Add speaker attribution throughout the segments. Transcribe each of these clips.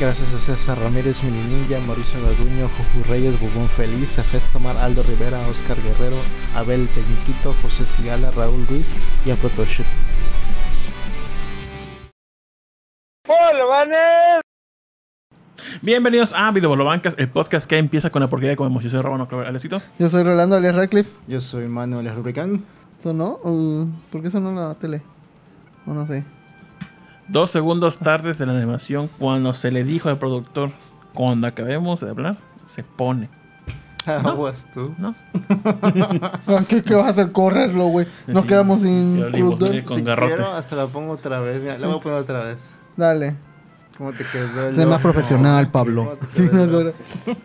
Speaker 1: Gracias a César Ramírez, Mini Ninja, Mauricio Garduño, Juju Reyes, Bubón Feliz, Festomar, Aldo Rivera, Oscar Guerrero, Abel Peñiquito, José Sigala, Raúl Ruiz y a Photoshoot.
Speaker 2: Bienvenidos a Videobolobancas, el podcast que empieza con la porquería como emoción de Romano Claver. Alecito.
Speaker 3: Yo soy Rolando alias Radcliffe.
Speaker 1: Yo soy Manuel Rubricán.
Speaker 3: ¿Sonó? ¿O ¿Por qué sonó la tele? O no sé.
Speaker 2: Dos segundos tardes de la animación cuando se le dijo al productor, cuando acabemos de hablar, se pone.
Speaker 1: Aguas tú.
Speaker 2: ¿No?
Speaker 3: ¿Qué, qué vas a hacer? Correrlo, güey. Nos
Speaker 2: Sí,
Speaker 3: quedamos
Speaker 2: sí,
Speaker 3: sin
Speaker 2: olimos,
Speaker 3: productor.
Speaker 2: sí, con
Speaker 1: si
Speaker 2: garrote.
Speaker 1: quiero, hasta la pongo otra vez. Mira, la voy a poner otra vez.
Speaker 3: Dale.
Speaker 1: ¿Cómo te quedó el
Speaker 3: Sé más
Speaker 1: ojo?
Speaker 3: profesional,
Speaker 1: ¿Cómo
Speaker 3: Pablo.
Speaker 1: te
Speaker 3: Sí,
Speaker 1: quedó
Speaker 3: no,
Speaker 1: el ojo?
Speaker 3: claro.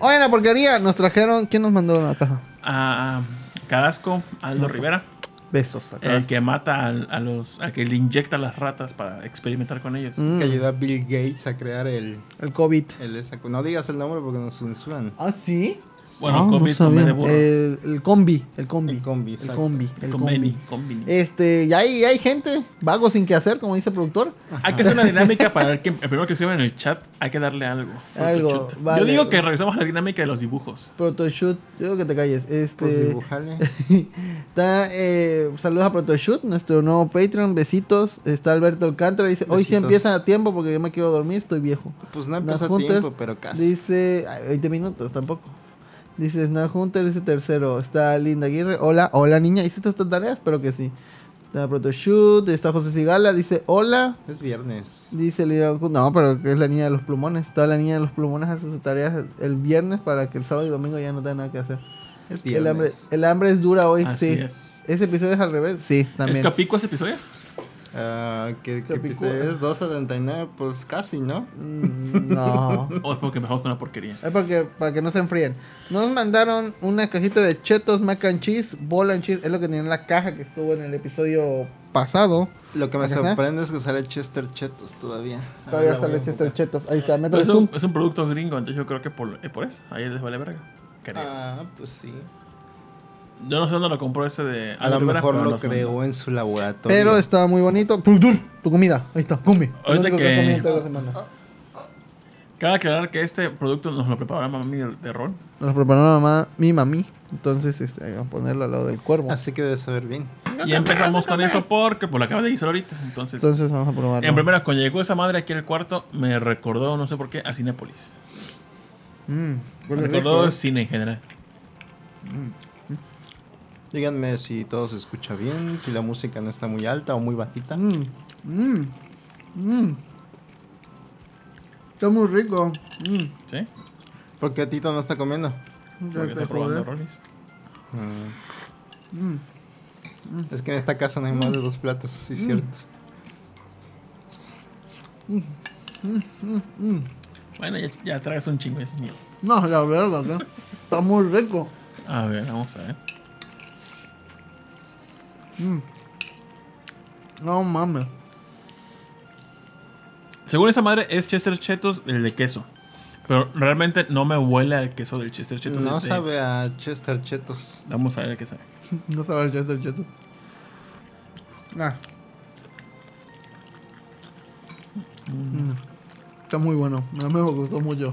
Speaker 3: Oye, la porquería, nos trajeron. ¿Quién nos mandó una caja?
Speaker 2: A Cadasco, Aldo Rivera,
Speaker 3: Besos. acá.
Speaker 2: el que mata al- a, los. al que le inyecta a las ratas para experimentar con ellos.
Speaker 3: Mm,
Speaker 1: Que ayudó a Bill Gates a crear el...
Speaker 3: el COVID.
Speaker 1: el esa- no digas el nombre porque nos censuran.
Speaker 3: ¿Ah, sí?
Speaker 2: Bueno,
Speaker 3: Ah,
Speaker 2: combi,
Speaker 3: sabía.
Speaker 2: combi de burro.
Speaker 3: El, el combi. El combi.
Speaker 1: El combi,
Speaker 3: El
Speaker 1: exacto.
Speaker 3: combi. El
Speaker 2: Conveni,
Speaker 3: combi.
Speaker 2: conveni.
Speaker 3: Este, y hay, hay gente, vago sin que hacer, como dice el productor.
Speaker 2: Hay que hacer una dinámica para ver que el primero que escriba en el chat hay que darle algo.
Speaker 3: Algo,
Speaker 2: Chut.
Speaker 3: vale.
Speaker 2: Yo digo que revisamos la dinámica de los dibujos.
Speaker 3: Protoshoot, yo digo que te calles.
Speaker 1: Pues
Speaker 3: Este,
Speaker 1: dibujale.
Speaker 3: está, eh, saludos a Protoshoot, nuestro nuevo Patreon. Besitos. Está Alberto Alcántara. Dice: Hoy sí
Speaker 1: Besitos.
Speaker 3: empieza a tiempo porque yo me quiero dormir, estoy viejo.
Speaker 1: Pues no
Speaker 3: Nat
Speaker 1: empezó a
Speaker 3: Hunter
Speaker 1: tiempo, pero casi.
Speaker 3: Dice: ay, 20 minutos tampoco. Dice Snap Hunter, dice tercero. Está Linda Aguirre. Hola, hola niña. ¿Hiciste estas tareas? Espero que sí. Está Protoshoot. Está José Sigala. Dice: Hola.
Speaker 1: Es viernes.
Speaker 3: Dice Lira Kun- no, pero que es la niña de los plumones. Toda la niña de los plumones hace sus tareas el viernes para que el sábado y domingo ya no tenga nada que hacer.
Speaker 1: Es
Speaker 3: El hambre,
Speaker 1: viernes.
Speaker 3: el hambre es dura hoy,
Speaker 2: Así
Speaker 3: sí.
Speaker 2: es.
Speaker 3: Ese episodio es al revés, sí,
Speaker 2: ¿Es
Speaker 3: también.
Speaker 2: Capico ese episodio?
Speaker 1: Ah, ¿Qué qué
Speaker 3: Capicúa.
Speaker 1: pizza es? 2.79, pues casi, ¿no?
Speaker 3: Mm, no.
Speaker 2: ¿O Oh, es porque empezamos con la porquería?
Speaker 3: Es porque, para que no se enfríen. Nos mandaron una cajita de chetos, mac and cheese, bola and cheese. Es lo que tenía en la caja que estuvo en el episodio pasado.
Speaker 1: Lo que me
Speaker 3: Ajá.
Speaker 1: sorprende es que sale Chester Chetos todavía. A
Speaker 2: Ah,
Speaker 3: Todavía
Speaker 1: ver, la voy
Speaker 3: sale
Speaker 1: a
Speaker 3: Chester
Speaker 1: buscar.
Speaker 3: Chetos. Ahí está,
Speaker 2: Pero
Speaker 3: métale
Speaker 2: es, Pues un,
Speaker 3: zoom.
Speaker 2: es un producto gringo, entonces yo creo que por, eh, por eso. Ahí les vale verga. Creo.
Speaker 1: Ah, pues sí.
Speaker 2: Yo no sé dónde lo compró ese de.
Speaker 1: A lo
Speaker 2: Aldo Rivera,
Speaker 1: mejor
Speaker 2: pero
Speaker 1: lo
Speaker 2: nos mandó.
Speaker 1: creó en su laboratorio.
Speaker 3: Pero estaba muy bonito. Productor, tu comida. Ahí está, come. Lo
Speaker 2: Ahorita
Speaker 3: único que
Speaker 2: que-
Speaker 3: he comido toda la semana.
Speaker 2: Cabe aclarar que este producto nos lo preparó la mami de rol.
Speaker 3: Nos lo preparó la mamá, mi mami. Entonces, este, vamos a ponerlo al lado del cuervo.
Speaker 1: Así que debe saber bien.
Speaker 2: y empezamos con eso porque pues, lo acaba de decir ahorita. Entonces,
Speaker 3: Entonces, vamos a probarlo.
Speaker 2: en primera, cuando llegó esa madre aquí al cuarto, me recordó, no sé por qué, a Cinépolis.
Speaker 3: Mm,
Speaker 2: Me
Speaker 3: huele
Speaker 2: recordó
Speaker 3: rico, ¿eh?
Speaker 2: cine en general.
Speaker 1: Díganme si todo se escucha bien, si la música no está muy alta o muy bajita.
Speaker 3: Mm, mm, mm. Está muy rico. Mm,
Speaker 2: ¿Sí?
Speaker 1: Porque Tito no está comiendo.
Speaker 3: ya
Speaker 2: Porque
Speaker 3: se
Speaker 2: está probando
Speaker 3: joder.
Speaker 2: roles.
Speaker 3: Mm.
Speaker 1: Es que en esta casa no hay más de dos platos, sí, cierto.
Speaker 2: Bueno, ya, ya traes un chingo de cine.
Speaker 3: No, la verdad, ¿no? está muy rico.
Speaker 2: A ver, vamos a ver.
Speaker 3: No mames.
Speaker 2: Según esa madre, es Chester Chetos el de queso. Pero realmente no me huele al queso del Chester Chetos.
Speaker 1: No
Speaker 2: de-
Speaker 1: sabe a Chester Chetos.
Speaker 2: Vamos a ver qué sabe.
Speaker 3: No sabe el Chester Cheto. Ah. Mm. Está muy bueno. A mí me gustó mucho.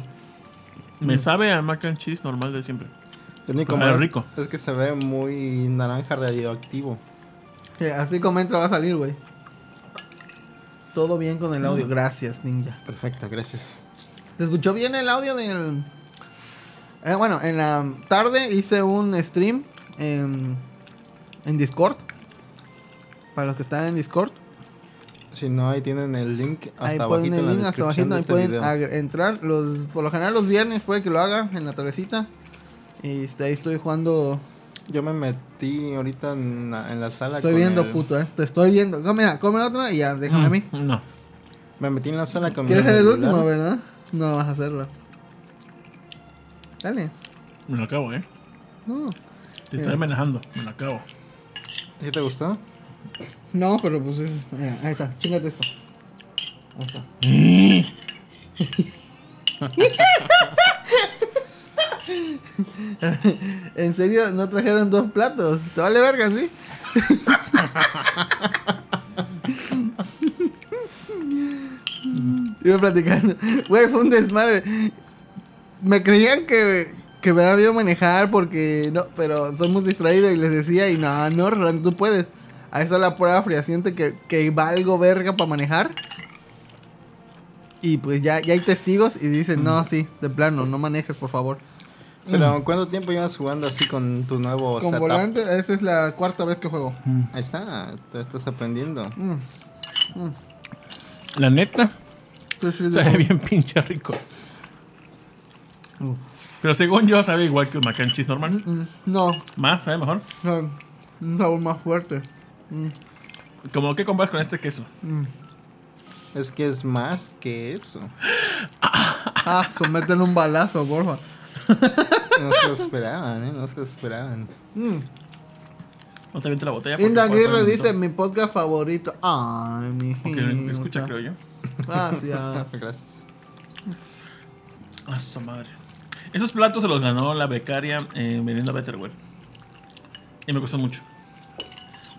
Speaker 3: Mm.
Speaker 2: Me sabe al mac and cheese normal de siempre.
Speaker 1: Lo único
Speaker 2: Ah,
Speaker 1: malo es-
Speaker 2: rico.
Speaker 1: Es que se ve muy naranja radioactivo.
Speaker 3: Que Eh, así como entra va a salir, güey. Todo bien con el audio.
Speaker 2: Mm.
Speaker 3: Gracias, ninja.
Speaker 1: Perfecto, gracias.
Speaker 3: ¿Se escuchó bien el audio del...? Eh, bueno, en la tarde hice un stream en, en Discord. Para los que están en Discord.
Speaker 1: Si no, ahí tienen el link hasta
Speaker 3: ahí
Speaker 1: abajito
Speaker 3: pueden
Speaker 1: en
Speaker 3: el
Speaker 1: la
Speaker 3: link hasta
Speaker 1: descripción de
Speaker 3: bajito. Ahí
Speaker 1: este
Speaker 3: pueden
Speaker 1: video.
Speaker 3: agre- entrar. Los, por lo general los viernes puede que lo haga en la tardecita. Y este, ahí estoy jugando...
Speaker 1: Yo me metí ahorita en la, en la sala
Speaker 3: Estoy
Speaker 1: con
Speaker 3: viendo,
Speaker 1: el-
Speaker 3: puto, eh. Te estoy viendo. No, Mira, come otro y ya, déjame a mí.
Speaker 2: Mm, No.
Speaker 1: Me metí en la sala con
Speaker 3: ¿Quieres
Speaker 1: mi
Speaker 3: ser el
Speaker 1: celular.
Speaker 3: último, verdad? No vas a hacerlo. Dale.
Speaker 2: Me lo acabo, eh.
Speaker 3: No.
Speaker 2: Te
Speaker 3: Eh.
Speaker 2: estoy amenazando. Me lo acabo.
Speaker 1: ¿Sí te gustó?
Speaker 3: No, pero pues es. mira, ahí está. Chingate esto. Ahí está. en serio, no trajeron dos platos. Te vale verga, ¿sí? Iba platicando. Güey, fue un desmadre. Me creían que, que me había manejar porque no, pero somos distraídos y les decía, y no, no, Roland, tú puedes. Ahí está la prueba fehaciente que, que valgo verga para manejar. Y pues ya, ya hay testigos y dicen, no, sí, de plano, no manejes, por favor.
Speaker 1: Pero ¿cuánto tiempo llevas jugando así con tu nuevo
Speaker 3: Mm. Con
Speaker 1: setup?
Speaker 3: volante, esa es la cuarta vez que juego.
Speaker 1: Ahí está, te estás aprendiendo.
Speaker 3: Mm.
Speaker 2: La neta,
Speaker 3: Sí, sí,
Speaker 2: sabe
Speaker 3: sí.
Speaker 2: bien pinche rico.
Speaker 3: Mm.
Speaker 2: Pero según yo, sabe igual que un mac and cheese normal.
Speaker 3: Mm, No,
Speaker 2: Más, sabe mejor.
Speaker 3: no, un sabor más fuerte.
Speaker 2: Como que comparas con este queso.
Speaker 1: Es que es más que eso.
Speaker 3: Ah, cometen un balazo, porfa.
Speaker 1: No se lo esperaban, ¿eh? No se lo esperaban.
Speaker 3: Mm.
Speaker 2: No te avientes la botella. porque
Speaker 3: Inda
Speaker 2: puede
Speaker 3: Aguirre
Speaker 2: perder
Speaker 3: dice
Speaker 2: un
Speaker 3: mi podcast favorito. Ay, mi
Speaker 2: montón. Porque me escucha, creo yo.
Speaker 3: Gracias.
Speaker 1: Ah, Gracias.
Speaker 2: A Ah, su madre. Esos platos se los ganó la becaria eh, vendiendo a Betterware. Y me costó mucho.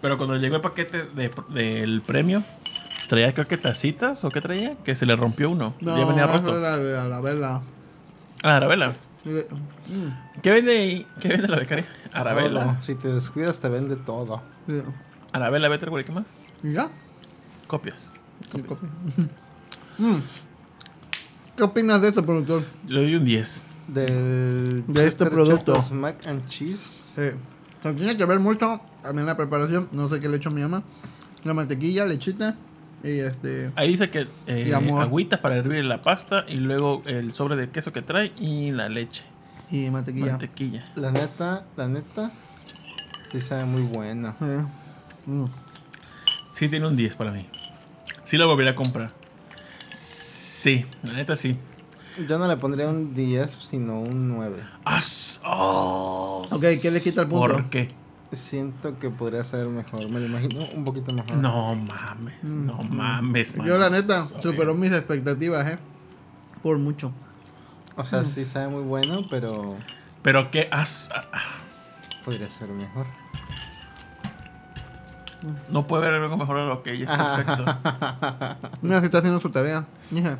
Speaker 2: Pero cuando llegó el paquete de- del premio, traía creo que tacitas o qué traía, que se le rompió uno.
Speaker 3: No,
Speaker 2: ya venía
Speaker 3: eso
Speaker 2: roto.
Speaker 3: era de la vela.
Speaker 2: Ah, Arabella.
Speaker 3: Mm,
Speaker 2: ¿Qué vende, ahí? ¿Qué vende la becaria? Arabella.
Speaker 1: Todo. Si te descuidas, te vende todo.
Speaker 3: sí.
Speaker 2: Arabella Betterware, ¿qué más?
Speaker 3: ¿Y ya?
Speaker 2: Copias.
Speaker 3: Sí, copia. Mm. ¿Qué opinas de esto, productor?
Speaker 2: Le doy un 10.
Speaker 1: Del
Speaker 3: De este
Speaker 1: Chester
Speaker 3: producto.
Speaker 1: Chetos Mac and Cheese.
Speaker 3: Sí. O sea, tiene que ver mucho también la preparación. No sé qué le echo a mi mamá. La mantequilla, lechita y este.
Speaker 2: Ahí dice que eh,
Speaker 3: Y amor.
Speaker 2: agüita para hervir la pasta y luego el sobre de queso que trae y la leche.
Speaker 3: Y mantequilla.
Speaker 2: Mantequilla.
Speaker 1: La neta, la neta, sí sabe muy buena.
Speaker 3: Sí. Mm.
Speaker 2: Sí, tiene un 10 para mí. Sí, la volvería a comprar. Sí, la neta sí.
Speaker 1: Yo no le pondría un 10, sino un 9.
Speaker 2: As- oh,
Speaker 3: Ok, ¿qué le quita el punto?
Speaker 2: ¿Por qué?
Speaker 1: Siento que podría ser mejor, me lo imagino un poquito mejor.
Speaker 2: No mames, no mames.
Speaker 3: Mm. Yo, la
Speaker 2: manos.
Speaker 3: neta,
Speaker 2: Sorry.
Speaker 3: superó mis expectativas, ¿eh? Por mucho.
Speaker 1: O
Speaker 3: Mm.
Speaker 1: sea, sí sabe muy bueno, pero
Speaker 2: Pero qué as- ah, ah,
Speaker 1: podría ser mejor.
Speaker 2: No puede haber algo mejor a lo que ella es perfecto.
Speaker 3: Mira, si está haciendo su tarea. Hija.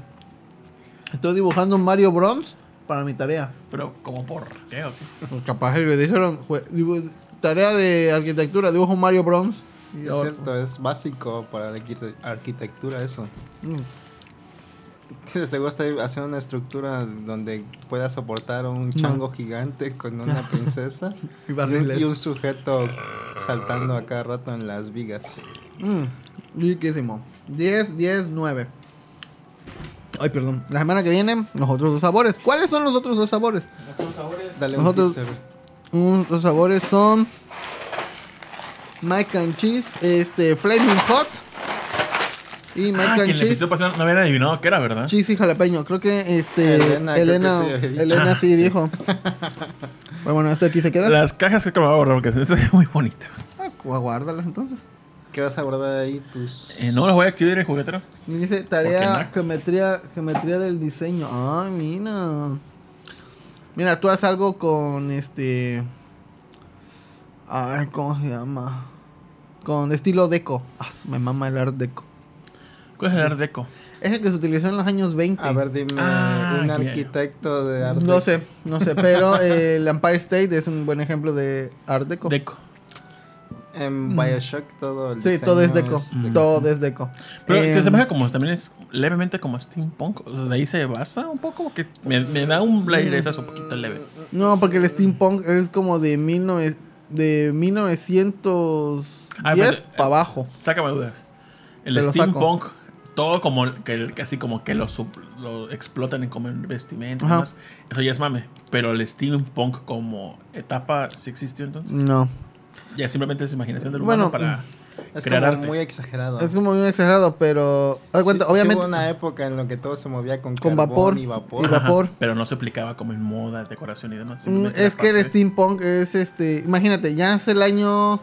Speaker 3: Estoy dibujando un Mario Bronze para mi tarea.
Speaker 2: Pero como por qué o qué?
Speaker 3: Pues capaz que le dijeron, jue- dibu- tarea de arquitectura, dibujo un Mario Bronze. Y
Speaker 1: Es
Speaker 3: ahora-
Speaker 1: cierto, es básico para la arquite- arquitectura eso.
Speaker 3: Mm.
Speaker 1: De seguro está haciendo una estructura donde pueda soportar un chango gigante con una princesa
Speaker 3: Y
Speaker 1: y, un,
Speaker 3: barriles.
Speaker 1: y un sujeto saltando a cada rato en las vigas.
Speaker 3: Mm, riquísimo. 10, 10, 9. Ay, perdón. La semana que viene, los otros dos sabores. ¿Cuáles son los otros dos sabores?
Speaker 1: Dale
Speaker 3: Nosotros-
Speaker 1: un teaser.
Speaker 3: Mm, los sabores son mac and cheese, este flaming hot y mac
Speaker 2: Ah,
Speaker 3: and
Speaker 2: quien le
Speaker 3: cheese,
Speaker 2: pidió pasar no habían adivinado qué era, ¿verdad?
Speaker 3: cheese y jalapeño. Creo que este Elena
Speaker 1: Elena, creo
Speaker 3: Elena,
Speaker 1: que sí había dicho.
Speaker 2: Ah,
Speaker 3: sí
Speaker 2: sí.
Speaker 3: dijo. Pero bueno, este aquí se queda.
Speaker 2: Las cajas creo que me voy a borrar porque se ven muy bonitas.
Speaker 3: Ah, guárdalas entonces.
Speaker 1: ¿Qué vas a guardar ahí tus
Speaker 2: Eh, no las voy a exhibir en el juguetero.
Speaker 3: Y dice
Speaker 2: ¿Por qué
Speaker 3: tarea
Speaker 2: no?
Speaker 3: geometría geometría del diseño. Ay, mira. Mira, tú haz algo con este Ay, ¿cómo se llama? Con estilo deco. Ah, me mama el art deco.
Speaker 2: ¿Cuál es el art deco?
Speaker 3: Es el que se utilizó en los años 20.
Speaker 1: A ver, dime,
Speaker 2: Ah,
Speaker 1: un
Speaker 2: ya.
Speaker 1: arquitecto de arte.
Speaker 3: no sé, no sé, pero eh, el Empire State es un buen ejemplo de Art Deco.
Speaker 2: Deco.
Speaker 1: En Bioshock todo el
Speaker 3: Mm. sí, todo es
Speaker 1: diseño
Speaker 3: Deco, todo es Deco.
Speaker 2: Pero que
Speaker 3: Em,
Speaker 2: se me hace como también es levemente como steampunk. O sea, de ahí se basa un poco. Que me, me da un ligereza un poquito leve.
Speaker 3: no, porque el steampunk es como de, 19 de 1910
Speaker 2: Ah, pero-
Speaker 3: para abajo.
Speaker 2: Sácame dudas. El
Speaker 3: Te lo
Speaker 2: steampunk, todo como que que así como que lo, sup- lo explotan en como en vestimenta. y
Speaker 3: Ajá.
Speaker 2: demás, Eso ya es mame. Pero el steampunk como etapa sí existió entonces.
Speaker 3: No.
Speaker 2: Ya simplemente es imaginación del
Speaker 3: Bueno,
Speaker 2: humano para
Speaker 1: Es
Speaker 2: crear
Speaker 1: como
Speaker 2: arte.
Speaker 1: muy exagerado.
Speaker 3: Es como muy exagerado, pero. haz de cuenta,
Speaker 1: Ah. Sí- sí
Speaker 3: obviamente.
Speaker 1: hubo una época en la que todo se movía con,
Speaker 3: Con
Speaker 1: carbón
Speaker 3: vapor.
Speaker 1: y
Speaker 3: Y
Speaker 1: vapor.
Speaker 3: va- vapor.
Speaker 2: Pero no se aplicaba como en moda, decoración y demás.
Speaker 3: Mm,
Speaker 2: simplemente
Speaker 3: es
Speaker 2: era
Speaker 3: que el
Speaker 2: parte de-
Speaker 3: steampunk es este. Imagínate, ya es el año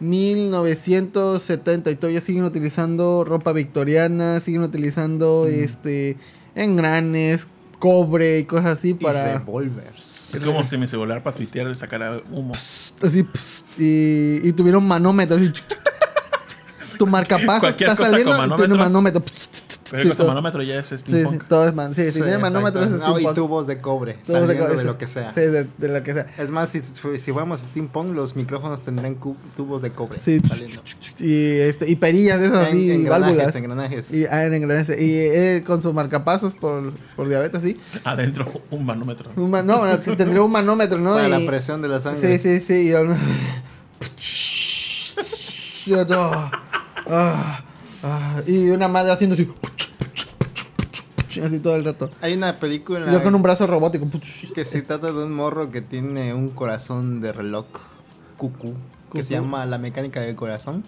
Speaker 3: 1970 y todavía siguen utilizando ropa victoriana, siguen utilizando
Speaker 1: Mm.
Speaker 3: este engranes, cobre y cosas así
Speaker 1: Y
Speaker 3: para.
Speaker 1: revolvers.
Speaker 2: Es como si mi celular para tuitear le sacara humo.
Speaker 3: así, pss, y, y tuvieron manómetros. así, tu marcapasos
Speaker 2: Cualquier
Speaker 3: está
Speaker 2: cosa con
Speaker 3: saliendo y tiene un
Speaker 2: manómetro.
Speaker 3: manómetro. pss, tss, tss,
Speaker 2: Pero
Speaker 3: Sí,
Speaker 2: con su
Speaker 3: todo.
Speaker 2: manómetro ya es
Speaker 3: Sí, sí,
Speaker 2: steampunk.
Speaker 3: todo es man. Sí, si tiene manómetros es
Speaker 1: exacto. No, y
Speaker 3: steampunk.
Speaker 1: tubos de cobre,
Speaker 3: Todo
Speaker 1: saliendo
Speaker 3: co-
Speaker 1: de lo que sea.
Speaker 3: Sí, de, de lo que sea.
Speaker 1: Es más, si, si fuéramos steampunk, los micrófonos tendrían cu- tubos de cobre
Speaker 3: Sí.
Speaker 1: saliendo.
Speaker 3: Y, este, y perillas de esas,
Speaker 1: En-
Speaker 3: y
Speaker 1: engranajes,
Speaker 3: válvulas.
Speaker 1: engranajes.
Speaker 3: Y, ah, en engranajes. y eh, con su marcapasos por, por diabetes, sí.
Speaker 2: Adentro, un manómetro.
Speaker 3: Un man- no, no, tendría un manómetro, ¿no?
Speaker 1: para
Speaker 3: Y-
Speaker 1: la presión de la
Speaker 3: Sí,
Speaker 1: sangre.
Speaker 3: sí, sí. y yo- Yo todo, ah, ah, y una madre haciendo así. Así todo el rato.
Speaker 1: Hay una película
Speaker 3: Yo con un brazo robótico.
Speaker 1: que se trata de un morro que tiene un corazón de reloj cucú, que se
Speaker 3: Cucú. Mm.
Speaker 1: llama La mecánica del corazón.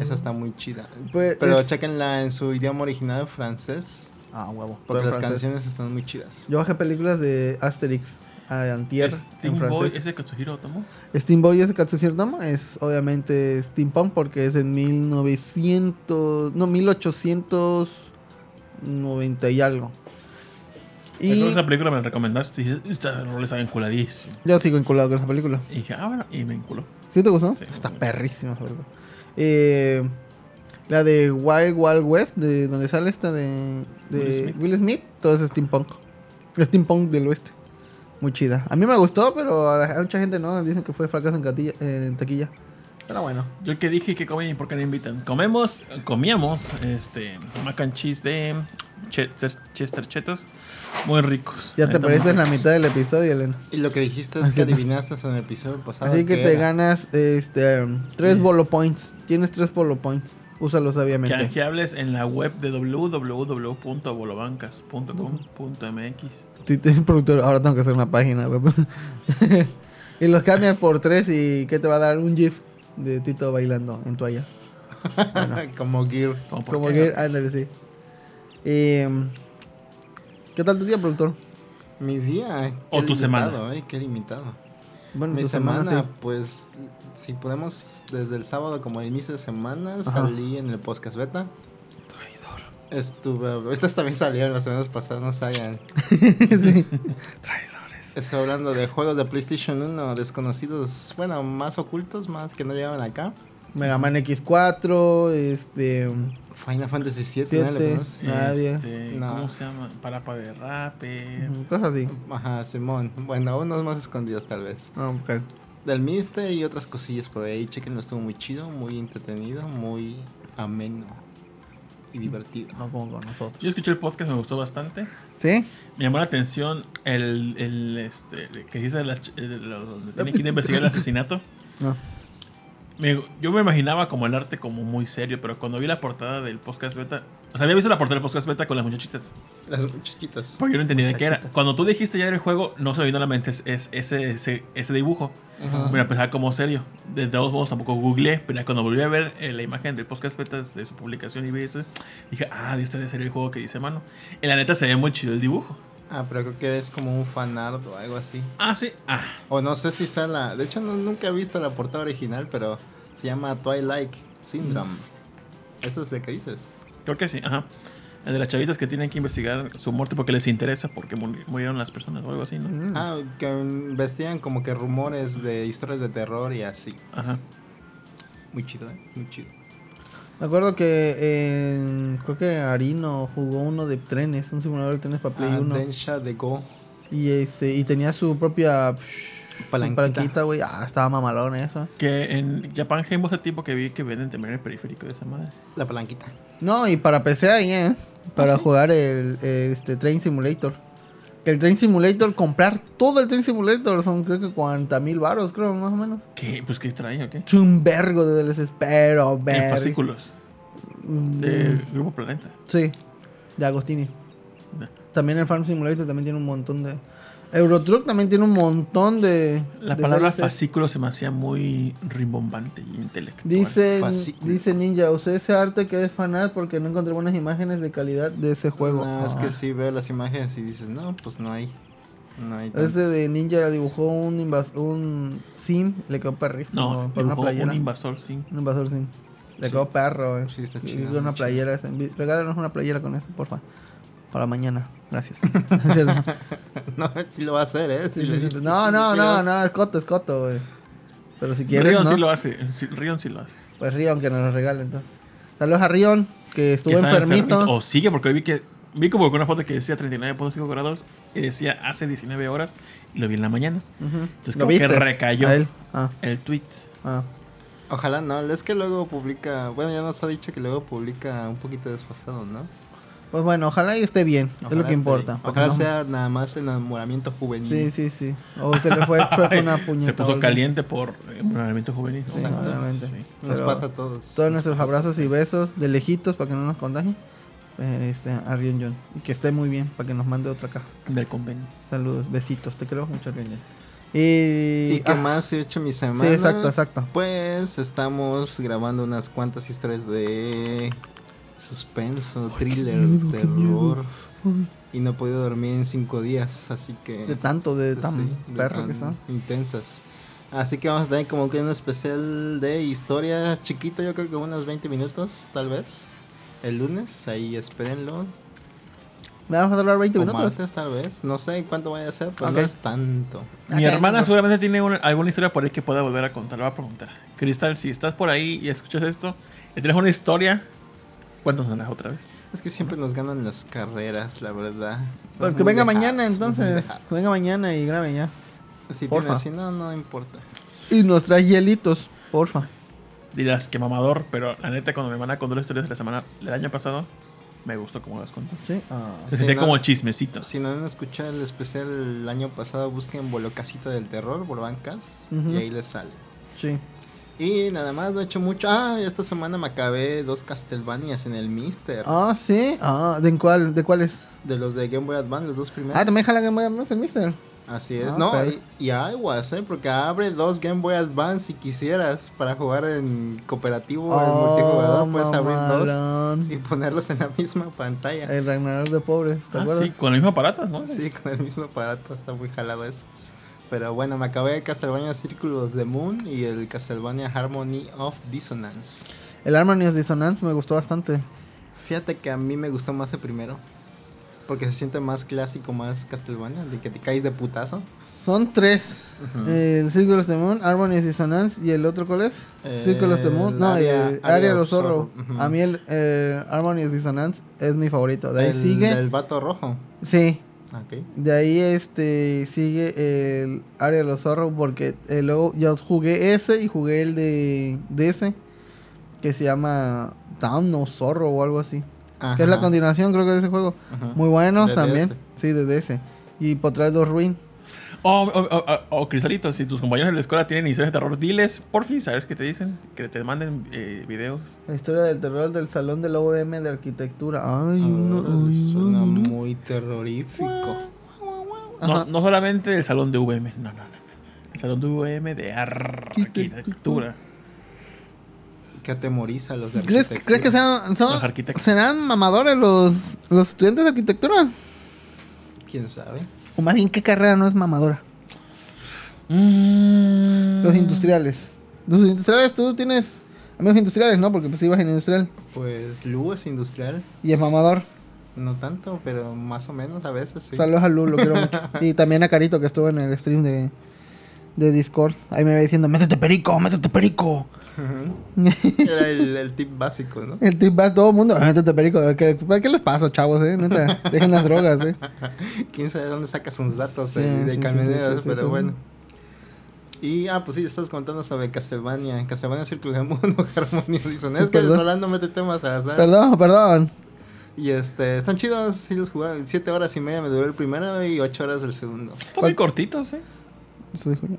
Speaker 1: Esa está muy chida.
Speaker 3: Pues,
Speaker 1: Pero
Speaker 3: es-
Speaker 1: chequenla en su idioma original francés. Ah, huevo. Porque
Speaker 3: Pero
Speaker 1: las
Speaker 3: francés.
Speaker 1: canciones están muy chidas.
Speaker 3: Yo bajé películas de Asterix a Antier en
Speaker 2: Steam Boy,
Speaker 3: francés.
Speaker 2: ese Katsuhiro tomó.
Speaker 3: Steam Boy es de Katsuhiro Otomo, es obviamente Steampunk porque es en 1900, no 1890 y algo.
Speaker 2: Recuerdo
Speaker 3: Y
Speaker 2: esa película me la recomendaste y dije, esta rola está enculadísima.
Speaker 3: yo sigo enculado con esa película.
Speaker 2: Y dije, ah, bueno, y me enculó.
Speaker 3: ¿Sí te gustó?
Speaker 2: Sí.
Speaker 3: Está perrísima esa película. Eh, la de Wild Wild West, de donde sale esta de,
Speaker 2: Will
Speaker 3: de Will,
Speaker 2: Smith.
Speaker 3: Smith. todo es steampunk. Steampunk del oeste. Muy chida. A mí me gustó, pero a, la- a mucha gente no. Dicen que fue fracaso en, catilla- en taquilla. Pero bueno.
Speaker 2: Yo que dije que comí y por qué no invitan. Comemos, comíamos este mac and cheese de Chester, Chester Chetos. Muy ricos.
Speaker 3: Ya te
Speaker 2: Neta,
Speaker 3: perdiste
Speaker 2: muy
Speaker 3: la
Speaker 2: ricos.
Speaker 3: mitad del episodio, Elena.
Speaker 1: Y lo que dijiste es que adivinaste en el episodio pasado.
Speaker 3: Así que
Speaker 1: qué
Speaker 3: te
Speaker 1: era.
Speaker 3: ganas este, um, tres
Speaker 2: Sí.
Speaker 3: bolo points. Tienes tres bolo points. Úsalos
Speaker 2: Que
Speaker 3: sabiamente.
Speaker 2: canjeables en la web de www.bolobancas.com.mx.
Speaker 3: Sí, te- productor, ahora tengo que hacer una página, güey. y los cambias por tres y ¿qué te va a dar? Un GIF de Tito bailando en toalla.
Speaker 1: Como Gear.
Speaker 2: Como por
Speaker 3: Como
Speaker 2: qué
Speaker 3: que,
Speaker 2: no.
Speaker 3: ándale, sí. Em, ¿Qué tal tu día, productor?
Speaker 1: Mi día. eh, qué
Speaker 2: O tu semana.
Speaker 1: limitado, eh, qué limitado.
Speaker 3: Bueno,
Speaker 1: Mi
Speaker 3: tu
Speaker 1: semana,
Speaker 3: semana,
Speaker 1: pues, si podemos, desde el sábado como el inicio de semana,
Speaker 3: Ajá.
Speaker 1: salí en el podcast beta. Estuve, estas también salieron las semanas pasadas, no salgan.
Speaker 3: sí. sí.
Speaker 1: Estoy hablando de juegos de PlayStation 1 desconocidos, bueno, más ocultos, más que no llegaban acá.
Speaker 3: Mega Man X4, este...
Speaker 1: Final Fantasy 7,
Speaker 3: Siete. Nadie.
Speaker 2: Este,
Speaker 1: No.
Speaker 2: ¿Cómo se llama? Parapa de rape.
Speaker 3: mm, Cosas así.
Speaker 1: Ajá, Simón. Bueno, unos más escondidos tal vez.
Speaker 3: Ah, ok.
Speaker 1: Del Mister y otras cosillas por ahí. Chequenlo, estuvo muy chido, muy entretenido, muy ameno y divertido.
Speaker 3: No como con nosotros.
Speaker 2: Yo escuché el podcast, me gustó bastante.
Speaker 3: ¿Sí?
Speaker 2: Me llamó la atención el, el este, que dice las ch- eh, lo- donde tiene que ir a investigar el asesinato.
Speaker 3: No.
Speaker 2: Me- yo me imaginaba como el arte como muy serio, pero cuando vi la portada del podcast beta, o sea, había visto la portada del podcast beta con las muchachitas,
Speaker 1: Las muchachitas.
Speaker 2: pero yo no entendía de qué era. Cuando tú dijiste ya era el juego, no se me vino a la mente es, es- ese, ese, ese dibujo.
Speaker 1: Ajá.
Speaker 2: Me la pensaba como serio. De todos modos tampoco googleé, pero cuando volví a ver eh, la imagen del podcast beta de su publicación y vi eso, dije, ah, este debe ser el juego que dice mano. En la neta se ve muy chido el dibujo.
Speaker 1: Ah, pero creo que es como un fanart o algo así.
Speaker 2: Ah, sí, ah,
Speaker 1: O no sé si sea la. De hecho, no- nunca he visto la portada original, pero se llama Twilight Syndrome. Eso es lo que dices.
Speaker 2: Creo que sí, ajá. El de las chavitas que tienen que investigar su muerte porque les interesa, porque muri- murieron las personas o algo así, ¿no?
Speaker 3: Mm.
Speaker 1: Ah, que mm, vestían como que rumores de historias de terror y así.
Speaker 2: Ajá.
Speaker 1: Muy chido, ¿eh? Muy chido.
Speaker 3: Me acuerdo que en- creo que Arino jugó uno de trenes, un simulador de trenes para Play
Speaker 1: Ah,
Speaker 3: 1.
Speaker 1: Densha de Go.
Speaker 3: Y este, y tenía su propia psh,
Speaker 1: Palanquita.
Speaker 3: palanquita, güey. Ah, estaba mamalón eso.
Speaker 2: Que en Japan Game hace tiempo que vi que venden también el periférico de esa madre.
Speaker 1: La palanquita.
Speaker 3: No, y para PC ahí, eh. Para
Speaker 2: ¿Ah, ¿sí?
Speaker 3: jugar el, el, este Train Simulator. Que el Train Simulator, comprar todo el Train Simulator son creo que 40 mil baros, creo, más o menos.
Speaker 2: ¿Qué? Pues qué trae, ¿o qué?
Speaker 3: Es Un vergo de DLCs, pero
Speaker 2: En
Speaker 3: verga.
Speaker 2: fascículos
Speaker 3: Mm,
Speaker 2: de Grupo Planeta.
Speaker 3: Sí, de Agostini.
Speaker 2: No.
Speaker 3: También el Farm Simulator también tiene un montón de. Eurotruck también tiene un montón de.
Speaker 2: La
Speaker 3: de
Speaker 2: palabra
Speaker 3: DLCs.
Speaker 2: fascículo se me hacía muy rimbombante y intelectual.
Speaker 3: Dice,
Speaker 1: Fascículo.
Speaker 3: dice Ninja, usé ese arte que es fanart porque no encontré buenas imágenes de calidad de ese juego.
Speaker 1: No, es
Speaker 3: Ah.
Speaker 1: que sí veo las imágenes y dices, no, pues no hay. No hay. tanto.
Speaker 3: Ese de Ninja dibujó un, invas un sim, le quedó perrísimo
Speaker 2: No,
Speaker 3: por una
Speaker 2: dibujó
Speaker 3: playera.
Speaker 2: un invasor sin.
Speaker 3: Un invasor sim. Le
Speaker 1: Sí.
Speaker 3: quedó perro, eh.
Speaker 1: Sí, está
Speaker 3: Y
Speaker 1: chido, muy
Speaker 3: una
Speaker 1: chido.
Speaker 3: playera. esa. Vi- Regálanos una playera con eso, porfa. Para mañana. Gracias. Es cierto.
Speaker 1: No, sí lo va a hacer, ¿eh? Sí le
Speaker 3: Sí, sí, sí.
Speaker 1: dices,
Speaker 3: no,
Speaker 1: sí,
Speaker 3: no,
Speaker 1: sí lo va
Speaker 3: no,
Speaker 1: a-
Speaker 3: no, es coto, es coto, güey. Pero si quieres,
Speaker 2: Rion
Speaker 3: ¿no?
Speaker 2: sí lo hace. sí- Rion sí lo hace.
Speaker 3: pues río aunque nos lo regalen entonces. Saludos a Rion, que estuvo
Speaker 2: que estaba
Speaker 3: enfermito.
Speaker 2: O sigue, porque hoy vi que. Vi como una foto que decía 39.5 grados y decía hace 19 horas y lo vi en la mañana. Entonces,
Speaker 3: ¿Lo
Speaker 2: como que
Speaker 3: vistes?
Speaker 2: recayó
Speaker 3: A él. Ah,
Speaker 2: el tweet.
Speaker 3: ah.
Speaker 1: Ojalá no, es que luego publica, bueno, ya nos ha dicho que luego publica un poquito desfasado, ¿no?
Speaker 3: Pues bueno, ojalá y esté bien. es
Speaker 1: Ojalá
Speaker 3: lo que
Speaker 1: esté-
Speaker 3: importa. porque
Speaker 1: Ojalá
Speaker 3: no-
Speaker 1: sea nada más enamoramiento juvenil.
Speaker 3: Sí, sí, sí. O se le fue chueco una puñeta.
Speaker 2: Se
Speaker 3: o
Speaker 2: puso
Speaker 3: algo.
Speaker 2: caliente por eh, un movimiento juvenil.
Speaker 3: Sí,
Speaker 2: Ojalá,
Speaker 3: obviamente.
Speaker 2: sí.
Speaker 1: Nos
Speaker 3: Pero
Speaker 1: pasa a todos.
Speaker 3: Todos nuestros abrazos y besos de lejitos para que no nos contagie. Pero, Este, a Rion John. Y que esté muy bien para que nos mande otra caja.
Speaker 2: Del convenio.
Speaker 3: Saludos, besitos. Te creo mucho, Rion John. Y.
Speaker 1: ¿Y qué
Speaker 3: ah,
Speaker 1: más he hecho mi semana?
Speaker 3: Sí, exacto, exacto.
Speaker 1: Pues estamos grabando unas cuantas historias de suspenso, thriller,
Speaker 3: miedo, qué
Speaker 1: terror.
Speaker 3: Uy,
Speaker 1: Y no he podido dormir en cinco días, así que... pues
Speaker 3: de tanto, de tan
Speaker 1: Sí, de
Speaker 3: perro
Speaker 1: tan
Speaker 3: que está.
Speaker 1: Intensas. Así que vamos a tener como que un especial de historias chiquito, yo creo que unos 20 minutos, tal vez. El lunes, ahí espérenlo.
Speaker 3: Nada más a hablar 20
Speaker 1: O
Speaker 3: minutos.
Speaker 1: martes, tal vez. No sé cuánto vaya a ser, pero
Speaker 3: Ok.
Speaker 1: no es tanto.
Speaker 2: Mi
Speaker 3: Ok,
Speaker 2: hermana
Speaker 3: no.
Speaker 2: seguramente tiene una- alguna historia por ahí que pueda volver a contar. Le voy a preguntar. Cristal, si estás por ahí y escuchas esto, y tienes una historia, cuéntanosla otra vez.
Speaker 1: Es que siempre nos ganan las carreras, la verdad. Son
Speaker 3: Pues que
Speaker 1: muy
Speaker 3: venga
Speaker 1: dejados,
Speaker 3: mañana
Speaker 1: muy
Speaker 3: entonces.
Speaker 1: dejados.
Speaker 3: Que venga mañana y grabe ya.
Speaker 1: Si
Speaker 3: Porfa.
Speaker 1: viene así, no, no importa.
Speaker 3: Y nos trae hielitos, porfa.
Speaker 2: Dirás que mamador, pero la neta, cuando mi hermana contó las historias de la semana del año pasado, me gustó cómo las contó.
Speaker 3: Sí.
Speaker 1: Ah,
Speaker 2: Se
Speaker 1: si
Speaker 2: sentía
Speaker 1: no-
Speaker 2: como chismecito.
Speaker 1: Si no han escuchado el especial el año pasado, busquen Bolocasita del Terror, Bolbancas,
Speaker 3: Ujú.
Speaker 1: y ahí les sale.
Speaker 3: Sí.
Speaker 1: Y nada más, no he hecho mucho. Ah, esta semana me acabé dos Castlevanias en el Mister.
Speaker 3: Ah, sí. Ah, ¿de cuál? ¿De cuál es?
Speaker 1: De los de Game Boy Advance, los dos primeros.
Speaker 3: Ah, también jala que me el mister.
Speaker 1: Así es,
Speaker 3: Ah,
Speaker 1: ¿no?
Speaker 3: pero-
Speaker 1: Y, y aguas, ¿eh? Porque abre dos Game Boy Advance si quisieras para jugar en cooperativo
Speaker 3: Ah,
Speaker 1: o en multijugador. Puedes abrir dos
Speaker 3: mamalón.
Speaker 1: y ponerlos en la misma pantalla.
Speaker 3: El Ragnarok de pobres, ¿te
Speaker 2: Ah,
Speaker 3: acuerdas?
Speaker 2: sí, con el mismo aparato, ¿no?
Speaker 1: Sí, con el mismo aparato, está muy jalado eso. Pero bueno, me acabé de Castlevania Círculo of the Moon y el Castlevania Harmony of Dissonance.
Speaker 3: El Harmony of Dissonance me gustó bastante.
Speaker 1: Fíjate que a mí me gustó más el primero. Porque se siente más clásico, más Castlevania, de que te caes de putazo.
Speaker 3: Son tres. El Círculo de Moon, Harmony of Dissonance y el otro ¿cuál es?
Speaker 1: Eh,
Speaker 3: Círculo de Moon. No, y
Speaker 1: Aria-
Speaker 3: el
Speaker 1: Aria
Speaker 3: Aria
Speaker 1: of
Speaker 3: of Zorro.
Speaker 1: Sorrow. Ujú.
Speaker 3: A mí el eh, Harmony of Dissonance es mi favorito. De ahí
Speaker 1: el,
Speaker 3: sigue.
Speaker 1: El vato rojo.
Speaker 3: Sí.
Speaker 1: Ok.
Speaker 3: De ahí este sigue el Área de los Zorros porque eh, luego yo jugué ese y jugué el de, de ese que se llama Down no Zorro o algo así. Que es la
Speaker 1: Ajá,
Speaker 3: continuación creo que de ese juego.
Speaker 1: ajá.
Speaker 3: Muy bueno
Speaker 1: De
Speaker 3: también.
Speaker 1: DS.
Speaker 3: Sí, de ese. Y por traer dos Ruin.
Speaker 2: O, o- o- o- o, Cristalito, si tus compañeros de la escuela tienen historias de terror, diles, porfis, ¿sabes qué te dicen? Que te manden eh, videos.
Speaker 3: La historia del terror del salón de la OM de arquitectura. Ay, no,
Speaker 1: Órale,
Speaker 3: ay, no,
Speaker 1: suena
Speaker 3: no, no.
Speaker 1: muy terrorífico.
Speaker 2: No,
Speaker 3: Ajá.
Speaker 2: no solamente el salón de VM, no, no, no. no. El salón de VM de arquitectura.
Speaker 1: Que atemoriza a los de
Speaker 3: ¿Crees,
Speaker 1: arquitectura.
Speaker 3: crees que sean, son-
Speaker 2: Los arquitectos.
Speaker 3: serán mamadores los, los estudiantes de arquitectura?
Speaker 1: ¿Quién sabe?
Speaker 3: O más bien, ¿qué carrera no es mamadora?
Speaker 2: Mm.
Speaker 3: Los industriales. Los industriales, tú tienes amigos industriales, ¿no? Porque pues ibas en industrial
Speaker 1: Pues Lugo es industrial.
Speaker 3: y es mamador.
Speaker 1: No tanto, pero más o menos a veces sí.
Speaker 3: Saludos a Lu, lo quiero mucho. Y también a Carito que estuvo en el stream de, de Discord. Ahí me va diciendo, métete perico, métete perico.
Speaker 1: Ujú.
Speaker 3: el
Speaker 1: Era el, el tip básico, ¿no?
Speaker 3: tip va a todo el mundo, métete perico. ¿Qué, qué les pasa, chavos, eh? Neta, dejen las drogas, eh.
Speaker 1: Quién sabe dónde saca sus datos
Speaker 3: Sí,
Speaker 1: el de
Speaker 3: sí, sí,
Speaker 1: camioneros,
Speaker 3: sí, sí, sí,
Speaker 1: pero
Speaker 3: todo.
Speaker 1: bueno. Y, ah, pues sí, estás contando sobre Castlevania, Castlevania Círculo de Mundo, Harmonía Dison. Es que
Speaker 3: Perdón.
Speaker 1: Rolando mete temas al azar.
Speaker 3: Perdón, perdón.
Speaker 1: Y este, están chidos, sí los jugaba. Siete horas y media me duró el primero y ocho horas el segundo.
Speaker 2: Están muy cortitos, ¿eh?
Speaker 3: Eso dijo yo.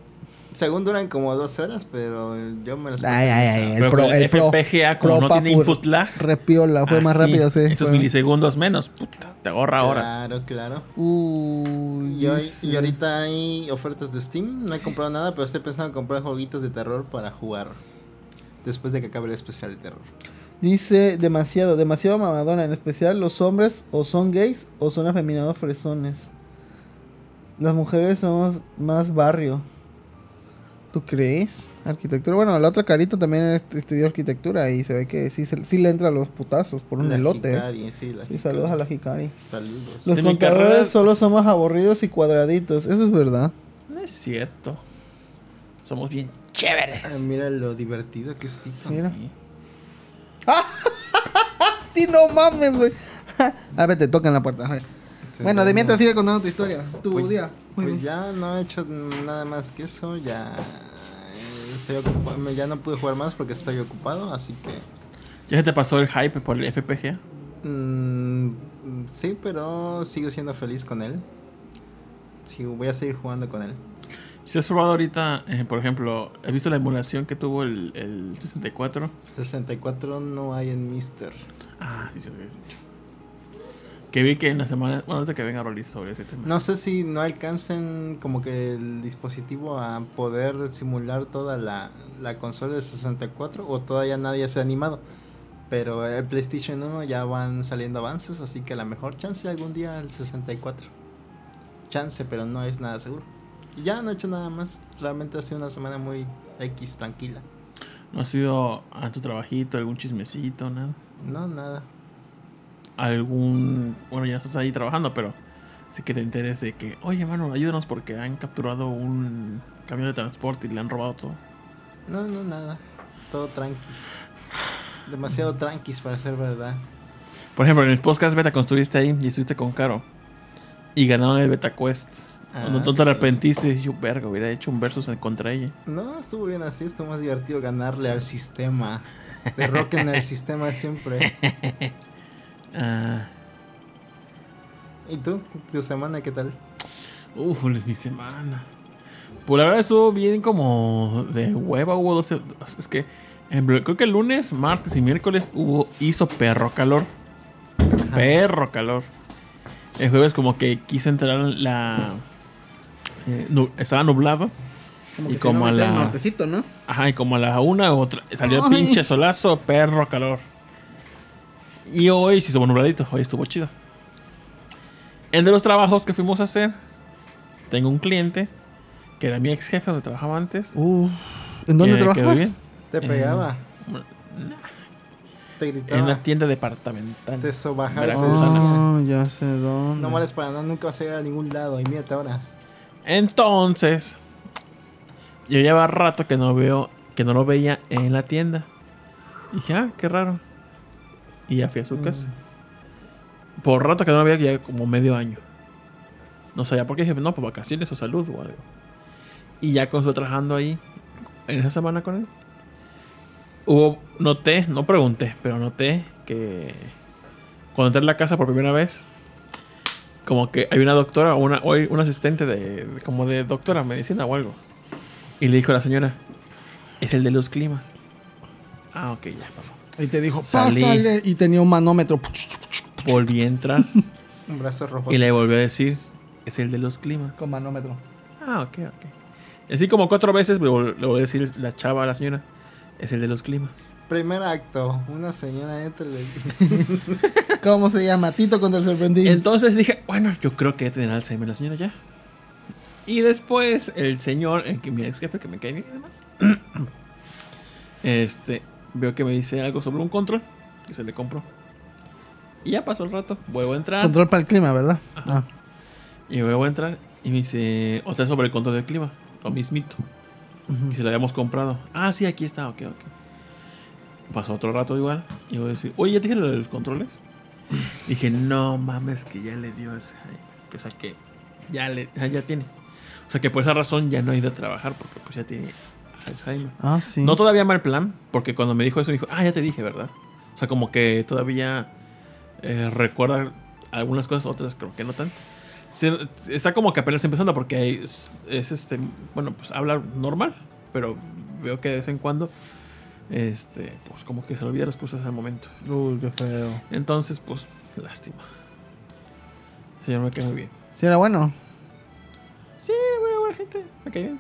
Speaker 1: Según duran como dos horas, pero yo me los
Speaker 3: Ay, ay, ay, el
Speaker 2: Pero
Speaker 3: pro,
Speaker 2: con el
Speaker 3: el pro.
Speaker 2: FPGA, como no tiene
Speaker 3: papur.
Speaker 2: input lag.
Speaker 3: Repiola, fue más
Speaker 2: así,
Speaker 3: rápido, sí.
Speaker 2: Ah, Esos
Speaker 3: fue-
Speaker 2: milisegundos menos, puta, te ahorra horas.
Speaker 1: Claro, claro.
Speaker 3: Uy,
Speaker 1: Y, hoy- y
Speaker 3: sí.
Speaker 1: ahorita hay ofertas de Steam. No he comprado nada, pero estoy pensando en comprar jueguitos de terror para jugar. Después de que acabe el especial de terror.
Speaker 3: Dice demasiado, demasiado mamadona, en especial los hombres o son gays o son afeminados fresones. Las mujeres somos más barrio. ¿Tú crees? Arquitectura. Bueno, la otra carita también est- estudió arquitectura y se ve que sí, se- sí le entra a los putazos por un
Speaker 1: La
Speaker 3: elote. ¿eh?
Speaker 1: Hikari, sí, la
Speaker 3: Sí, saludos a
Speaker 1: Hikari.
Speaker 3: la Hikari.
Speaker 1: Saludos.
Speaker 3: Los
Speaker 2: De mi
Speaker 3: contadores
Speaker 2: carrera-
Speaker 3: solo somos aburridos y cuadraditos. Eso es verdad.
Speaker 2: No es cierto. Somos bien chéveres.
Speaker 1: Ah, mira lo divertido que es Tito.
Speaker 3: Mira. sí, no mames, güey. Ah, A ver, te tocan la puerta. a ver.
Speaker 1: Sí,
Speaker 3: bueno,
Speaker 1: no,
Speaker 3: de
Speaker 1: no.
Speaker 3: mientras sigue contando tu historia, tu
Speaker 1: Pues-
Speaker 3: día. Muy
Speaker 1: pues
Speaker 3: bien.
Speaker 1: ya no he hecho nada más que eso, ya eh, estoy ocupado, ya no pude jugar más porque estoy ocupado, así que
Speaker 2: ¿Ya se te pasó el hype por el FPGA?
Speaker 1: mm, sí, pero sigo siendo feliz con él. Sí, voy a seguir jugando con él.
Speaker 2: Si has probado ahorita, eh, por ejemplo, ¿has visto la emulación que tuvo el, el 64?
Speaker 1: 64 no hay en Mister.
Speaker 2: Ah, sí, sí, lo habías dicho. Que vi que en la semana. Bueno, ahorita que venga Rolis sobre ese tema.
Speaker 1: No sé si no alcancen como que el dispositivo a poder simular toda la, la consola de 64 o todavía nadie se ha animado. Pero el PlayStation 1 ya van saliendo avances, así que a lo mejor chance algún día el 64. Chance, pero no es nada seguro. Y ya no he hecho nada más. Realmente ha sido una semana muy X, tranquila.
Speaker 2: ¿No has ido a tu trabajito, algún chismecito, nada?
Speaker 1: No, nada.
Speaker 2: Algún. Bueno, ya estás ahí trabajando, pero sí que te interese que. Oye, hermano, ayúdanos porque han capturado un camión de transporte y le han robado todo.
Speaker 1: No, no, nada. Todo tranquis. Demasiado tranquis para ser verdad.
Speaker 2: Por ejemplo, en el podcast beta cuando estuviste ahí y estuviste con Caro. Y ganaron el beta quest. cuando
Speaker 1: Ah,
Speaker 2: tú te
Speaker 1: sí.
Speaker 2: arrepentiste, y yo, verga, hubiera hecho un versus en contra ella.
Speaker 1: No, estuvo bien así, estuvo más divertido ganarle al sistema. Derroquen al sistema siempre.
Speaker 2: Ah,
Speaker 1: ¿Y tú? ¿Tu semana qué tal?
Speaker 2: uf, es mi semana. Por ahora Pues estuvo bien como de hueva, hubo 12... Es que em, creo que el lunes, martes y miércoles hubo, hizo perro calor. Perro calor. El jueves como que quiso entrar la... eh, nu- estaba nublado.
Speaker 3: Como
Speaker 2: y
Speaker 3: que
Speaker 2: como
Speaker 3: si no
Speaker 2: a
Speaker 3: mete
Speaker 2: la-
Speaker 3: el nortecito, ¿no?
Speaker 2: Ajá, y como a la una u otra, salió
Speaker 3: Ay.
Speaker 2: pinche solazo, perro calor. Y hoy sí estuvo nubladito, hoy estuvo chido. El de los trabajos que fuimos a hacer, tengo un cliente que era mi ex jefe donde trabajaba antes.
Speaker 3: Uf. ¿En dónde
Speaker 2: que quedó
Speaker 3: trabajas?
Speaker 2: bien.
Speaker 1: ¿Te
Speaker 2: Eh,
Speaker 1: pegaba? ¿Te
Speaker 2: En
Speaker 1: gritaba?
Speaker 2: una tienda departamental.
Speaker 1: Ah. ¿Te sobajaba?
Speaker 2: Veracruzana.
Speaker 3: Oh, ya sé dónde.
Speaker 1: No mueres para nada, nunca vas a llegar a ningún lado. Y mírate ahora.
Speaker 2: Entonces, yo llevaba rato que no veo, que no lo veía en la tienda. Y dije, ah, qué raro. Y ya fui a su casa. Por rato que no lo veía, ya como medio año. No sabía por qué dije, no, por vacaciones o salud o algo. Y ya con su trabajando ahí, en esa semana con él, hubo, noté, no pregunté, pero noté que cuando entré en la casa por primera vez, como que hay una doctora o una, o hay un asistente de, de- como de doctora en medicina o algo. Y le dijo a la señora, es el de los climas. Ah, ok, ya pasó.
Speaker 3: Y te dijo,
Speaker 2: Salí.
Speaker 3: pásale. Y tenía un manómetro.
Speaker 2: Volví a entrar
Speaker 1: Un brazo rojo.
Speaker 2: y le volví a decir, es el de los climas.
Speaker 3: Con manómetro.
Speaker 2: Ah, ok, ok. Y Así como cuatro veces le vol- le volví a decir la chava a la señora, es el de los climas.
Speaker 1: Primer acto. Una señora entra y le-
Speaker 3: ¿Cómo se llama? Tito contra el sorprendido.
Speaker 2: Entonces dije, bueno, yo creo que tiene Alzheimer la señora ya. Y después el señor, el que mi ex jefe, que me cae bien y demás, este, veo que me dice algo sobre un control que se le compró. Y ya pasó el rato, vuelvo a entrar
Speaker 3: Control para el clima, ¿verdad? Ah.
Speaker 2: y vuelvo a entrar y me dice, o sea, sobre el control del clima, lo mismito. Y se lo habíamos comprado. Ah, sí, aquí está, ok, ok. Pasó otro rato igual y voy a decir, oye, ¿ya te dije lo de los controles? Dije, no mames, que ya le dio Alzheimer. O sea, que ya, le, ah, ya tiene. O sea, que por esa razón ya no he ido a trabajar porque pues ya tiene Alzheimer.
Speaker 3: Ah, sí.
Speaker 2: No todavía mal plan, porque cuando me dijo eso me dijo, ah, ya te dije, ¿verdad? O sea, como que todavía eh, recuerda algunas cosas, otras creo que no tanto. Sí, está como que apenas empezando porque es, es, este, bueno, pues habla normal, pero veo que de vez en cuando, este, pues como que se le olvida las cosas al momento.
Speaker 3: Uy, qué feo.
Speaker 2: Entonces, pues, lástima. Señor, me cae muy bien.
Speaker 3: Sí, era bueno.
Speaker 2: Sí, buena, buena gente, me cae bien.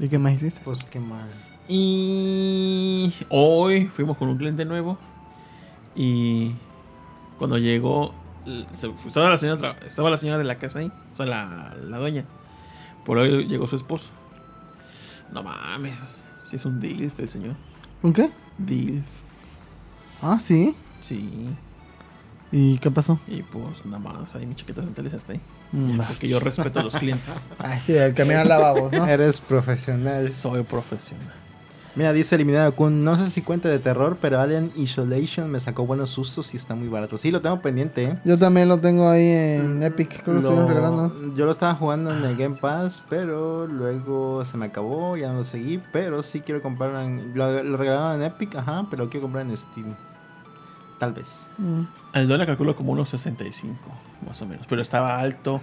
Speaker 3: ¿Y qué más hiciste?
Speaker 1: Pues qué mal.
Speaker 2: Y hoy fuimos con un cliente nuevo. Y cuando llegó, l- se- estaba la señora, tra- estaba la señora de la casa ahí, o sea, la, la dueña. Por hoy llegó su esposo. No mames, si es un DILF el señor.
Speaker 3: ¿Un qué?
Speaker 2: DILF,
Speaker 3: Ah, sí.
Speaker 2: sí.
Speaker 3: ¿Y qué pasó?
Speaker 2: Y pues nada más, ahí mis chaquetas mentales hasta ahí.
Speaker 3: Mm, va.
Speaker 2: Porque yo respeto a los clientes.
Speaker 3: Ah, sí, el que me da lavabos, ¿no?
Speaker 1: Eres profesional.
Speaker 2: Soy profesional.
Speaker 1: Mira, dice eliminado Kun, no sé si cuenta de terror, pero Alien Isolation me sacó buenos sustos y está muy barato. Sí, lo tengo pendiente, ¿eh?
Speaker 3: Yo también lo tengo ahí en Epic, creo que lo estuvieron regalando.
Speaker 1: Yo lo estaba jugando en el Game Pass, pero luego se me acabó, ya no lo seguí, pero sí quiero comprar en- lo, lo regalaron en Epic, ajá, pero lo quiero comprar en Steam. Tal vez.
Speaker 3: Mm.
Speaker 2: El dólar calculo como unos 65, más o menos. Pero estaba alto,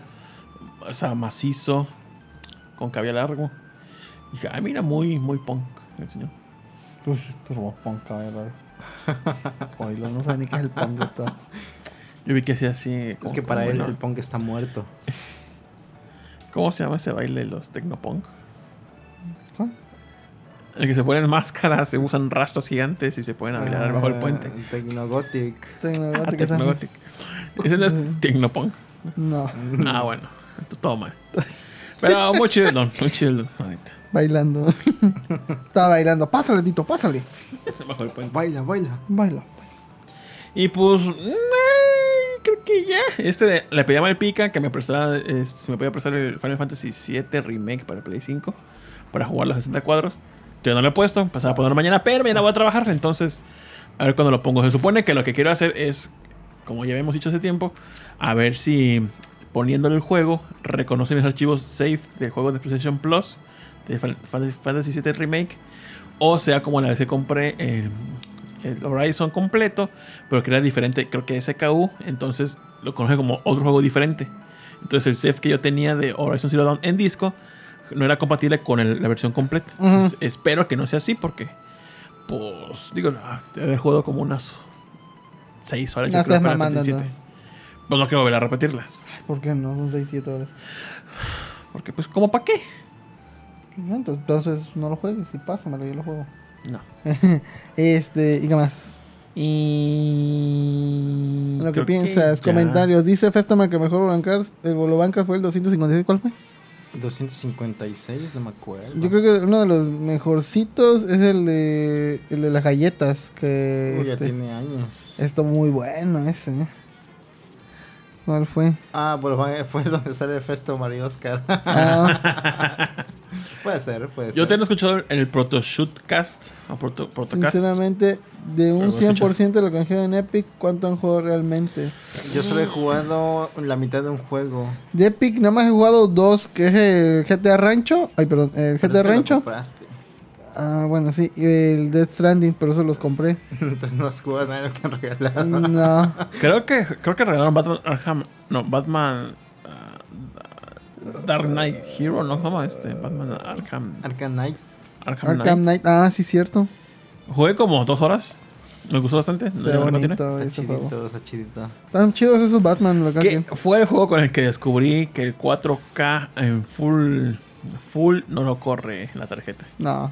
Speaker 2: o sea, macizo, con cabello largo. Y dije, ay, mira, muy, muy punk el señor.
Speaker 3: Pues, pues como punk, cabrón. Oílo, no sabe ni qué es el punk esto.
Speaker 2: Yo vi que hacía así.
Speaker 1: Es
Speaker 2: como-
Speaker 1: que para
Speaker 2: como
Speaker 1: él
Speaker 2: el-
Speaker 1: el punk está muerto.
Speaker 2: ¿Cómo se llama ese baile de los tecnopunk?
Speaker 3: ¿Cuál?
Speaker 2: El que se ponen máscaras, se usan rastas gigantes y se ponen a bailar bajo el puente.
Speaker 1: Ah, Tecnogothic.
Speaker 3: Tengo el
Speaker 2: Ah,
Speaker 3: gato que está.
Speaker 2: tecnogothic. Ese no es tecnopunk.
Speaker 3: No,
Speaker 2: Ah, bueno. Entonces todo mal. Pero muy chido, el don, muy chido, el don, la neta.
Speaker 3: bailando. Estaba bailando. Pásale, Tito, pásale.
Speaker 2: Bajo el puente.
Speaker 1: Baila, baila.
Speaker 3: Baila.
Speaker 2: Y pues. mm, Creo que ya. Este de- le pedí a Malpica que me prestara. este, si me podía prestar el Final Fantasy VII Remake para Play 5. Para jugar los 60 cuadros. Yo no lo he puesto. Pasaba a ponerlo mañana. Pero mañana voy a trabajar. Entonces. A ver cuando lo pongo. Se supone que lo que quiero hacer es. Como ya habíamos dicho hace tiempo. A ver si. Poniéndole el juego. Reconoce mis archivos save del juego de PlayStation Plus. De Final Fantasy VII Remake. O sea, como la vez que compré eh, el Horizon completo, pero que era diferente, creo que SKU, entonces lo conoce como otro juego diferente. Entonces el save que yo tenía de Horizon Zero Dawn en disco no era compatible con el- la versión completa. Entonces, espero que no sea así porque, pues, digo, ah, he jugado como unas 6 horas.
Speaker 3: No
Speaker 2: yo creo,
Speaker 3: estás
Speaker 2: Final
Speaker 3: mamando,
Speaker 2: Fantasy
Speaker 3: no.
Speaker 2: VII. Pues no quiero volver a repetirlas.
Speaker 3: ¿Por qué no? Son 6, 7 horas.
Speaker 2: Porque, pues, ¿cómo para qué?
Speaker 3: No, entonces- Entonces no lo juegues y pásamelo, yo lo juego.
Speaker 2: No.
Speaker 3: Este, ¿y qué más?
Speaker 2: Y...
Speaker 3: Lo que
Speaker 2: creo
Speaker 3: piensas,
Speaker 2: ya.
Speaker 3: comentarios. Dice Festamer que mejor bancar, el Golobanca fue el 256. ¿Cuál fue?
Speaker 1: 256, no me acuerdo.
Speaker 3: Yo creo que uno de los mejorcitos es el de, el de las galletas. Que
Speaker 1: Uy, ya
Speaker 3: este,
Speaker 1: tiene años.
Speaker 3: estuvo muy bueno ese. ¿eh? ¿Cuál fue?
Speaker 1: Ah, pues fue- fue donde sale Festo Mario Oscar.
Speaker 3: Ah,
Speaker 1: puede ser, puede ser.
Speaker 2: Yo te he escuchado en el Proto Shootcast o Proto, Protocast.
Speaker 3: sinceramente, de
Speaker 2: Pero
Speaker 3: un
Speaker 2: lo escucha.
Speaker 3: 100% de lo que han jugado en Epic, ¿cuánto han jugado realmente?
Speaker 1: Yo solo he jugado la mitad de un juego.
Speaker 3: De Epic nada más he jugado dos, que es el GTA Rancho. Ay, perdón,
Speaker 1: Pero
Speaker 3: el GTA
Speaker 1: ese lo
Speaker 3: Rancho.
Speaker 1: compraste.
Speaker 3: Ah, bueno, sí, y el Death Stranding, pero eso los compré.
Speaker 1: Entonces no has jugado nada de lo que han regalado.
Speaker 3: No,
Speaker 2: Creo que creo que regalaron Batman Arkham, no, Batman ah, Dark Knight Hero, no como este, Batman Arkham
Speaker 3: Mm.
Speaker 1: Arkham Knight.
Speaker 2: Arkham,
Speaker 3: Arkham
Speaker 2: Knight.
Speaker 3: Knight. Ah, sí, cierto.
Speaker 2: Jugué como dos horas. Me gustó bastante. no
Speaker 3: Se
Speaker 2: llevo
Speaker 3: ve
Speaker 2: la continué.
Speaker 3: bonito
Speaker 1: Está
Speaker 3: ese juego.
Speaker 1: chidito, está chidito.
Speaker 3: Están chidos esos Batman, lo que
Speaker 2: Que
Speaker 3: hacen.
Speaker 2: fue el juego con el que descubrí que el 4K en full full no lo corre la tarjeta.
Speaker 3: No.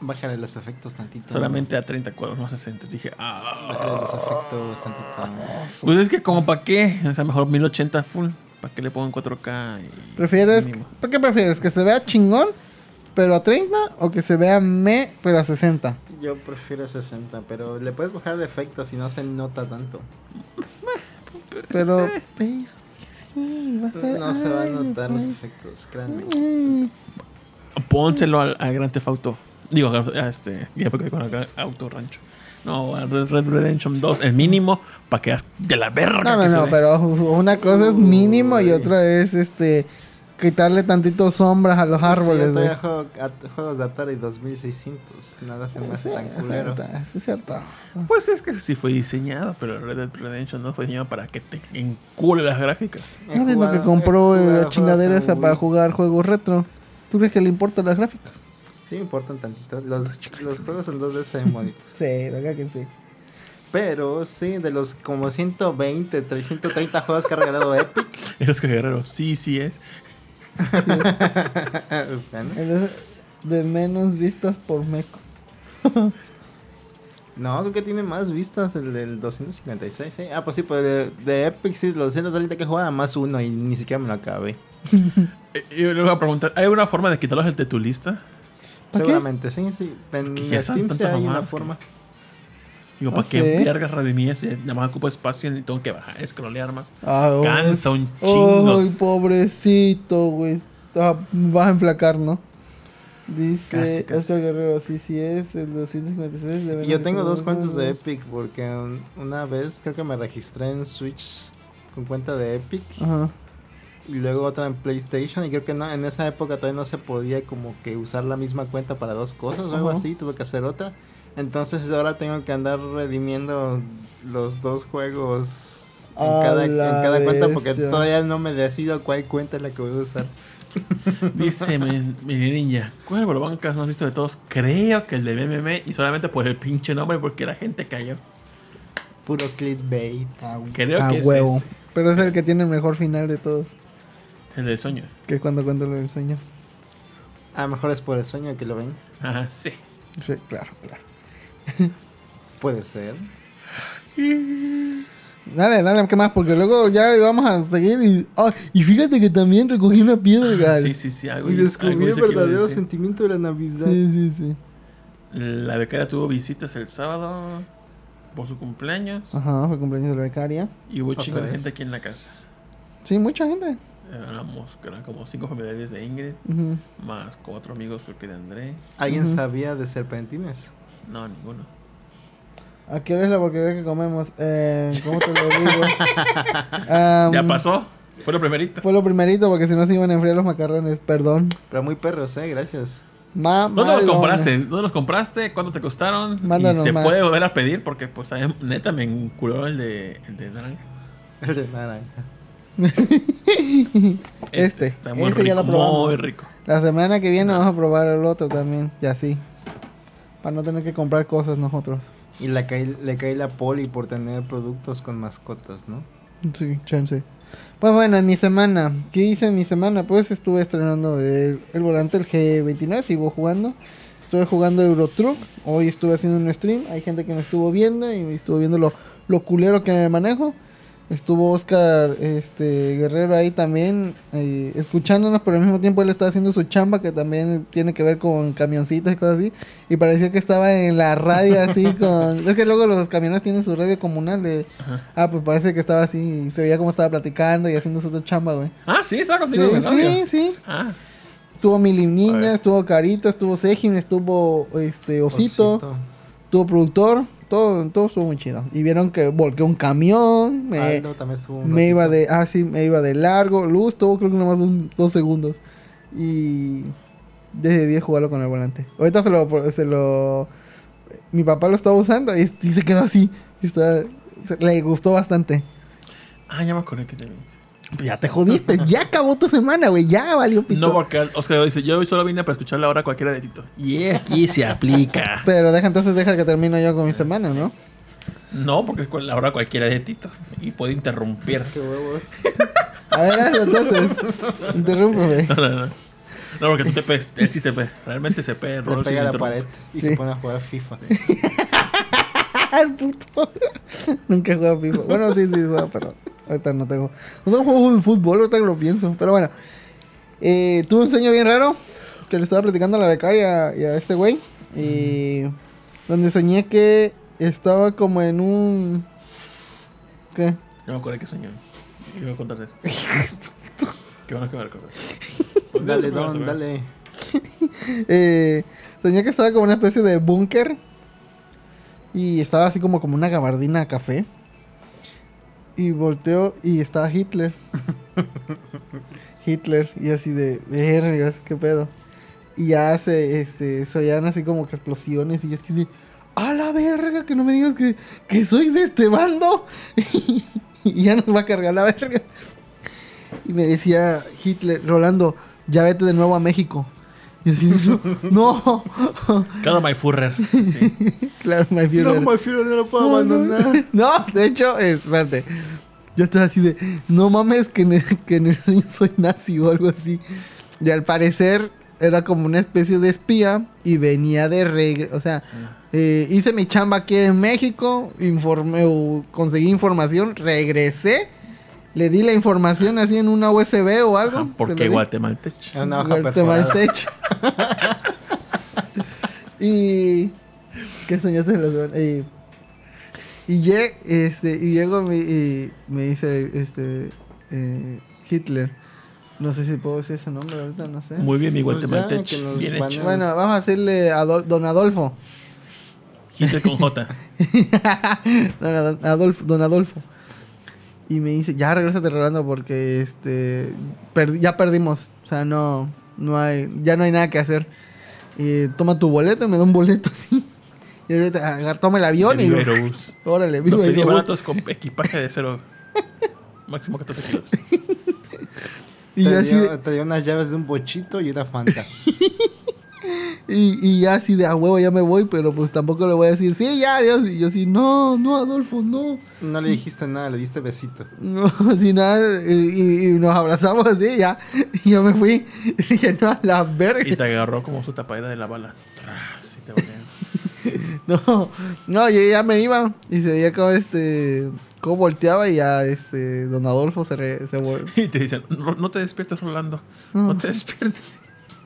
Speaker 1: Bájale los efectos tantito.
Speaker 2: Solamente a 30 cuadros, no a 60. Dije, ah.
Speaker 1: Bájale los efectos tantito.
Speaker 2: Pues es que como para qué, o sea, mejor 1080 full. ¿Para qué le pongo en 4K? y
Speaker 3: ¿Prefieres,
Speaker 2: mínimo?
Speaker 3: ¿Por qué prefieres? ¿Que se vea chingón, pero a 30? ¿O que se vea me, pero a 60?
Speaker 1: Yo prefiero 60, pero le puedes bajar el efecto si no se nota tanto.
Speaker 3: Pero. pero sí, va a estar-
Speaker 1: No se van a
Speaker 3: ay,
Speaker 1: notar los
Speaker 3: ay.
Speaker 1: efectos, créanme.
Speaker 3: Mm.
Speaker 2: Pónselo al, al Grand Theft Auto. Digo, a este. Ya porque con el Grand Auto Rancho. No, al Red Red Redemption 2, el mínimo, para que hagas de la verga.
Speaker 3: No, no,
Speaker 2: que se
Speaker 3: no,
Speaker 2: ve.
Speaker 3: pero una cosa es mínimo y
Speaker 1: Uy.
Speaker 3: otra es este. Quitarle tantito sombras a los
Speaker 1: Sí,
Speaker 3: árboles,
Speaker 1: yo
Speaker 3: güey.
Speaker 1: todavía juego a- juegos de Atari 2600. Nada se me hace tan culero.
Speaker 3: Sí, es cierto.
Speaker 2: Pues es que sí fue diseñado, pero el Red Dead Redemption 2 fue diseñado para que te encule las gráficas.
Speaker 1: He
Speaker 3: ¿No ves lo
Speaker 1: jugado-
Speaker 3: que
Speaker 1: he
Speaker 3: compró eh,
Speaker 1: jugado
Speaker 3: la chingadera
Speaker 1: juegos en
Speaker 3: esa para
Speaker 1: Wii.
Speaker 3: jugar juegos retro? ¿Tú crees que le importan las gráficas?
Speaker 1: Sí, me importan tantito. Los, los juegos en 2D se ven bonitos.
Speaker 3: Sí, la que sí.
Speaker 1: Pero sí, de los como 120, 330 juegos que ha regalado Epic.
Speaker 2: Eres que guerrero, sí, sí es.
Speaker 1: bueno,
Speaker 3: Entonces, de menos vistas por meco.
Speaker 1: no, creo que tiene más vistas el del 256. ¿eh? Ah, pues sí, pues de, de Epic sí, los 130 que jugaba más uno y ni siquiera me lo acabé.
Speaker 2: Eh, Yo le voy a preguntar, ¿hay alguna forma de quitarlos de tu lista?
Speaker 3: ¿Por qué?
Speaker 1: Seguramente, sí, sí. En
Speaker 2: Que ya
Speaker 1: Steam
Speaker 2: son
Speaker 1: sí
Speaker 2: tantas
Speaker 1: hay una
Speaker 2: mamadas que-
Speaker 1: forma.
Speaker 2: Digo,
Speaker 3: No
Speaker 1: Ah,
Speaker 2: ¿para qué
Speaker 3: sé.
Speaker 2: vergas redimías? Nada más ocupo espacio y tengo que bajar, escrolear más.
Speaker 3: Ah,
Speaker 2: Cansa un
Speaker 3: oh,
Speaker 2: chingo.
Speaker 3: Ay, pobrecito, güey. Ah, vas a enflacar, ¿no? Dice
Speaker 2: Casi, casi.
Speaker 3: Oscar Guerrero, sí, sí es, el 256. de
Speaker 1: Y yo
Speaker 3: Venom
Speaker 1: tengo dos
Speaker 3: Returns.
Speaker 1: cuentas de Epic porque un- una vez creo que me registré en Switch con cuenta de Epic
Speaker 2: Ah.
Speaker 3: Ajá.
Speaker 1: y luego otra en PlayStation y creo que no, en esa época todavía no se podía como que usar la misma cuenta para dos cosas o algo
Speaker 3: Ajá.
Speaker 1: así, tuve que hacer otra. Entonces ahora tengo que andar redimiendo los dos juegos en
Speaker 3: A
Speaker 1: cada, en
Speaker 3: la
Speaker 1: cada cuenta porque
Speaker 3: bestia.
Speaker 1: todavía no me decido cuál cuenta es la que voy a usar.
Speaker 2: Dice men- mi ninja, ¿cuál es el Bancas más visto de todos? Creo que el de BMM y solamente por el pinche nombre porque la gente cayó.
Speaker 1: Puro clickbait.
Speaker 2: Ah, Creo
Speaker 3: A
Speaker 2: que es
Speaker 3: huevo.
Speaker 2: ese,
Speaker 3: Pero es el que tiene el mejor final de todos,
Speaker 2: el del sueño.
Speaker 3: que es cuando cuento lo del sueño.
Speaker 1: A lo mejor es por el sueño que lo ven.
Speaker 2: Ajá, sí.
Speaker 3: Sí, claro, claro.
Speaker 1: Puede ser.
Speaker 3: Dale, dale, ¿qué más? Porque luego ya vamos a seguir y... ah, y fíjate que también recogí una piedra, gal.
Speaker 2: Ah, Sí, sí, sí. Algo,
Speaker 1: Y descubrí
Speaker 2: algo
Speaker 1: el
Speaker 2: hice que iba a
Speaker 1: verdadero
Speaker 2: decir.
Speaker 1: sentimiento de la Navidad.
Speaker 3: sí, sí, sí.
Speaker 2: La becaria tuvo visitas el sábado por su cumpleaños
Speaker 3: Ajá, fue cumpleaños de la becaria.
Speaker 2: y hubo
Speaker 1: Ah, Otra
Speaker 2: chingo de
Speaker 1: vez.
Speaker 2: gente aquí en la casa.
Speaker 3: Sí, mucha gente.
Speaker 2: Éramos creo, como cinco familiares de Ingrid,
Speaker 3: Ujú.
Speaker 2: más cuatro amigos creo que de André.
Speaker 1: ¿Alguien
Speaker 3: Ujú.
Speaker 1: sabía de serpentines?
Speaker 2: No, ninguno.
Speaker 3: ¿A qué hora es la porquería que comemos? Eh, ¿Cómo te lo digo? Am,
Speaker 2: ya pasó. Fue lo primerito.
Speaker 3: Fue lo primerito porque si no se iban a enfriar los macarrones, perdón.
Speaker 1: Pero muy perros, ¿eh? Gracias.
Speaker 3: Ma
Speaker 2: ¿Dónde los
Speaker 3: malona.
Speaker 2: compraste? ¿Dónde los compraste? ¿Cuánto te costaron?
Speaker 3: Mándanos
Speaker 2: y se
Speaker 3: más.
Speaker 2: puede volver a pedir porque pues a mí, neta me enculó el de, el de naranja.
Speaker 1: El de naranja.
Speaker 3: Este,
Speaker 2: está muy
Speaker 3: este ya
Speaker 2: rico,
Speaker 3: lo probamos.
Speaker 2: Muy rico.
Speaker 3: La semana que viene vamos a probar el otro también, y así. Para no tener que comprar cosas nosotros.
Speaker 1: Y la cae- le cae la poli por tener productos con mascotas, ¿no?
Speaker 3: Sí, chance. Pues bueno, en mi semana, ¿qué hice en mi semana? Pues estuve estrenando el, el volante, el G29, sigo jugando. Estuve jugando Euro Truck, hoy estuve haciendo un stream, hay gente que me estuvo viendo y me estuvo viendo lo, lo culero que me manejo. Estuvo Oscar este, Guerrero ahí también, eh, escuchándonos, pero al mismo tiempo él estaba haciendo su chamba que también tiene que ver con camioncitos y cosas así. Y parecía que estaba en la radio así con... Es que luego los camiones tienen su radio comunal de... Ah, pues parece que estaba así, y se veía como estaba platicando y haciendo su otra chamba, güey.
Speaker 2: Ah, sí, estaba
Speaker 3: Sí,
Speaker 2: contigo en el
Speaker 3: sí,
Speaker 2: audio.
Speaker 3: sí.
Speaker 2: Ah,
Speaker 3: Estuvo Mili
Speaker 2: Ay.
Speaker 3: Niña, estuvo Carita, estuvo Sejin, estuvo este Osito, estuvo productor, todo, todo estuvo muy chido. Y vieron que volqué un camión, me,
Speaker 1: Aldo Ah, también estuvo un
Speaker 3: me iba
Speaker 1: ratito.
Speaker 3: de, ah, sí, me iba de largo, luz, tuvo creo que nomás un- dos segundos. Y decidí jugarlo con el volante. Ahorita se lo, se lo mi papá lo estaba usando y, y se quedó así. Y está- se- le gustó bastante.
Speaker 2: ah, ya me acordé que te vi.
Speaker 3: Pues Ya te jodiste, ya acabó tu semana, güey, ya valió pito.
Speaker 2: No, porque Oscar dice, yo hoy solo vine para escuchar la hora cualquiera de Tito. Y aquí se aplica.
Speaker 3: Pero deja entonces, deja que termine yo con mi semana, ¿no?
Speaker 2: No, porque es la hora cualquiera de Tito. Y puede interrumpir.
Speaker 1: Qué huevos.
Speaker 3: A ver, hazlo entonces. Interrúmpeme.
Speaker 2: No, no, no. No, porque tú te pegas, él sí se ve. Realmente se pega.
Speaker 1: Le pega a la pared y
Speaker 3: Sí.
Speaker 1: se pone a jugar FIFA.
Speaker 3: el puto. Nunca he jugado FIFA. Bueno, sí, sí, juego, pero ahorita no tengo. No tengo juego de fútbol, ahorita que lo pienso. Pero bueno. Eh, tuve un sueño bien raro que le estaba platicando a la becaria y a este güey. Y donde soñé que estaba como en un... ¿Qué?
Speaker 2: No me acuerdo qué soñó. Y voy a contarte eso. qué bueno que me recuerdas.
Speaker 1: dale, Don, dale.
Speaker 3: Eh, soñé que estaba como una especie de búnker. Y estaba así como, como una gabardina a café. Y volteo y estaba Hitler. Hitler. Y yo así de, vergas, qué pedo. Y ya hace, este, se oían así como que explosiones. Y yo así de, a la verga, que no me digas que, que soy de este bando. y ya nos va a cargar la verga. Y me decía Hitler, Rolando, ya vete de nuevo a México. Y así, no,
Speaker 2: Claro, My Furrer. Sí.
Speaker 3: claro, my Führer.
Speaker 1: fiero no lo puedo
Speaker 3: No, no, no. No, de hecho, es, espérate. Yo estaba así de, no mames, que en, el, que en el sueño soy nazi o algo así. Y al parecer era como una especie de espía y venía de regreso. O sea, eh, hice mi chamba aquí en México, informé o conseguí información, regresé, le di la información así en una USB o algo.
Speaker 2: Ah,
Speaker 3: se la
Speaker 2: porque
Speaker 3: di.
Speaker 2: guatemaltecho.
Speaker 1: Es una hoja
Speaker 3: Golpe mal
Speaker 1: perforada.
Speaker 3: techo. y. ¿Qué soñaste en la semana? Y, y, lle- este, y llego mi- y me dice este, eh, Hitler. No sé si puedo decir ese nombre ahorita, no sé.
Speaker 2: Muy bien, mi
Speaker 1: Pues ya,
Speaker 2: guatemaltecho.
Speaker 1: que nos
Speaker 2: Bien
Speaker 1: van
Speaker 2: hecho.
Speaker 1: a-
Speaker 3: Bueno, vamos a decirle a Adol- Don Adolfo.
Speaker 2: Hitler con J.
Speaker 3: don, Adol- Adolfo, don Adolfo. Y me dice, ya regrésate Rolando porque este perdi- ya perdimos. O sea, no, no hay, ya no hay nada que hacer. Eh, toma tu boleto y me da un boleto así. Y ahorita agar- toma el avión y
Speaker 2: El Aerobús.
Speaker 3: órale,
Speaker 2: Lo
Speaker 3: viva
Speaker 2: pedí
Speaker 3: Aerobús.
Speaker 2: baratos con equipaje de cero. Máximo 14 kilos.
Speaker 3: Y
Speaker 1: te,
Speaker 3: yo así
Speaker 1: dio,
Speaker 3: de,
Speaker 1: te dio unas llaves de un bochito y una fanta.
Speaker 3: y, y ya así de a huevo ya me voy, pero pues tampoco le voy a decir, sí, ya, adiós. Y yo así, no, no, Adolfo, no.
Speaker 1: No le dijiste nada, le diste besito.
Speaker 3: No, así nada, y, y- y nos abrazamos así, ya. Y yo me fui. Y dije, no, a la verga.
Speaker 2: Y te agarró como su tapadera de la bala. Tras, y te banean.
Speaker 3: No, no, yo ya me iba. Y se veía como este. Cómo volteaba y ya este. Don Adolfo se, re- se vol-
Speaker 2: Y te dicen, "Ro- no te despiertes, Rolando. No te despiertes.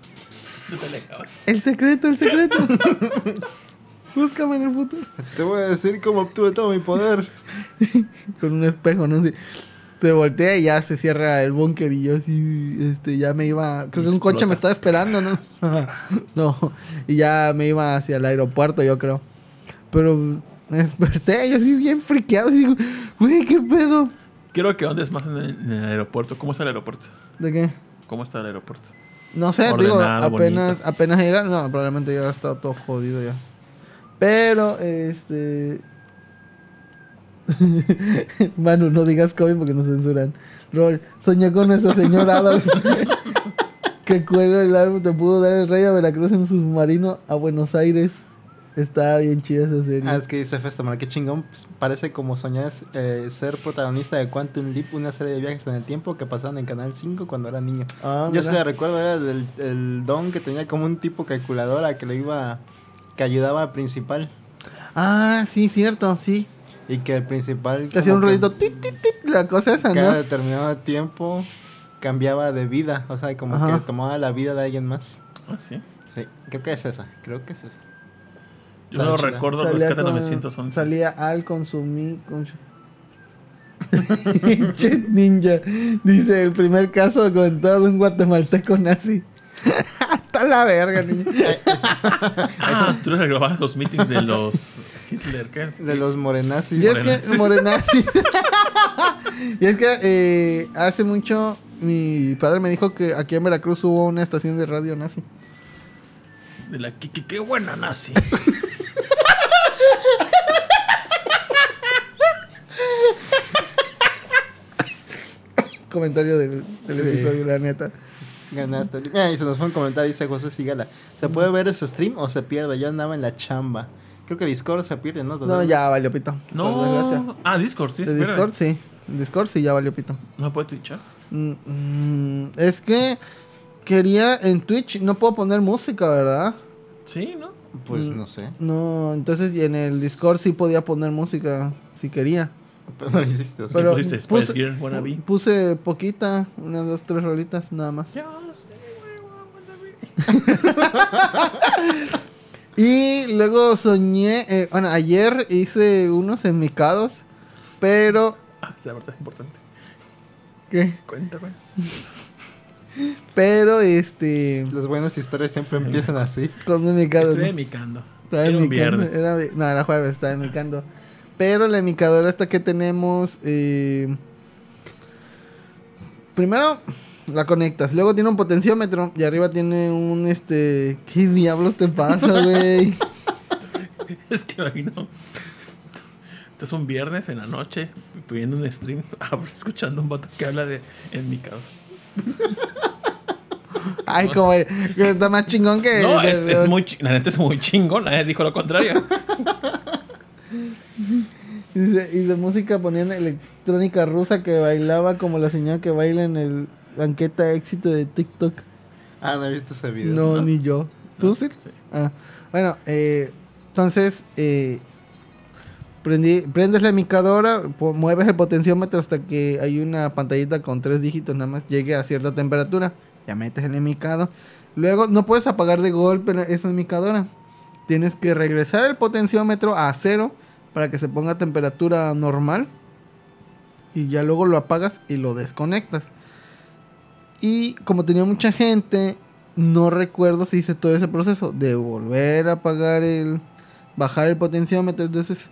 Speaker 2: No te alejabas.
Speaker 3: El secreto, el secreto. Búscame en el futuro.
Speaker 1: Te voy a decir cómo obtuve todo mi poder.
Speaker 3: Con un espejo, no sé. Se voltea y ya se cierra el búnker. Y yo así, este, ya me iba. Creo que un coche me estaba esperando, ¿no? no, y ya me iba hacia el aeropuerto, yo creo. Pero me desperté, yo así bien friqueado. Así, güey, qué pedo.
Speaker 2: Quiero que andes más en el, en el aeropuerto. ¿Cómo está el aeropuerto?
Speaker 3: ¿De qué?
Speaker 2: ¿Cómo está el aeropuerto?
Speaker 3: No sé,
Speaker 2: Ordenado,
Speaker 3: digo, apenas,
Speaker 2: bonito.
Speaker 3: apenas llegaron. No, probablemente ya estado todo jodido ya. Pero, este. Manu, no digas COVID porque nos censuran. Rol, soñé con nuestro señor Adolf. que cuelga el álbum, te pudo dar el rey de Veracruz en un submarino a Buenos Aires. Está bien chida esa serie.
Speaker 1: Ah, es que dice Festamar, qué chingón. pues, parece como soñás eh, ser protagonista de Quantum Leap, una serie de viajes en el tiempo que pasaban en Canal 5 cuando era niño.
Speaker 3: Ah,
Speaker 1: Yo
Speaker 3: mira.
Speaker 1: se la recuerdo, era del el don que tenía como un tipo calculadora que le iba. que ayudaba al principal.
Speaker 3: Ah, sí, cierto, sí.
Speaker 1: Y que el principal.
Speaker 3: Que hacía
Speaker 1: como
Speaker 3: un
Speaker 1: que
Speaker 3: ruido, tit, tit, tit, la cosa esa,
Speaker 1: Cada
Speaker 3: ¿no?
Speaker 1: determinado tiempo cambiaba de vida. O sea, como
Speaker 3: Ajá.
Speaker 1: que tomaba la vida de alguien más.
Speaker 2: Ah, sí.
Speaker 1: Sí, creo que es esa. Creo que es esa.
Speaker 2: Yo no lo
Speaker 1: Salía
Speaker 2: recuerdo,
Speaker 3: Salía
Speaker 2: rescata
Speaker 3: con-
Speaker 2: 911.
Speaker 3: Salía al consumir. con- Shit ninja. Dice el primer caso documentado de un guatemalteco nazi. Hasta la verga, niña.
Speaker 2: Ah, tú les grababas los meetings de los Hitler, ¿qué?
Speaker 1: De los morenazis.
Speaker 3: Y es que morenazi. y es que eh, hace mucho mi padre me dijo que aquí en Veracruz hubo una estación de radio nazi.
Speaker 2: De la Kiki, qué buena nazi.
Speaker 3: Comentario del, del
Speaker 1: Sí.
Speaker 3: episodio, la neta.
Speaker 1: Ganaste. Mira, y se nos fue un comentario, dice José Sigala. ¿Se puede ver ese stream o se pierde? Yo andaba en la chamba. Creo que Discord se pierde, ¿no?
Speaker 3: No, ya valió pito. Por desgracia.
Speaker 2: No. Ah, Discord, sí.
Speaker 3: De
Speaker 2: espera.
Speaker 3: Discord sí. Discord sí, ya valió pito.
Speaker 2: No puede twitchar.
Speaker 3: Mm, mm, es que quería en Twitch, no puedo poner música, ¿verdad?
Speaker 2: Sí, ¿no?
Speaker 3: Mm.
Speaker 1: Pues no sé.
Speaker 3: No, entonces y en el Discord sí podía poner música, si quería.
Speaker 1: Pero no lo hiciste. o sea.
Speaker 3: Pero
Speaker 2: pusiste? Spice
Speaker 3: puse,
Speaker 2: Girl, Wannabe.
Speaker 3: pu- puse poquita, unas dos, tres rolitas nada más.
Speaker 2: Yo no sé, güey, wannabe.
Speaker 3: Y luego soñé, eh, bueno, ayer hice unos enmicados, pero...
Speaker 2: Ah, esa parte es importante.
Speaker 3: ¿Qué?
Speaker 2: Cuéntame.
Speaker 3: Pero este...
Speaker 1: Las buenas historias siempre empiezan así.
Speaker 3: Con enmicados.
Speaker 2: Estoy
Speaker 3: ¿no?
Speaker 2: micando.
Speaker 3: Estaba
Speaker 2: Era un
Speaker 3: emicando,
Speaker 2: viernes.
Speaker 3: era vi- no, era jueves, estaba emicando. Pero la emicadora esta que tenemos. eh, primero la conectas, luego tiene un potenciómetro y arriba tiene un este. ¿Qué diablos te pasa, güey?
Speaker 2: Es que ahí no. Este es un viernes en la noche, pidiendo un stream, abro, escuchando un vato que habla de en mi casa.
Speaker 3: Ay, como que está más chingón que.
Speaker 2: No, es,
Speaker 3: de-
Speaker 2: es muy chi- la neta es muy chingón, nadie dijo lo contrario.
Speaker 3: y, de, y de música ponían electrónica rusa que bailaba como la señora que baila en el banqueta éxito de TikTok.
Speaker 1: Ah, no he visto ese video.
Speaker 3: No, ni yo. ¿Tú sí? Ah, bueno, eh, entonces eh, prendí- prendes la micadora, po- mueves el potenciómetro hasta que hay una pantallita con tres dígitos nada más, llegue a cierta temperatura, ya metes el micado. Luego no puedes apagar de golpe la- esa micadora. Tienes que regresar el potenciómetro a cero para que se ponga a temperatura normal. Y ya luego lo apagas y lo desconectas. Y como tenía mucha gente, no recuerdo si hice todo ese proceso de volver a pagar el. bajar el potenciómetro. Entonces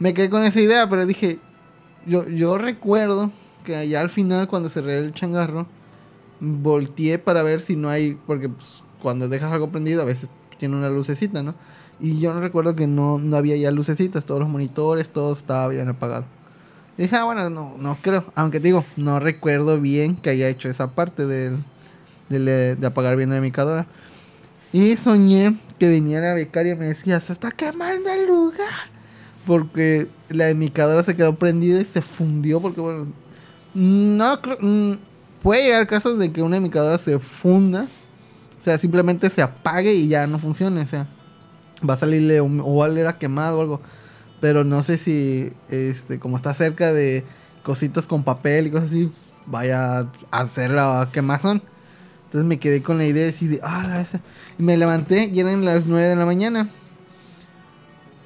Speaker 3: me quedé con esa idea, pero dije. Yo, yo recuerdo que allá al final, cuando cerré el changarro, volteé para ver si no hay. porque pues, cuando dejas algo prendido, a veces tiene una lucecita, ¿no? Y yo no recuerdo que no, no había ya lucecitas, todos los monitores, todo estaba bien apagado. Y dije, ah, bueno, no, no creo. Aunque te digo, no recuerdo bien que haya hecho esa parte del, del- de apagar bien la indicadora. Y soñé que venía la becaria y me decía, se está quemando el lugar. Porque la indicadora se quedó prendida y se fundió. Porque, bueno, no creo. mm, Puede llegar casos de que una indicadora se funda. O sea, simplemente se apague y ya no funcione. O sea, va a salirle hum- o algo era quemado o algo. Pero no sé si, este, como está cerca de cositas con papel y cosas así, vaya a hacer la quemazón. Entonces me quedé con la idea así de, ah, la esa". Y me levanté y eran las 9 de la mañana.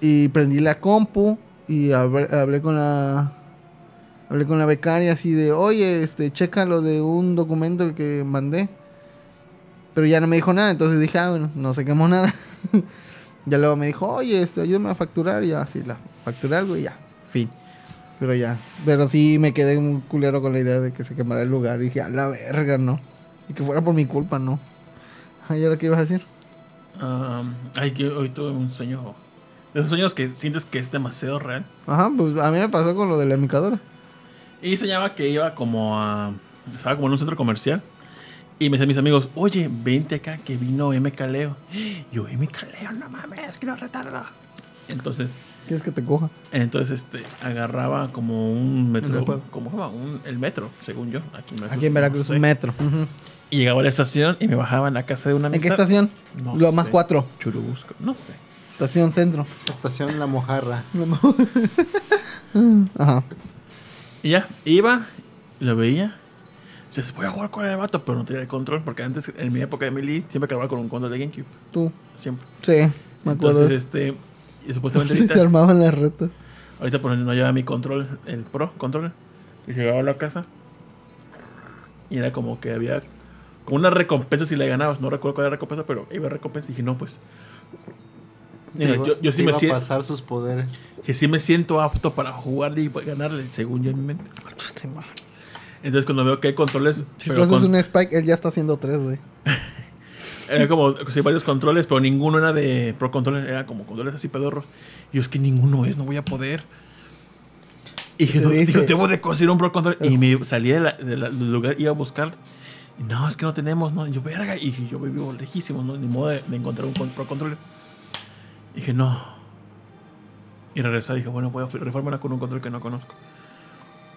Speaker 3: Y prendí la compu y hablé, hablé con la... Hablé con la becaria así de, oye, este, checa lo de un documento que mandé. Pero ya no me dijo nada, entonces dije, ah, bueno, no se quemó nada. ya luego me dijo, oye, este, ayúdame a facturar. Y ya, sí, la facturé algo y ya, fin. Pero ya, pero sí me quedé un culero con la idea de que se quemara el lugar. Y dije, a la verga, no. Y que fuera por mi culpa, no. Ay, ahora qué ibas a decir?
Speaker 2: Am, ay, que hoy tuve un sueño. De esos sueños que sientes que es demasiado real.
Speaker 3: Ajá, pues a mí me pasó con lo de la micadora.
Speaker 2: Y soñaba que iba como a. Estaba como en un centro comercial. Y me decían mis amigos, oye, vente acá que vino M. Caleo. Yo, M. Caleo, no mames, que no retarda. Entonces,
Speaker 3: ¿Quieres que te coja?
Speaker 2: entonces este, agarraba como un metro.
Speaker 3: Ajá.
Speaker 2: Como ¿cómo se llama? un, el metro, según yo. Aquí en Veracruz.
Speaker 3: Aquí en Veracruz,
Speaker 2: no sé.
Speaker 3: un metro. Ujú.
Speaker 2: Y llegaba a la estación y me bajaba en la casa de una
Speaker 3: ¿En qué
Speaker 2: amistad.
Speaker 3: estación?
Speaker 2: No
Speaker 3: lo más
Speaker 2: sé.
Speaker 3: cuatro.
Speaker 2: Churubusco, no sé.
Speaker 3: Estación centro.
Speaker 1: Estación La Mojarra.
Speaker 3: Ajá.
Speaker 2: Y ya, iba, lo veía. Dices, voy a jugar con el vato, pero no tenía el control. Porque antes, en mi época de Melee, siempre acababa con un control de GameCube.
Speaker 3: Tú.
Speaker 2: Siempre.
Speaker 3: Sí, me acuerdo.
Speaker 2: Entonces,
Speaker 3: de
Speaker 2: este.
Speaker 3: eso.
Speaker 2: Y supuestamente
Speaker 3: se
Speaker 2: ahorita,
Speaker 3: armaban las retas.
Speaker 2: ahorita por ejemplo, no llevaba mi control, el Pro controller. Y llegaba a la casa. Y era como que había. Como una recompensa si le ganabas. No recuerdo cuál era la recompensa, pero iba a recompensa. Y dije, no, pues. Mira,
Speaker 1: Te iba-
Speaker 2: yo, yo sí
Speaker 1: te
Speaker 2: me
Speaker 1: iba a
Speaker 2: siento.
Speaker 1: pasar sus poderes.
Speaker 2: que sí me siento apto para jugarle y ganarle, según yo en mi mente. Entonces cuando veo que hay controles,
Speaker 3: Si tú
Speaker 2: pero
Speaker 3: haces
Speaker 2: con-
Speaker 3: un spike, él ya está haciendo tres, güey.
Speaker 2: era como sí, varios controles, pero ninguno era de pro controles, era como controles así pedorros. Y yo es que ninguno es, no voy a poder. Y Jesús
Speaker 3: dice-
Speaker 2: dijo, debo de conseguir un pro control. Y me salí de la- de la- del lugar, iba a buscar. Y, no, es que no tenemos, no. Y yo, verga. Y dije, yo vivo lejísimo, no, ni modo de, de encontrar un con- pro controller. Y dije, no. Y regresé, dije, bueno, voy a reformarla con un control que no conozco.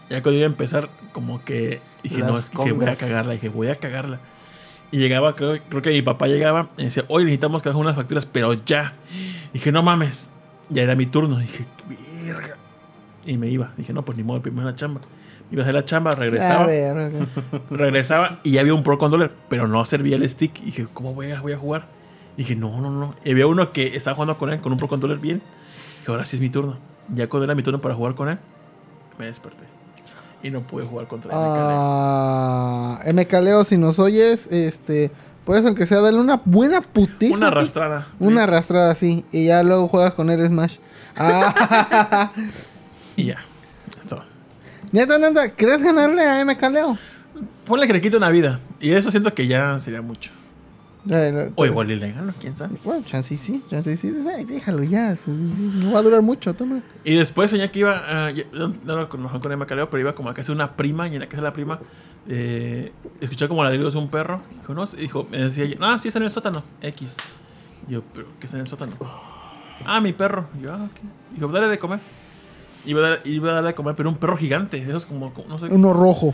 Speaker 2: Ya cuando iba a empezar, como que dije, no,
Speaker 1: Las
Speaker 2: es que voy a
Speaker 1: congas.
Speaker 2: cagarla, dije, voy a cagarla. Y llegaba, creo, creo que mi papá llegaba y decía, hoy necesitamos que hagas unas facturas, pero ya. Dije, no mames, ya era mi turno. Dije, verga. Y me iba. Dije, no, pues ni modo, primero la chamba. Iba a hacer la chamba,
Speaker 3: A
Speaker 2: regresaba,
Speaker 3: ver, ok.
Speaker 2: regresaba y ya había un pro controller, pero no servía el stick. Y dije, ¿cómo voy a, voy a jugar? Y dije, no, no, no. Y había uno que estaba jugando con él, con un pro controller bien. Y ahora sí es mi turno. Ya cuando era mi turno para jugar con él, me desperté. Y no pude jugar contra él. me calé.
Speaker 3: Ah, MK Leo, si nos oyes, este, puedes aunque sea darle una buena putiza.
Speaker 2: Una
Speaker 3: a ti.
Speaker 2: arrastrada.
Speaker 3: Una arrastrada, así Y ya luego juegas con el Smash. Ah,
Speaker 2: Y ya. Es todo.
Speaker 3: neta, neta, ¿quieres ganarle a MK Leo?
Speaker 2: Ponle que le quito una vida. Y eso siento que ya sería mucho.
Speaker 3: Eh, no,
Speaker 2: O
Speaker 3: te-
Speaker 2: igual y le gano, quién sabe.
Speaker 3: Bueno, chance y sí, chance y sí. Ay, déjalo ya. sí, No va a durar mucho, toma.
Speaker 2: Y después soñé que iba. ah, yo- no no lo conozco con el Macaleo, pero iba como a casa de una prima. Y en la casa de la prima eh, escuché como ladridos de un perro. Dijo, no, dijo, me decía yo, no, sí está en el sótano. X. Yo, pero ¿qué está en el sótano? Ah, mi perro. Yo, ah, ok. Dijo, dale de comer. Iba a, dar- iba a darle de comer, pero un perro gigante. De esos como, como- no sé.
Speaker 3: Uno rojo.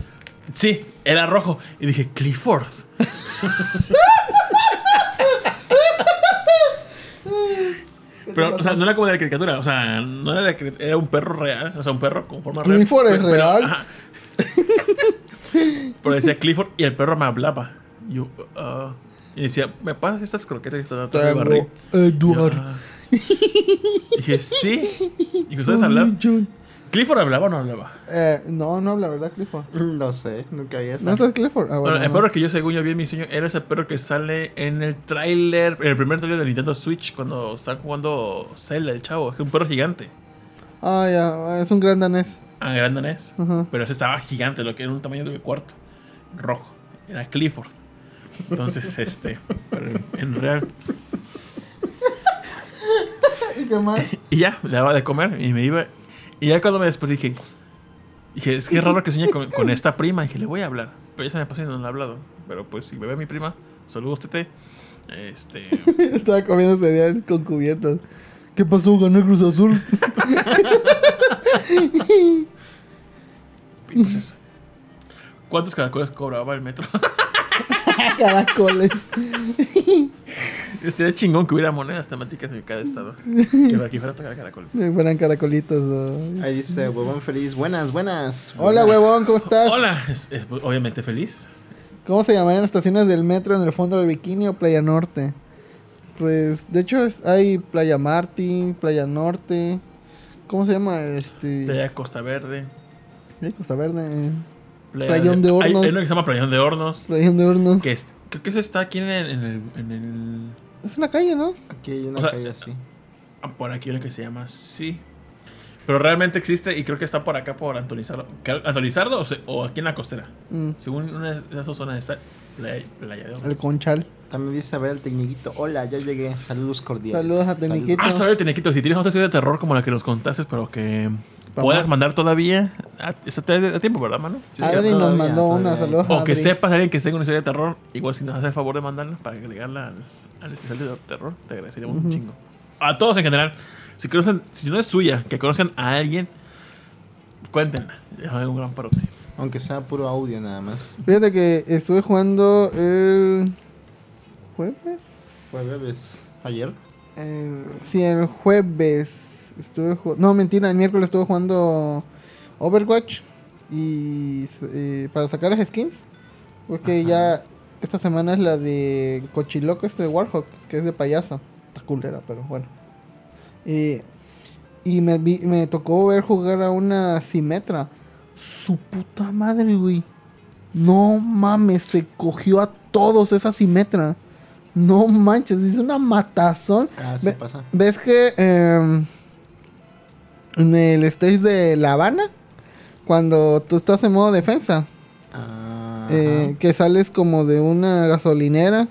Speaker 2: Sí, era rojo. Y dije, Clifford. Pero, o sea, no era como de la caricatura, o sea, no era, de la cari- era un perro real, o sea, un perro con forma real.
Speaker 3: Clifford es
Speaker 2: Pero- pero-
Speaker 3: real.
Speaker 2: ajá. Pero decía Clifford y el perro me hablaba. Y Yo, ah, y decía, ¿me pasas estas croquetas que están atrás de mi barriga?
Speaker 3: Tengo Edward.
Speaker 2: Ah. Dije, sí. Y que ustedes hablan.
Speaker 3: John.
Speaker 2: ¿Clifford hablaba o no hablaba?
Speaker 3: Eh, no, no habla, ¿verdad, Clifford?
Speaker 1: No sé, nunca había
Speaker 3: ¿No
Speaker 1: sabido.
Speaker 3: estás Clifford? Ah, bueno,
Speaker 2: Bueno, el
Speaker 3: no.
Speaker 2: perro que yo, según yo vi en mi sueño, era ese perro que sale en el tráiler, en el primer tráiler de Nintendo Switch, cuando están jugando Zelda, el chavo. Es un perro gigante.
Speaker 3: Ah, ya, es un gran danés.
Speaker 2: Ah, grande no es.
Speaker 3: Ajá.
Speaker 2: Pero ese estaba gigante, lo que era un tamaño de mi cuarto. Rojo. Era Clifford. Entonces, este. Pero en- en real.
Speaker 3: ¿Y qué más?
Speaker 2: Y ya, le daba de comer y me iba. Y ya cuando me desperté dije. Dije, es que es raro que sueñe con, con esta prima. dije, le voy a hablar. Pero ya se me pasó y no le he hablado. Pero pues si me ve mi prima, saludos, tete. Este.
Speaker 3: Estaba comiendo cereal con cubiertas. ¿Qué pasó? Ganó el Cruz Azul.
Speaker 2: y pues eso. ¿Cuántos caracoles cobraba el metro?
Speaker 3: Caracoles.
Speaker 2: Estaría chingón que hubiera monedas temáticas de cada estado. Que aquí fuera a tocar caracol.
Speaker 3: Si fueran caracolitos. ¿no?
Speaker 1: Ahí dice huevón feliz. Buenas, buenas.
Speaker 3: Hola,
Speaker 1: buenas.
Speaker 3: huevón, ¿cómo estás?
Speaker 2: Hola, es- es obviamente feliz.
Speaker 3: ¿Cómo se llamarían las estaciones del metro en el fondo del Bikini o Playa Norte? Pues, de hecho, es- hay Playa Martín, Playa Norte. ¿Cómo se llama? Este.
Speaker 2: Playa Costa Verde.
Speaker 3: eh, Costa Verde.
Speaker 2: Playa
Speaker 3: Playón de
Speaker 2: hay-
Speaker 3: Hornos.
Speaker 2: Hay uno que se llama Playón de Hornos.
Speaker 3: Playa de Hornos.
Speaker 2: Que es- creo que ese está aquí en el, en el- en el-
Speaker 3: Es una calle, ¿no?
Speaker 1: Aquí hay una
Speaker 2: O sea,
Speaker 1: calle así.
Speaker 2: ah, Por aquí lo que se llama, sí. Pero realmente existe y creo que está por acá, por Antonizardo. ¿Qué- ¿Antonizardo o, se- o aquí en la costera?
Speaker 3: Mm,
Speaker 2: Según una de esas dos zonas está Playa, Playa de Hornos.
Speaker 3: el Conchal.
Speaker 1: También dice a ver el tecniquito. Hola, ya llegué. Saludos cordiales.
Speaker 3: Saludos a Tecniquito.
Speaker 2: Ah, sabe, Tenequito, si tienes otra historia de terror como la que nos contaste, pero que puedas mandar todavía. Ah, Está a tiempo, ¿verdad, mano?
Speaker 1: Sí,
Speaker 3: Adri nos
Speaker 1: todavía,
Speaker 3: mandó
Speaker 1: todavía
Speaker 3: una.
Speaker 1: hay.
Speaker 3: Saludos a
Speaker 2: O que
Speaker 3: Adri.
Speaker 2: sepas a alguien que tenga una historia de terror, igual si nos hace el favor de mandarla para agregarla al, al especial de terror, te agradeceríamos un chingo. A todos en general, si conocen, si no es suya, que conozcan a alguien, cuéntenla. Es un gran parote.
Speaker 1: Aunque sea puro audio nada más.
Speaker 3: Fíjate que estuve jugando el jueves.
Speaker 1: Jueves. Ayer.
Speaker 3: El- sí, el jueves estuve ju- No, mentira, el miércoles estuve jugando Overwatch y eh, para sacar las skins. Porque ya esta semana es la de Cochiloco este de Warhawk, que es de payaso. Está culera, pero bueno. Eh, y me, vi- me tocó ver jugar a una Simetra. Su puta madre, güey. No mames, se cogió a todos esa Simetra. No manches, es una matazón.
Speaker 1: Ah, sí
Speaker 3: Ve-
Speaker 1: pasa.
Speaker 3: ¿Ves que em, en el stage de La Habana, cuando tú estás en modo defensa,
Speaker 1: Ah,
Speaker 3: eh, que sales como de una gasolinera,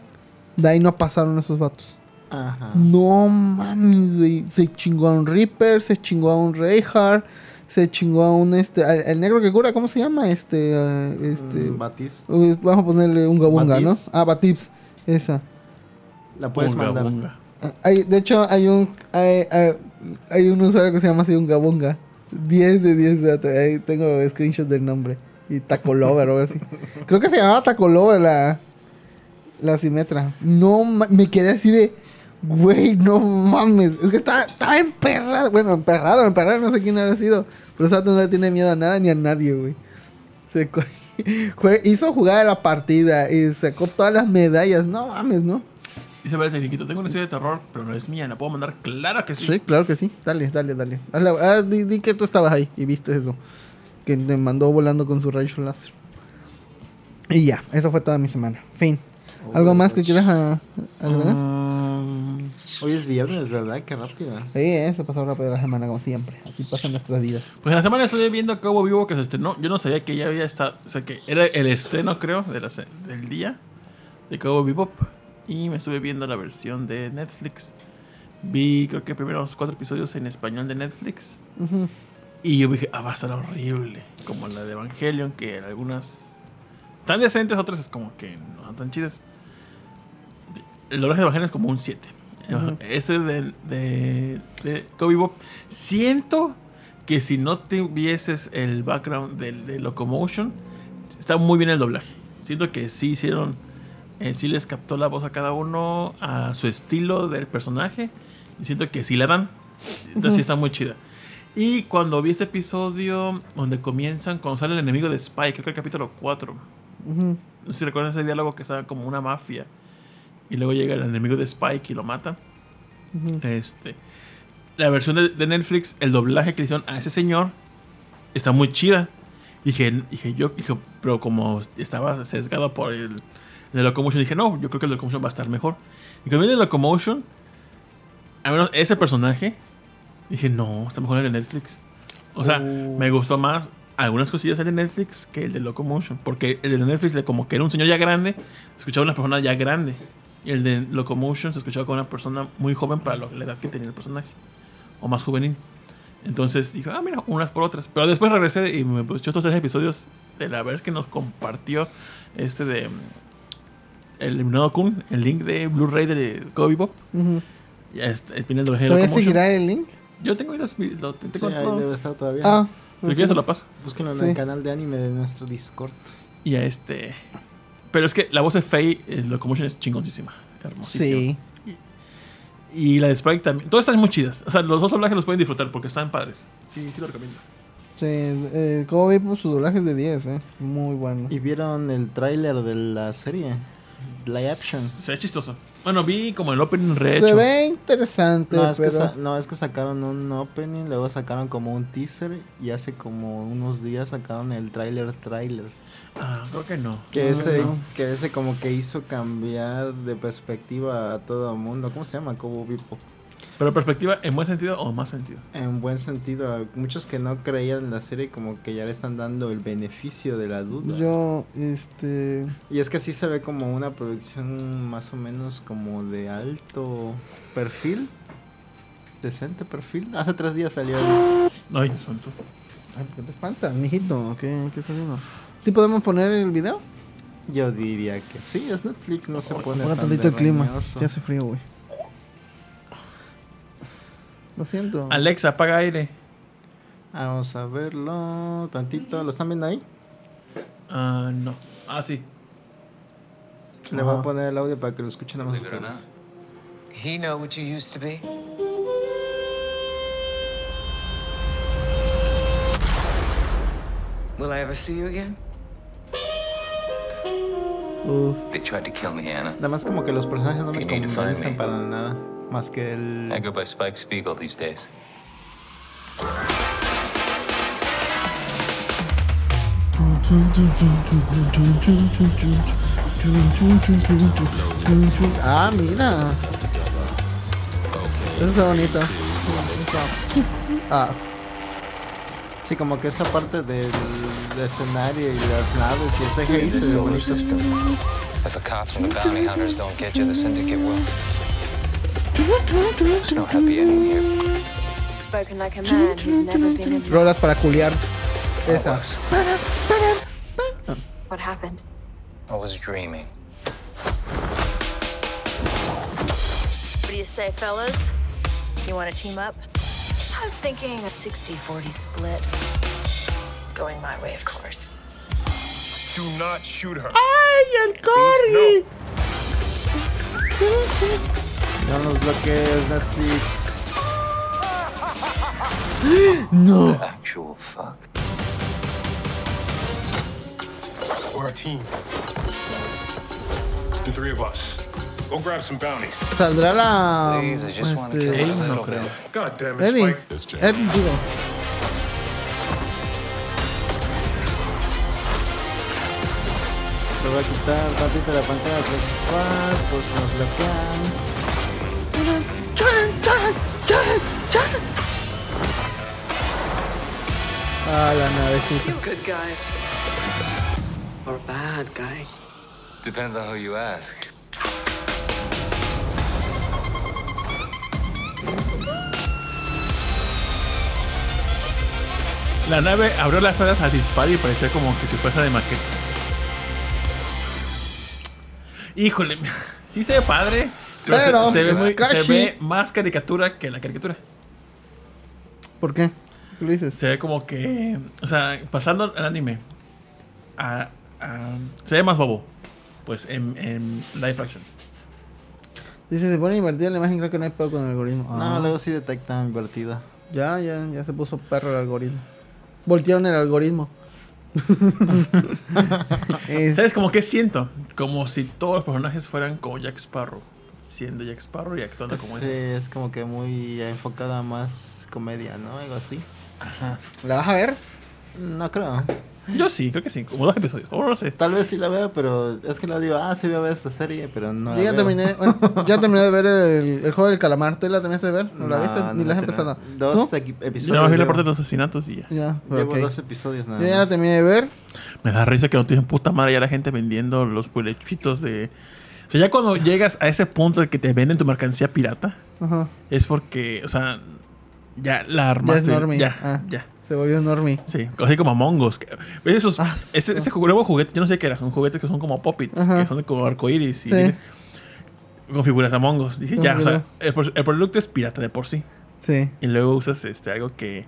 Speaker 3: de ahí no pasaron esos vatos?
Speaker 1: Ajá.
Speaker 3: No mames, güey. Se chingó a un Reaper, se chingó a un Reinhardt, se chingó a un este. al- El, negro que cura, ¿cómo se llama? Este. eh, este
Speaker 1: Mm, Batista.
Speaker 3: uy, vamos a ponerle un gabunga, ¿no?
Speaker 1: Batiz.
Speaker 3: Ah, Batips, esa.
Speaker 1: La puedes
Speaker 2: Unga,
Speaker 1: mandar.
Speaker 2: unga.
Speaker 3: Ah, Hay, de hecho, hay un hay, hay- hay un usuario que se llama así un gabunga. 10 de 10 de dato. Ahí tengo screenshots del nombre. Y Taco Lover o algo así. Creo que se llamaba Taco Lover la, la Simetra. No ma- me quedé así de. Güey, no mames. Es que estaba, estaba emperrado. Bueno, emperrado, emperrado, no sé quién habrá sido. Pero esa no le tiene miedo a nada ni a nadie, güey. Se co- jue- hizo jugada la partida y sacó todas las medallas. No mames, ¿no?
Speaker 2: Dice Vale Tenequito, tengo una historia de terror, pero no es mía, la puedo mandar. Claro que sí.
Speaker 3: Sí, claro que sí. Dale, dale, dale. Hazla- ah, di, di que tú estabas ahí y viste eso. Que te mandó volando con su rayo láser. Y ya, eso fue toda mi semana. Fin.
Speaker 1: Oh,
Speaker 3: ¿Algo más que quieras a- agregar?
Speaker 2: Mm,
Speaker 1: Hoy es viernes, ¿verdad? Qué rápido.
Speaker 3: Sí, eh, se pasó rápido la semana, como siempre. Así pasan nuestras vidas.
Speaker 2: Pues en la semana estoy viendo Cabo Vivo que se estrenó. Yo no sabía que ya había estado. O sea, que era el estreno, creo, de la se- del día de Cabo Bebop. Y me estuve viendo la versión de Netflix. Vi, creo que primero los cuatro episodios en español de Netflix.
Speaker 3: Ujú.
Speaker 2: Y yo dije, ah, va a estar horrible. Como la de Evangelion, que en algunas tan decentes, otras es como que no son tan chidas. El doblaje de Evangelion es como un 7.
Speaker 3: Ujú.
Speaker 2: Ese de, de, de Cowboy Bebop, siento que si no tuvieses el background del- de, Locomotion, está muy bien el doblaje. Siento que sí hicieron, eh, sí les captó la voz a cada uno, a su estilo del personaje. Y siento que sí la dan. Entonces sí está muy chida. Y cuando vi este episodio donde comienzan, cuando sale el enemigo de Spike, creo que el capítulo 4.
Speaker 3: Ujú.
Speaker 2: No sé si recuerdan ese diálogo que estaba como una mafia. Y luego llega el enemigo de Spike y lo mata.
Speaker 3: Ujú.
Speaker 2: Este. La versión de, de Netflix, el doblaje que le hicieron a ese señor está muy chida. Dije, dije yo, dije, pero como estaba sesgado por el de Locomotion, dije, no, yo creo que el Locomotion va a estar mejor. Y cuando vi el de Locomotion, al menos ese personaje, dije, no, está mejor el de Netflix. O sea,
Speaker 1: Uh.
Speaker 2: me gustó más algunas cosillas el de Netflix que el de Locomotion. Porque el de Netflix, de como que era un señor ya grande, se escuchaba una persona ya grande. Y el de Locomotion se escuchaba con una persona muy joven para lo- la edad que tenía el personaje. O más juvenil. Entonces dije, ah, mira, unas por otras. Pero después regresé y me puse estos tres episodios de la vez que nos compartió este de. mm, El eliminado Kun, el link de Blu-ray de Kobe Bob.
Speaker 3: Ujú.
Speaker 2: Ya está, es viene el doblaje de
Speaker 3: ¿Todavía
Speaker 2: Locomotion.
Speaker 3: seguirá ah, el link?
Speaker 2: Yo tengo ahí los. vi- Lo,
Speaker 1: Sí,
Speaker 2: tengo
Speaker 1: ahí
Speaker 2: todo.
Speaker 1: debe estar todavía.
Speaker 3: Ah.
Speaker 2: Si quieres, se lo paso.
Speaker 1: Búsquenlo en
Speaker 3: Sí.
Speaker 1: el canal de anime de nuestro Discord.
Speaker 2: Y a este. Pero es que la voz de Faye, eh, Locomotion, es chingoncísima. Hermosísima.
Speaker 3: Sí.
Speaker 2: Y la de Sprite también. Todas están muy chidas. O sea, los dos doblajes los pueden disfrutar porque están padres. Sí, sí lo recomiendo.
Speaker 3: Sí, eh, Kobe, pues, su doblaje es de 10, ¿eh? Muy bueno.
Speaker 1: ¿Y vieron el tráiler de la serie? Live action.
Speaker 2: Se ve chistoso. Bueno, vi como el opening rehecho.
Speaker 3: Se ve interesante,
Speaker 1: No es, que
Speaker 3: pero...
Speaker 1: sa- no, es que sacaron un opening, luego sacaron como un teaser y hace como unos días sacaron el tráiler tráiler.
Speaker 2: Ah, creo que no.
Speaker 1: Que,
Speaker 3: No,
Speaker 1: ese,
Speaker 3: no.
Speaker 1: que ese como que hizo cambiar de perspectiva a todo el mundo. ¿Cómo se llama? Como Vipo.
Speaker 2: Pero perspectiva, ¿en buen sentido o más sentido?
Speaker 1: En buen sentido, a muchos que no creían en la serie como que ya le están dando el beneficio de la duda.
Speaker 3: Yo, este...
Speaker 1: Y es que sí se ve como una producción más o menos como de alto perfil. Decente perfil. Hace tres días salió. el-
Speaker 2: Ay, me suelto.
Speaker 3: Ay, ¿por qué te espantas, mijito? ¿Qué, qué estás viendo? ¿Sí podemos poner el video?
Speaker 1: Yo diría que sí, es Netflix, no se pone
Speaker 3: Ponga
Speaker 1: tan
Speaker 3: tantito el clima.
Speaker 1: desdeñoso.
Speaker 3: Ya hace frío, güey. Lo siento.
Speaker 2: Alexa, apaga aire.
Speaker 1: Vamos a verlo tantito. ¿Lo están viendo ahí?
Speaker 2: Ah, no. Ah, sí.
Speaker 1: Le voy
Speaker 3: Ajá.
Speaker 1: a poner el audio para que lo escuchen a más
Speaker 4: Believe it or
Speaker 1: ustedes.
Speaker 4: not.
Speaker 5: He know what you used to be. Will I ever see you again?
Speaker 3: Uf.
Speaker 4: They tried to kill me, Anna.
Speaker 1: Nada más como que los personajes no me
Speaker 4: You need to find
Speaker 1: convencen
Speaker 4: me.
Speaker 1: para nada. Más que el...
Speaker 4: I go by Spike Spiegel these days.
Speaker 3: Ah, mira. Eso está bonito. Ah,
Speaker 1: Sí, como que esa parte del escenario y las naves y ese
Speaker 4: In
Speaker 1: CGI
Speaker 4: the
Speaker 1: se ve
Speaker 4: solar
Speaker 1: bonito.
Speaker 4: system. If the cops and the bounty hunters don't get you, the syndicate will. There's no happy ending here.
Speaker 6: Spoken like a man who's never been in love.
Speaker 3: rolas para culiar.
Speaker 4: I
Speaker 3: Esa.
Speaker 4: was,
Speaker 6: What happened?
Speaker 4: I was dreaming.
Speaker 6: What do you say, fellas? You want to team up? I was thinking a 60 40 split. Going my way, of course.
Speaker 7: Do not shoot her.
Speaker 1: No nos bloquees, Netflix.
Speaker 4: The actual fuck.
Speaker 7: We're a team. The three of us. Go grab some bounties.
Speaker 3: Saldrá la.
Speaker 4: Please, I just want to kill
Speaker 3: Este,
Speaker 4: you a
Speaker 2: Ey, no
Speaker 4: little
Speaker 2: creo.
Speaker 4: bit.
Speaker 7: God damn it,
Speaker 3: Eddie.
Speaker 7: Spike.
Speaker 3: Eddie, digo.
Speaker 1: Lo voy a quitar tantito la pantalla principal, pues nos bloquean.
Speaker 3: Ah, la navecita.
Speaker 5: Good guys. Or bad guys.
Speaker 4: Depends on who you ask.
Speaker 2: La nave abrió las alas al disparo y parecía como que si fuese de maqueta. Híjole, sí se ve padre. Pero, se-
Speaker 3: Pero,
Speaker 2: se, ve
Speaker 3: es
Speaker 2: muy- se
Speaker 3: casi.
Speaker 2: ve más caricatura que la caricatura.
Speaker 3: ¿Por qué? ¿Qué lo dices?
Speaker 2: Se ve como que. O sea, pasando al anime. a- a- se ve más bobo. Pues en, en live action.
Speaker 3: Dice, se pone invertida la imagen, creo que no hay pedo con el algoritmo. Ah,
Speaker 1: No, luego sí detectan invertida.
Speaker 3: Ya, ya, ya se puso perro el algoritmo. Voltearon el algoritmo. Es-
Speaker 2: ¿Sabes como que siento? Como si todos los personajes fueran como Jack Sparrow. Siendo Jack Sparrow y actuando como
Speaker 1: Sí,
Speaker 2: este.
Speaker 1: es como que muy enfocada a más comedia, ¿no? Algo así.
Speaker 3: ¿La vas a ver?
Speaker 1: No creo.
Speaker 2: Yo sí, creo que sí, como dos episodios. O no sé.
Speaker 1: Tal vez sí la veo, pero es que no digo, ah, sí voy a ver esta serie, pero
Speaker 2: Ah,
Speaker 1: no.
Speaker 3: Yo
Speaker 1: la
Speaker 3: ya
Speaker 1: veo.
Speaker 3: terminé, bueno, ya terminé de ver el, el juego del calamar. ¿Tú la terminaste de ver? ¿No, la
Speaker 1: No,
Speaker 3: viste?
Speaker 1: no
Speaker 3: Ni la has
Speaker 1: la terminé.
Speaker 3: empezado.
Speaker 1: Dos
Speaker 3: ¿Tú?
Speaker 1: equi-
Speaker 2: Yo
Speaker 1: episodios.
Speaker 2: nada más vi la
Speaker 1: llevo.
Speaker 2: parte de los asesinatos y ya.
Speaker 3: Ya,
Speaker 1: Llevo
Speaker 3: ok.
Speaker 1: dos episodios nada
Speaker 3: Yo ya la
Speaker 1: más.
Speaker 3: terminé de ver.
Speaker 2: Me da risa que no tienen puta madre ya la gente vendiendo los pulechitos de. O sea, ya cuando llegas a ese punto de que te venden tu mercancía pirata,
Speaker 3: Ajá.
Speaker 2: es porque, o sea, ya la armaste.
Speaker 3: normie.
Speaker 2: Ya,
Speaker 3: Ah.
Speaker 2: ya.
Speaker 3: Se volvió normie.
Speaker 2: Sí, así como Among Us. que- ¿Ves esos,
Speaker 3: Ah, sí.
Speaker 2: ese, ese nuevo juguete, yo no sé qué era, son juguetes que son como pop-its,
Speaker 3: Ajá.
Speaker 2: que son como arcoiris y
Speaker 3: Sí.
Speaker 2: tiene- con figuras Among Us. Dije,
Speaker 3: Con
Speaker 2: ya, o sea,
Speaker 3: figuras.
Speaker 2: el, pro- el producto es pirata de por sí.
Speaker 3: Sí.
Speaker 2: Y luego usas este algo que.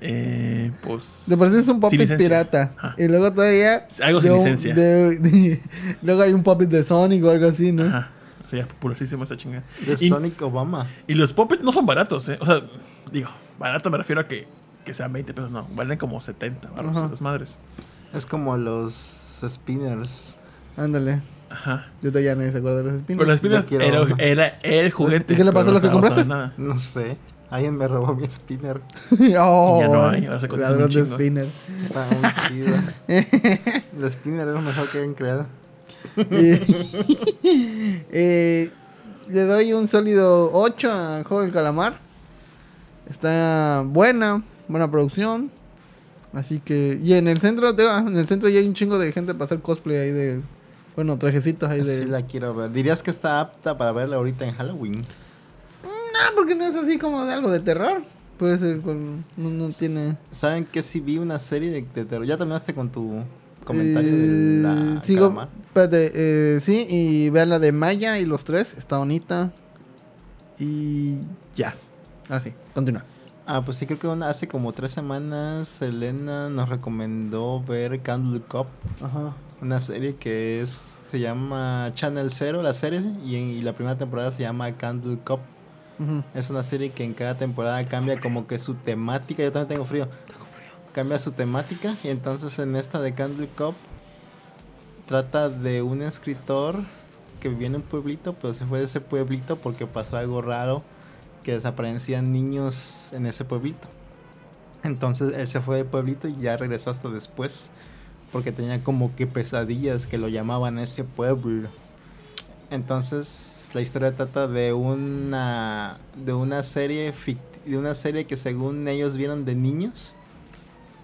Speaker 2: Eh, pues.
Speaker 3: De por sí es un
Speaker 2: sin
Speaker 3: puppet
Speaker 2: licencia.
Speaker 3: pirata.
Speaker 2: Ajá.
Speaker 3: Y luego todavía.
Speaker 2: Es algo sin
Speaker 3: de un-
Speaker 2: licencia.
Speaker 3: de- de- luego hay un puppet de Sonic o algo así, ¿no?
Speaker 2: Ajá. O sea, ya popularísima esa chingada.
Speaker 1: De
Speaker 2: Y,
Speaker 1: Sonic Obama.
Speaker 2: y los puppets no son baratos, ¿eh? O sea, digo, barato me refiero a que, que sean 20 pesos, no. Valen como 70 baros
Speaker 3: Ajá.
Speaker 2: las madres.
Speaker 1: Es como los spinners.
Speaker 3: Ándale.
Speaker 2: Ajá.
Speaker 3: Yo todavía nadie se acuerda de los espinos.
Speaker 2: Pero las
Speaker 1: Yo
Speaker 2: espinas
Speaker 1: quiero
Speaker 2: era,
Speaker 1: uno.
Speaker 2: era el juguete.
Speaker 3: ¿Y qué le pasó
Speaker 2: pero
Speaker 3: a los que
Speaker 2: no estaba
Speaker 3: compraste?
Speaker 2: usando nada.
Speaker 1: No sé. Alguien me robó mi spinner.
Speaker 3: oh,
Speaker 2: Y ya no hay, ahora se cotizan un
Speaker 3: ladrón de
Speaker 2: chingo.
Speaker 3: spinner.
Speaker 1: Está muy chido. El spinner es lo mejor que han creado.
Speaker 3: Eh, eh, le doy un sólido 8 a Juego del Calamar. Está buena, buena producción. Así que. Y en el centro, te digo, ah, en el centro ya hay un chingo de gente para hacer cosplay ahí de. Bueno, trajecitos ahí de.
Speaker 1: Ah, Sí la quiero ver. ¿Dirías que está apta para verla ahorita en Halloween?
Speaker 3: No, Ah, porque no es así como de algo de terror. Puede ser con. No, no tiene.
Speaker 1: ¿Saben que sí vi una serie de, de terror? Ya terminaste con tu comentario de
Speaker 3: Eh,
Speaker 1: la
Speaker 3: sigo.
Speaker 1: calamar.
Speaker 3: espérate, eh, sí, y vean la de Maya y los tres. Está bonita. Y. Ya. Así, continúa.
Speaker 1: Ah, pues sí, creo que una- hace como tres semanas Elena nos recomendó ver Candle Cup,
Speaker 3: Ajá.
Speaker 1: una serie que es se llama Channel Zero, la serie, y, y la primera temporada se llama Candle Cup.
Speaker 3: Ujú.
Speaker 1: Es una serie que en cada temporada cambia como que su temática. Yo también tengo frío. Cambia su temática. Y entonces en esta de Candle Cup trata de un escritor que vivía en un pueblito, pero se fue de ese pueblito porque pasó algo raro que desaparecían niños en ese pueblito. Entonces él se fue del pueblito y ya regresó hasta después porque tenía como que pesadillas que lo llamaban a ese pueblo. Entonces, la historia trata de una de una serie fict- de una serie que según ellos vieron de niños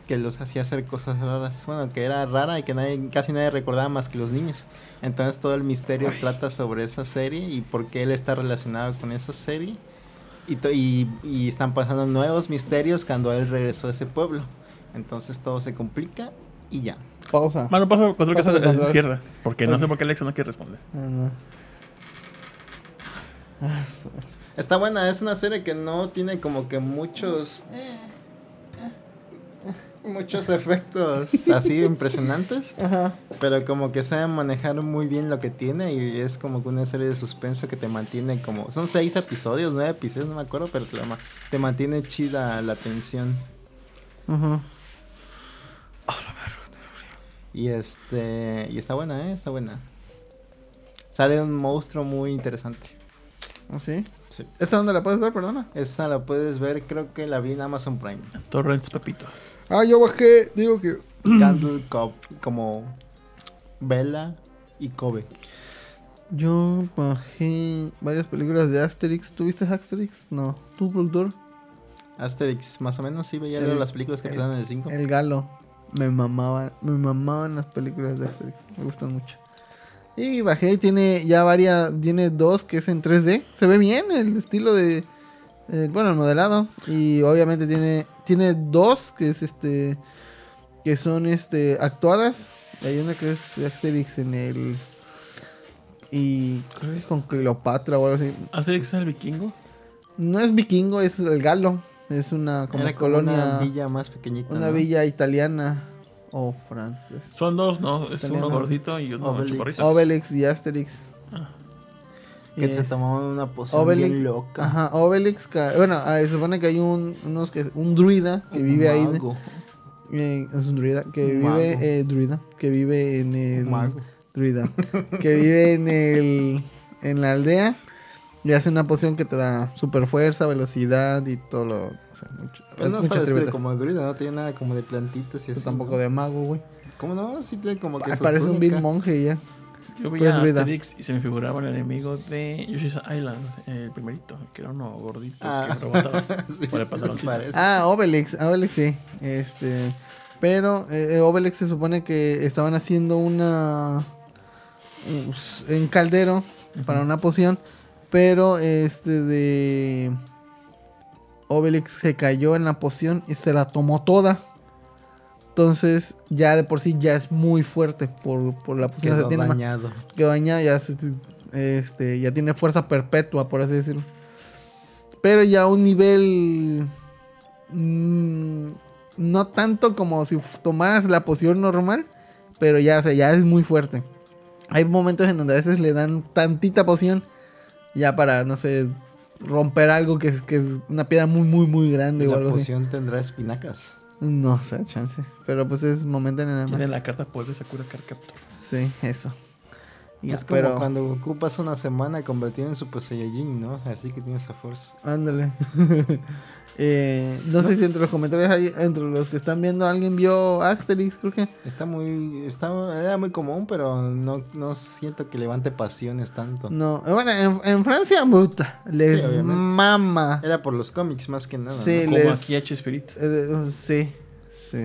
Speaker 1: que los hacía hacer cosas raras, bueno, que era rara y que nadie, casi nadie recordaba más que los niños. Entonces, todo el misterio trata sobre esa serie y por qué él está relacionado con esa serie. Y, to- y- y están pasando nuevos misterios cuando él regresó a ese pueblo. Entonces todo se complica y ya.
Speaker 3: Pausa.
Speaker 2: Mano, pasa el control que está
Speaker 3: Pasa
Speaker 2: a
Speaker 3: el
Speaker 2: la
Speaker 3: control.
Speaker 2: izquierda. Porque no sé por qué Alexa no quiere responder.
Speaker 3: Ah, no. Ah, su-
Speaker 1: Está buena, es una serie que no tiene como que muchos. Muchos efectos así impresionantes,
Speaker 3: Ajá.
Speaker 1: pero como que sabe manejar muy bien lo que tiene y es como que una serie de suspenso que te mantiene como... Son seis episodios, nueve episodios, no me acuerdo, pero te, la ma- te mantiene chida la tensión.
Speaker 3: Ajá.
Speaker 1: Y este... Y está buena, ¿eh? Está buena. Sale un monstruo muy interesante.
Speaker 3: ¿Ah, sí?
Speaker 1: Sí.
Speaker 3: ¿Esta dónde la puedes ver, perdona?
Speaker 1: Esa la puedes ver, creo que la vi en Amazon Prime.
Speaker 2: Torrents, Pepito.
Speaker 3: Ah, yo bajé, digo que.
Speaker 1: Candle Cup, como Vela y Kobe.
Speaker 3: Yo bajé varias películas de Asterix. ¿Tuviste Asterix? No. ¿Tú, productor?
Speaker 1: Asterix, más o menos sí veía
Speaker 3: El-
Speaker 1: luego las películas que pasaban en el 5.
Speaker 3: El Galo. Me mamaban, me mamaban las películas de Asterix. Me gustan mucho. Y bajé y tiene ya varias. Tiene dos que es en 3D. Se ve bien el estilo de. eh, bueno, el modelado. Y obviamente tiene. Tiene dos que es este. Que son este. actuadas. Hay una que es Asterix en el. Y creo que con Cleopatra o algo así.
Speaker 2: ¿Asterix ¿Ah, es el vikingo?
Speaker 3: No es vikingo, es el galo. Es una como
Speaker 1: Era como
Speaker 3: colonia.
Speaker 1: una villa más pequeñita.
Speaker 3: Una
Speaker 1: ¿no?
Speaker 3: villa italiana o francesa.
Speaker 2: Son dos, ¿no? Es
Speaker 3: Italiano.
Speaker 2: uno gordito y uno
Speaker 1: Obelix.
Speaker 2: chaparrito.
Speaker 3: Obelix y Asterix.
Speaker 1: Que
Speaker 3: Y,
Speaker 1: Ah. se
Speaker 3: eh,
Speaker 1: tomó una posición
Speaker 3: Obelix.
Speaker 1: bien loca.
Speaker 3: Ajá, Obelix. ca- Bueno, ah, se supone que hay un, unos que, un druida que
Speaker 1: Un
Speaker 3: vive ahí. de-
Speaker 1: mago,
Speaker 3: eh, es un druida. Que
Speaker 1: Un mago.
Speaker 3: vive. Eh, druida. Que vive en el.
Speaker 1: Un mago.
Speaker 3: Druida. que vive en el. En la aldea. Y hace una poción que te da super fuerza, velocidad y todo lo. O sea, mucho,
Speaker 1: Pero Pues no
Speaker 3: muchas
Speaker 1: está vestido
Speaker 3: atributos.
Speaker 1: como druida, no tiene nada como de plantitas y
Speaker 3: Pero
Speaker 1: así.
Speaker 3: tampoco
Speaker 1: ¿no?
Speaker 3: de mago, güey.
Speaker 1: ¿Cómo no? Sí tiene como que
Speaker 3: Pa-
Speaker 1: su
Speaker 3: Parece un
Speaker 1: túnica.
Speaker 3: vil monje y ya.
Speaker 2: Yo
Speaker 3: Pues,
Speaker 2: veía a
Speaker 3: vida.
Speaker 2: Asterix y se me figuraba el enemigo de Yoshi's Island, el primerito, que era uno gordito
Speaker 1: Ah.
Speaker 2: que rebotaba
Speaker 1: Sí,
Speaker 2: por el
Speaker 1: sí,
Speaker 2: pantaloncito.
Speaker 1: parece.
Speaker 3: Ah, Obelix, Obelix sí. Este, pero eh, eh, Obelix se supone que estaban haciendo una us- en caldero para una poción, pero este de Obelix se cayó en la poción y se la tomó toda. Entonces, ya de por sí ya es muy fuerte por, por la poción.
Speaker 1: Quedó
Speaker 3: O sea, tiene ma-
Speaker 1: dañado.
Speaker 3: que daña ya, se- este, ya tiene fuerza perpetua, por así decirlo. Pero ya a un nivel. mm, no tanto como si f- tomaras la poción normal, pero ya, o sea, ya es muy fuerte. Hay momentos en donde a veces le dan tantita poción, ya para, no sé, romper algo que es, que es una piedra muy, muy, muy grande o
Speaker 1: La
Speaker 3: algo
Speaker 1: poción tendrá espinacas.
Speaker 3: así. No sé, chance. Pero pues es momento en el nada
Speaker 2: Tiene
Speaker 3: más.
Speaker 2: la carta poder de Sakura Card Captor.
Speaker 3: Sí, eso. Ya,
Speaker 1: es como
Speaker 3: pero-
Speaker 1: cuando Goku pasa una semana convertido en Super Saiyajin, ¿no? Así que tiene esa fuerza.
Speaker 3: Ándale. Eh, no, sé si entre los comentarios hay, entre los que están viendo, alguien vio Asterix, creo que.
Speaker 1: Está muy. Está, era muy común, pero no, no siento que levante pasiones tanto.
Speaker 3: No, Eh, bueno, en, en Francia, puta, les
Speaker 1: Sí, obviamente.
Speaker 3: mama.
Speaker 1: Era por los cómics más que nada.
Speaker 3: Sí,
Speaker 1: ¿no?
Speaker 2: Como
Speaker 3: Les-
Speaker 2: aquí a Chespirito.
Speaker 3: Eh, uh, sí, sí.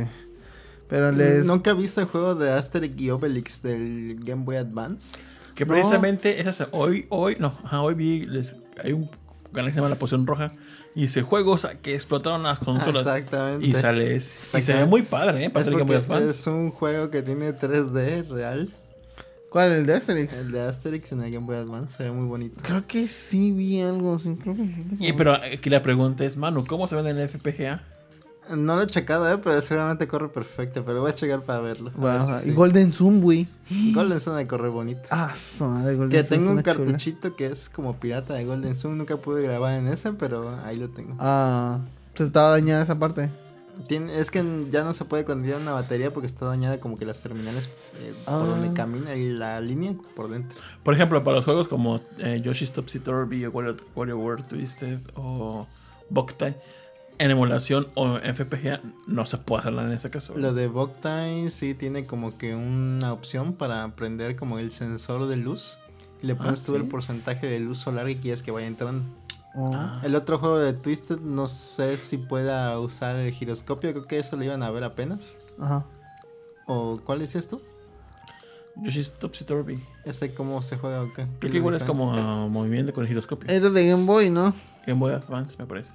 Speaker 3: Pero les.
Speaker 1: ¿Nunca viste el juego de Asterix y Obelix del Game Boy Advance?
Speaker 2: Que
Speaker 3: No.
Speaker 2: precisamente es esa- Hoy, hoy, no, ajá, hoy vi. les- hay un canal que se llama La Poción Roja. Y dice juegos a que explotaron las consolas.
Speaker 1: Exactamente.
Speaker 2: Y sale ese. Y se ve
Speaker 1: Exactamente.
Speaker 2: muy padre, ¿eh?
Speaker 1: Es,
Speaker 2: Parece que muy
Speaker 1: porque
Speaker 2: fan.
Speaker 1: es un juego que tiene 3D real.
Speaker 3: ¿Cuál? ¿El de Asterix?
Speaker 1: El de Asterix en el Game Boy Advance. Se ve muy bonito.
Speaker 3: Creo que sí vi algo. sí, creo que-
Speaker 2: Y, pero aquí la pregunta es, Manu, ¿cómo se vende el FPGA?
Speaker 1: No lo he checado, eh, pero seguramente corre perfecto. Pero voy a checar para verlo. A ver
Speaker 3: Guau,
Speaker 1: si
Speaker 3: Y
Speaker 1: Ah, sí.
Speaker 3: Golden Zoom, güey.
Speaker 1: Golden Sun de corre bonito.
Speaker 3: Ah, su madre, Golden
Speaker 1: Que
Speaker 3: Sun es
Speaker 1: tengo un
Speaker 3: una chulada.
Speaker 1: cartuchito que es como pirata de Golden Sun. Nunca pude grabar en ese, pero ahí lo tengo.
Speaker 3: Ah, se estaba dañada esa parte.
Speaker 1: Tiene- es que ya no se puede conectar una batería porque está dañada como que las terminales eh,
Speaker 3: Ah.
Speaker 1: por donde camina y la línea por dentro.
Speaker 2: Por ejemplo, para los juegos como eh, Yoshi's Topsy Turvy, o Wario, Wario World Twisted o Boktai, en emulación o en FPGA no se puede hacerla en ese caso.
Speaker 1: Lo de Boktai sí tiene como que una opción para prender como el sensor de luz. Y le pones tú
Speaker 2: ¿sí?
Speaker 1: el porcentaje de luz solar que quieres que vaya entrando.
Speaker 3: Oh.
Speaker 1: El otro juego de Twisted no sé si pueda usar el giroscopio. Creo que eso lo iban a ver apenas.
Speaker 3: Ajá.
Speaker 1: ¿O cuál decías tú?
Speaker 2: Yoshi's Topsy Turvy.
Speaker 1: Ese cómo se juega o qué?
Speaker 2: Creo que igual es como ah, movimiento con el giroscopio.
Speaker 3: Era de Game Boy, ¿no?
Speaker 2: Game Boy Advance, me parece.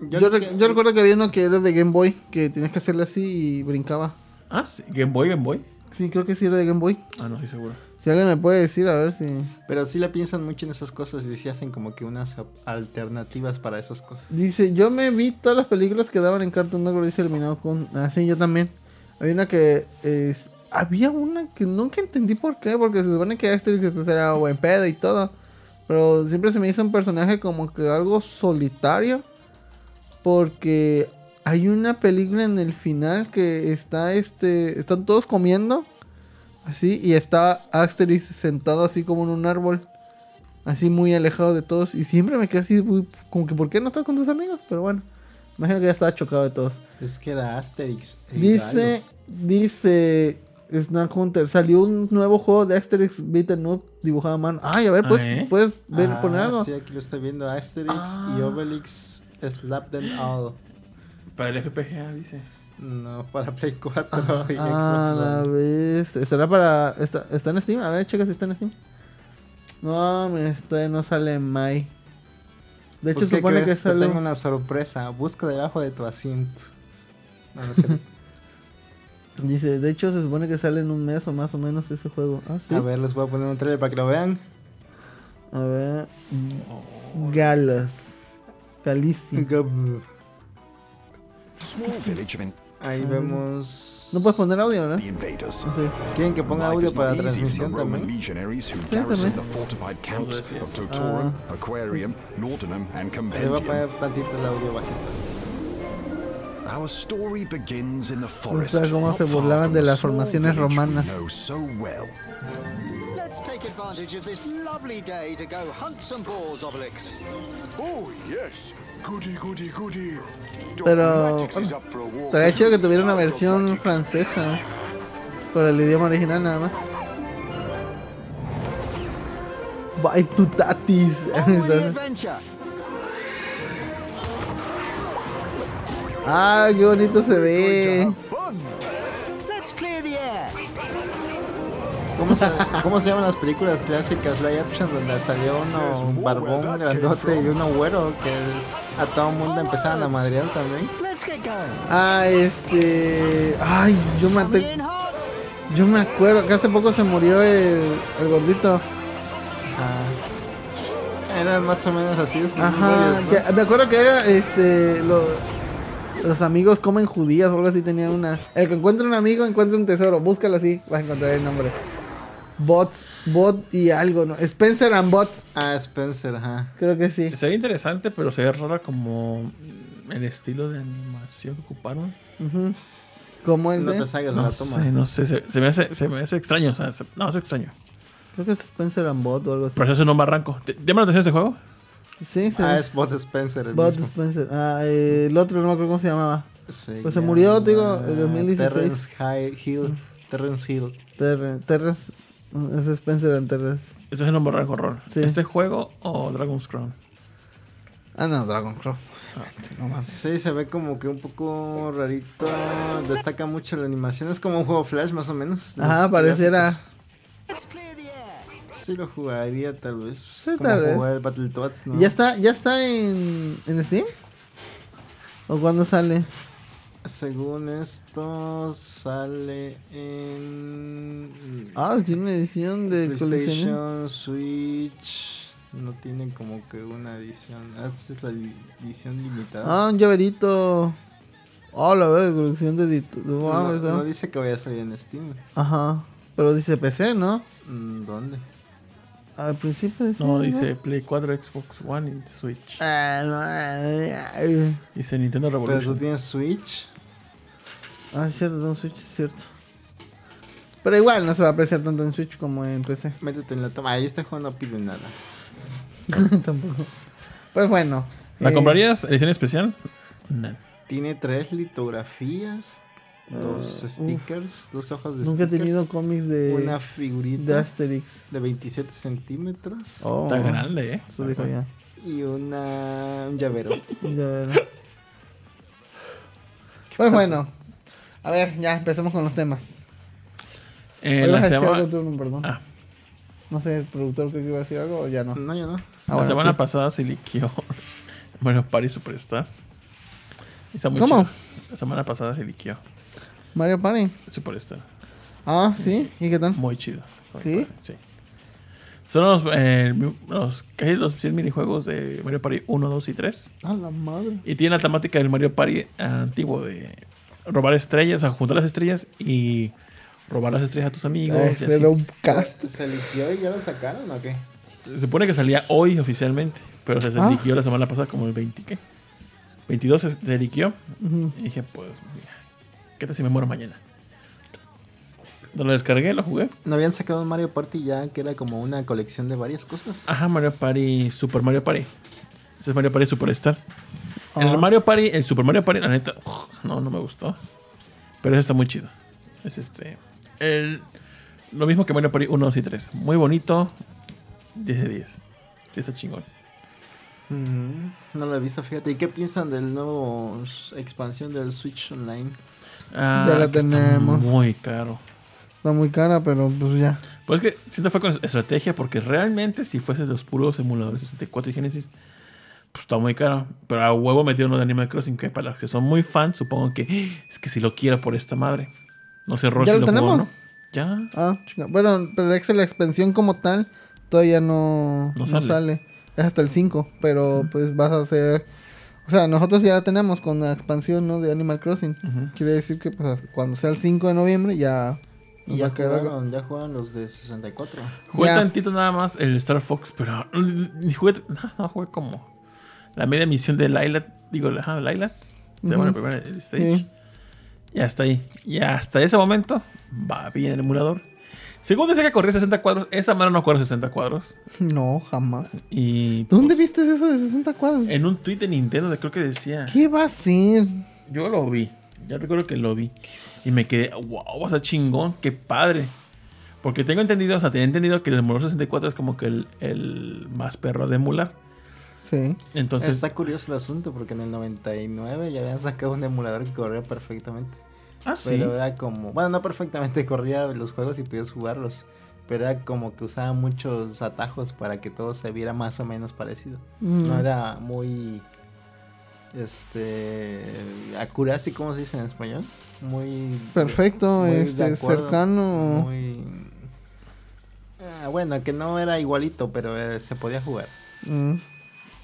Speaker 1: Yo,
Speaker 3: Yo,
Speaker 1: creo
Speaker 3: rec-
Speaker 1: que-
Speaker 3: yo recuerdo que había uno que era de Game Boy, que tenías que hacerle así y brincaba.
Speaker 2: Ah, sí, Game Boy, Game Boy.
Speaker 3: Sí, creo que sí era de Game Boy.
Speaker 2: Ah, no estoy seguro.
Speaker 3: Si alguien me puede decir, a ver si...
Speaker 1: Pero sí le piensan mucho en esas cosas y sí hacen como que unas a- alternativas para esas cosas.
Speaker 3: Dice, yo me vi todas las películas que daban en Cartoon Network, dice eliminado con... Ah, sí, yo también. Había una que... es- Había una que nunca entendí por qué, porque se supone que Asterix pues, era buen pedo y todo. Pero siempre se me hizo un personaje como que algo solitario. Porque hay una película en el final que está este. Están todos comiendo. Así. Y está Asterix sentado así como en un árbol. Así muy alejado de todos. Y siempre me quedé así. uy, Como que ¿por qué no estás con tus amigos? Pero bueno. Imagino que ya estaba chocado de todos.
Speaker 1: Es que era Asterix. e el
Speaker 3: Dice. Dice. Snack Hunter. Salió un nuevo juego de Asterix Beaten Up dibujado a mano. Ay, a ver,
Speaker 2: Ah,
Speaker 3: puedes,
Speaker 2: ¿eh?
Speaker 3: puedes
Speaker 1: galo.
Speaker 3: ver,
Speaker 1: Ah,
Speaker 3: poner algo.
Speaker 1: Sí, aquí lo estoy viendo. Asterix
Speaker 2: Ah.
Speaker 1: y Obelix Slap Them All.
Speaker 2: Para el FPGA, dice.
Speaker 1: No, para Play 4 y Xbox
Speaker 3: Ah, la
Speaker 1: One.
Speaker 3: vez. ¿Estará para. Está, está en Steam? A ver, checa si está en Steam. No, mira, esto no sale en Mai. De hecho,
Speaker 1: Pues, ¿qué
Speaker 3: supone que
Speaker 1: crees? Te
Speaker 3: sale.
Speaker 1: tengo una sorpresa. Busca debajo de tu asiento. No, no es cierto.
Speaker 3: Dice, de hecho, se supone que sale en un mes o más o menos ese juego. Ah, sí.
Speaker 1: A ver, les voy a poner un trailer para que lo vean.
Speaker 3: A ver. Galas. Galicia.
Speaker 1: Gub.
Speaker 8: Small village of in-
Speaker 1: Ahí vemos.
Speaker 3: Ah. No puedes poner audio, ¿no?
Speaker 8: the invaders.
Speaker 3: Sí.
Speaker 1: ¿Quieren que ponga
Speaker 8: Life
Speaker 1: audio
Speaker 8: is
Speaker 1: para la
Speaker 8: not easy for the
Speaker 1: transmisión
Speaker 8: Roman
Speaker 1: también?
Speaker 8: legionaries who
Speaker 3: Sí, también.
Speaker 8: garrisoned
Speaker 3: Ah.
Speaker 8: the fortified camps
Speaker 2: Todo
Speaker 8: of Totorum, Aquarium, Laudanum, and
Speaker 1: Le voy a
Speaker 8: Compendium.
Speaker 1: poner tantito el audio bajito.
Speaker 8: Our story begins in the
Speaker 3: O
Speaker 8: forest.
Speaker 3: sea, cómo
Speaker 8: not
Speaker 3: se
Speaker 8: far
Speaker 3: burlaban
Speaker 8: from
Speaker 3: de
Speaker 8: the
Speaker 3: las
Speaker 8: small
Speaker 3: formaciones
Speaker 8: village we
Speaker 3: romanas.
Speaker 8: know so well.
Speaker 9: Let's take advantage of this lovely day to go hunt some boars, Obelix.
Speaker 7: Oh, yes. Goody, goody, goody.
Speaker 3: Pero, bueno, Estaría chido que tuviera una versión francesa. Por el idioma original nada más. Bye tu tatis.
Speaker 9: On with the adventure.
Speaker 3: ah, qué bonito se ve.
Speaker 9: Let's clear the air.
Speaker 1: ¿Cómo se, ¿Cómo se llaman las películas clásicas live action donde salió uno barbón grandote y uno güero que a todo mundo empezaban a madrear también?
Speaker 9: Let's get going.
Speaker 3: Ah, este. Ay, yo
Speaker 9: Coming
Speaker 3: maté.
Speaker 9: in hot.
Speaker 3: Yo me acuerdo que hace poco se murió el, el gordito.
Speaker 1: Ah, era más o menos así. estos
Speaker 3: Ajá.
Speaker 1: güeyes, ¿no?
Speaker 3: que- me acuerdo que era este. lo- los amigos comen judías o algo así. Tenían una. El que encuentra un amigo encuentra un tesoro. Búscalo así. Vas a encontrar el nombre. Bots. Bot y algo, ¿no? Spencer and Bots.
Speaker 1: Ah, Spencer, ajá.
Speaker 3: Creo que sí.
Speaker 2: Se ve interesante, pero se ve rara como el estilo de animación que ocuparon.
Speaker 3: ¿Cómo es? eh?
Speaker 1: No
Speaker 3: de?
Speaker 1: te salgas de
Speaker 2: No
Speaker 1: la toma.
Speaker 2: sé, no sé, se, se me hace, se me hace extraño. O sea, se- no, es extraño.
Speaker 3: Creo que es Spencer and Bot o algo así.
Speaker 2: Pero eso es un barranco. ¿Te- ¿Llama la atención este juego?
Speaker 3: Sí, sí.
Speaker 1: Ah, es Bot Spencer. El
Speaker 3: Bot
Speaker 1: mismo.
Speaker 3: Spencer. Ah, eh, el otro no me acuerdo cómo se llamaba.
Speaker 1: Se
Speaker 3: Pues se murió, te digo, en
Speaker 1: llama
Speaker 3: 2016.
Speaker 1: ah, Terrence Hi- Hill. Terrence Hill.
Speaker 3: Terre- Terras. Mm, Es Spencer and Terras.
Speaker 2: Este es un barranco horror.
Speaker 3: Sí.
Speaker 2: ¿Este juego o Dragon's Crown? Ah.
Speaker 3: Ah, no, Dragon Crow.
Speaker 1: Sí, se ve como que un poco rarito. Destaca mucho la animación. Es como un juego Flash, más o menos. los
Speaker 3: Ajá, pareciera.
Speaker 1: gráficos.
Speaker 9: Let's clear the air.
Speaker 1: Sí, lo jugaría tal vez.
Speaker 3: Sí,
Speaker 1: como
Speaker 3: tal vez.
Speaker 1: jugar el Battletoads, ¿no?
Speaker 3: ¿Ya está, ya está en, en Steam? ¿O cuándo sale?
Speaker 1: Según esto, sale en.
Speaker 3: Ah, tiene una edición de colección.
Speaker 1: PlayStation, Switch. No tienen como que una edición. Ah, esta es la li- edición limitada.
Speaker 3: Ah, un llaverito. Oh, la verdad, colección de editu- de-
Speaker 1: no,
Speaker 3: ah, ¿verdad?
Speaker 1: no dice que vaya a salir en Steam.
Speaker 3: Ajá. Pero dice PC, ¿no?
Speaker 1: Mm, ¿Dónde?
Speaker 3: Al principio decía,
Speaker 2: No, dice Play 4, Xbox One y Switch.
Speaker 3: Ah, no, ah, ay.
Speaker 2: Dice Nintendo
Speaker 1: Pero tú
Speaker 2: Revolution.
Speaker 1: tienes Switch.
Speaker 3: Ah, es cierto, tengo Switch, es cierto. Pero igual no se va a apreciar tanto en Switch como en PC.
Speaker 1: Métete en la toma. Ahí este juego no pide nada.
Speaker 3: Tampoco. Pues bueno.
Speaker 2: ¿La
Speaker 3: eh,
Speaker 2: comprarías edición especial? No.
Speaker 1: Tiene tres litografías, dos stickers, dos hojas de
Speaker 3: Ah, Nunca he
Speaker 1: stickers,
Speaker 3: tenido cómics de,
Speaker 1: una
Speaker 3: de
Speaker 1: figurita
Speaker 3: Asterix.
Speaker 1: de 27 centímetros
Speaker 3: Oh,
Speaker 2: Está grande, ¿eh?
Speaker 3: Eso dijo ya.
Speaker 1: y una un llavero.
Speaker 3: Ya verá. Pues bueno. A ver, ya empecemos con los temas.
Speaker 2: Eh,
Speaker 3: Hoy
Speaker 2: la
Speaker 3: vas a decir
Speaker 2: semana,
Speaker 3: algo tú, no, perdón.
Speaker 2: Ah.
Speaker 3: No sé, el productor creo que iba a decir algo o ya no.
Speaker 1: No, yo no.
Speaker 3: Ah,
Speaker 2: la
Speaker 3: bueno,
Speaker 2: semana
Speaker 3: sí.
Speaker 2: pasada se liqueó. Bueno, Party Superstar. Está muy
Speaker 3: ¿Cómo?
Speaker 2: chido. La semana pasada se liqueó.
Speaker 3: Mario Party.
Speaker 2: Superstar.
Speaker 3: Ah, sí. ¿Y qué tal?
Speaker 2: Muy chido. Está muy
Speaker 3: ¿Sí?
Speaker 2: padre, Sí. Son los, eh, mi- los, casi los 100 minijuegos de Mario Party 1, 2 y 3.
Speaker 3: A la madre.
Speaker 2: Y tiene la temática del Mario Party antiguo de robar estrellas, o sea, juntar las estrellas y robar las estrellas a tus amigos.
Speaker 3: Ay,
Speaker 2: y así.
Speaker 3: era Este, un cast.
Speaker 1: ¿Se liqueó y ya lo sacaron o qué?
Speaker 2: Se supone que salía hoy oficialmente, pero se
Speaker 3: Ah.
Speaker 2: liquió la semana pasada como el 20, ¿qué? 22 se, se liquió. Y dije, pues, mira, ¿qué tal si me muero mañana? Lo descargué, lo jugué.
Speaker 1: ¿No habían sacado un Mario Party ya que era como una colección de varias
Speaker 3: Ah.
Speaker 1: cosas?
Speaker 2: Ajá, Mario Party, Super Mario Party. Ese es Mario Party Superstar. En
Speaker 3: Ah.
Speaker 2: el Mario Party, el Super Mario Party, la neta, no, no me gustó. Pero ese está muy chido. Es este. El, lo mismo que Mario Party 1, 2 y 3. Muy bonito. 10 de 10. Sí, está chingón.
Speaker 1: Mm, no lo he visto, fíjate. ¿Y qué piensan del nuevo s- expansión del Switch Online?
Speaker 2: Ah,
Speaker 3: Ya la
Speaker 2: que está
Speaker 3: tenemos.
Speaker 2: muy caro.
Speaker 3: Está muy cara, pero pues ya.
Speaker 2: Pues es que siento fue con estrategia, porque realmente si fuese los puros emuladores 64 y Genesis, pues está muy caro. Pero a huevo metió uno de Animal Crossing, que para los que son muy fans, supongo que ¡Ah! es que si lo quiero por esta madre. No sé, Ross,
Speaker 3: ¿Ya
Speaker 2: si
Speaker 3: lo
Speaker 2: lo jugó, ¿no?
Speaker 3: tenemos?
Speaker 2: Ya.
Speaker 3: Ah, chinga. Bueno, pero es que la expansión como tal todavía no,
Speaker 2: No
Speaker 3: no
Speaker 2: sale.
Speaker 3: sale. Es hasta el 5, pero pues vas a hacer... O sea, nosotros ya la tenemos con la expansión, ¿no? De Animal Crossing. Quiere decir que pues hasta- cuando sea el 5 de noviembre ya...
Speaker 1: Y
Speaker 3: nos va
Speaker 1: ya
Speaker 3: a quedar algo.
Speaker 1: jugaron, ya jugaron los de 64.
Speaker 2: Jugué
Speaker 3: Ya.
Speaker 2: tantito nada más el Star Fox, pero mm, jugué, no, no, jugué como la media misión de Lailat, digo, ajá, Lailat, se llama la primera el stage.
Speaker 3: Sí.
Speaker 2: Ya está ahí. Y hasta ese momento va bien el emulador. Según decía que corría 60 cuadros, esa mano no corre 60 cuadros.
Speaker 3: No, jamás.
Speaker 2: Y
Speaker 3: ¿Dónde viste eso de 60 cuadros?
Speaker 2: en un tweet de Nintendo de- creo que decía,
Speaker 3: ¿Qué va a ser?
Speaker 2: yo lo vi, ya recuerdo que lo vi. Y me quedé, wow, o sea, chingón, qué padre. Porque tengo entendido, o sea, tenía entendido que el emulador 64 es como que el, el más perro de emular.
Speaker 3: Sí.
Speaker 2: Entonces,
Speaker 1: Está curioso el asunto porque en el 99 ya habían sacado un emulador que corría perfectamente.
Speaker 2: ah, sí.
Speaker 1: Pero era como, bueno, no perfectamente corría los juegos y podías jugarlos. Pero era como que usaba muchos atajos para que todo se viera más o menos parecido.
Speaker 3: Mm.
Speaker 1: No era muy este accuracy, ¿cómo se dice en español? Muy
Speaker 3: Perfecto,
Speaker 1: muy de
Speaker 3: este,
Speaker 1: acuerdo,
Speaker 3: cercano.
Speaker 1: Muy Ah, bueno, que no era igualito, pero eh, se podía jugar.
Speaker 3: Mm.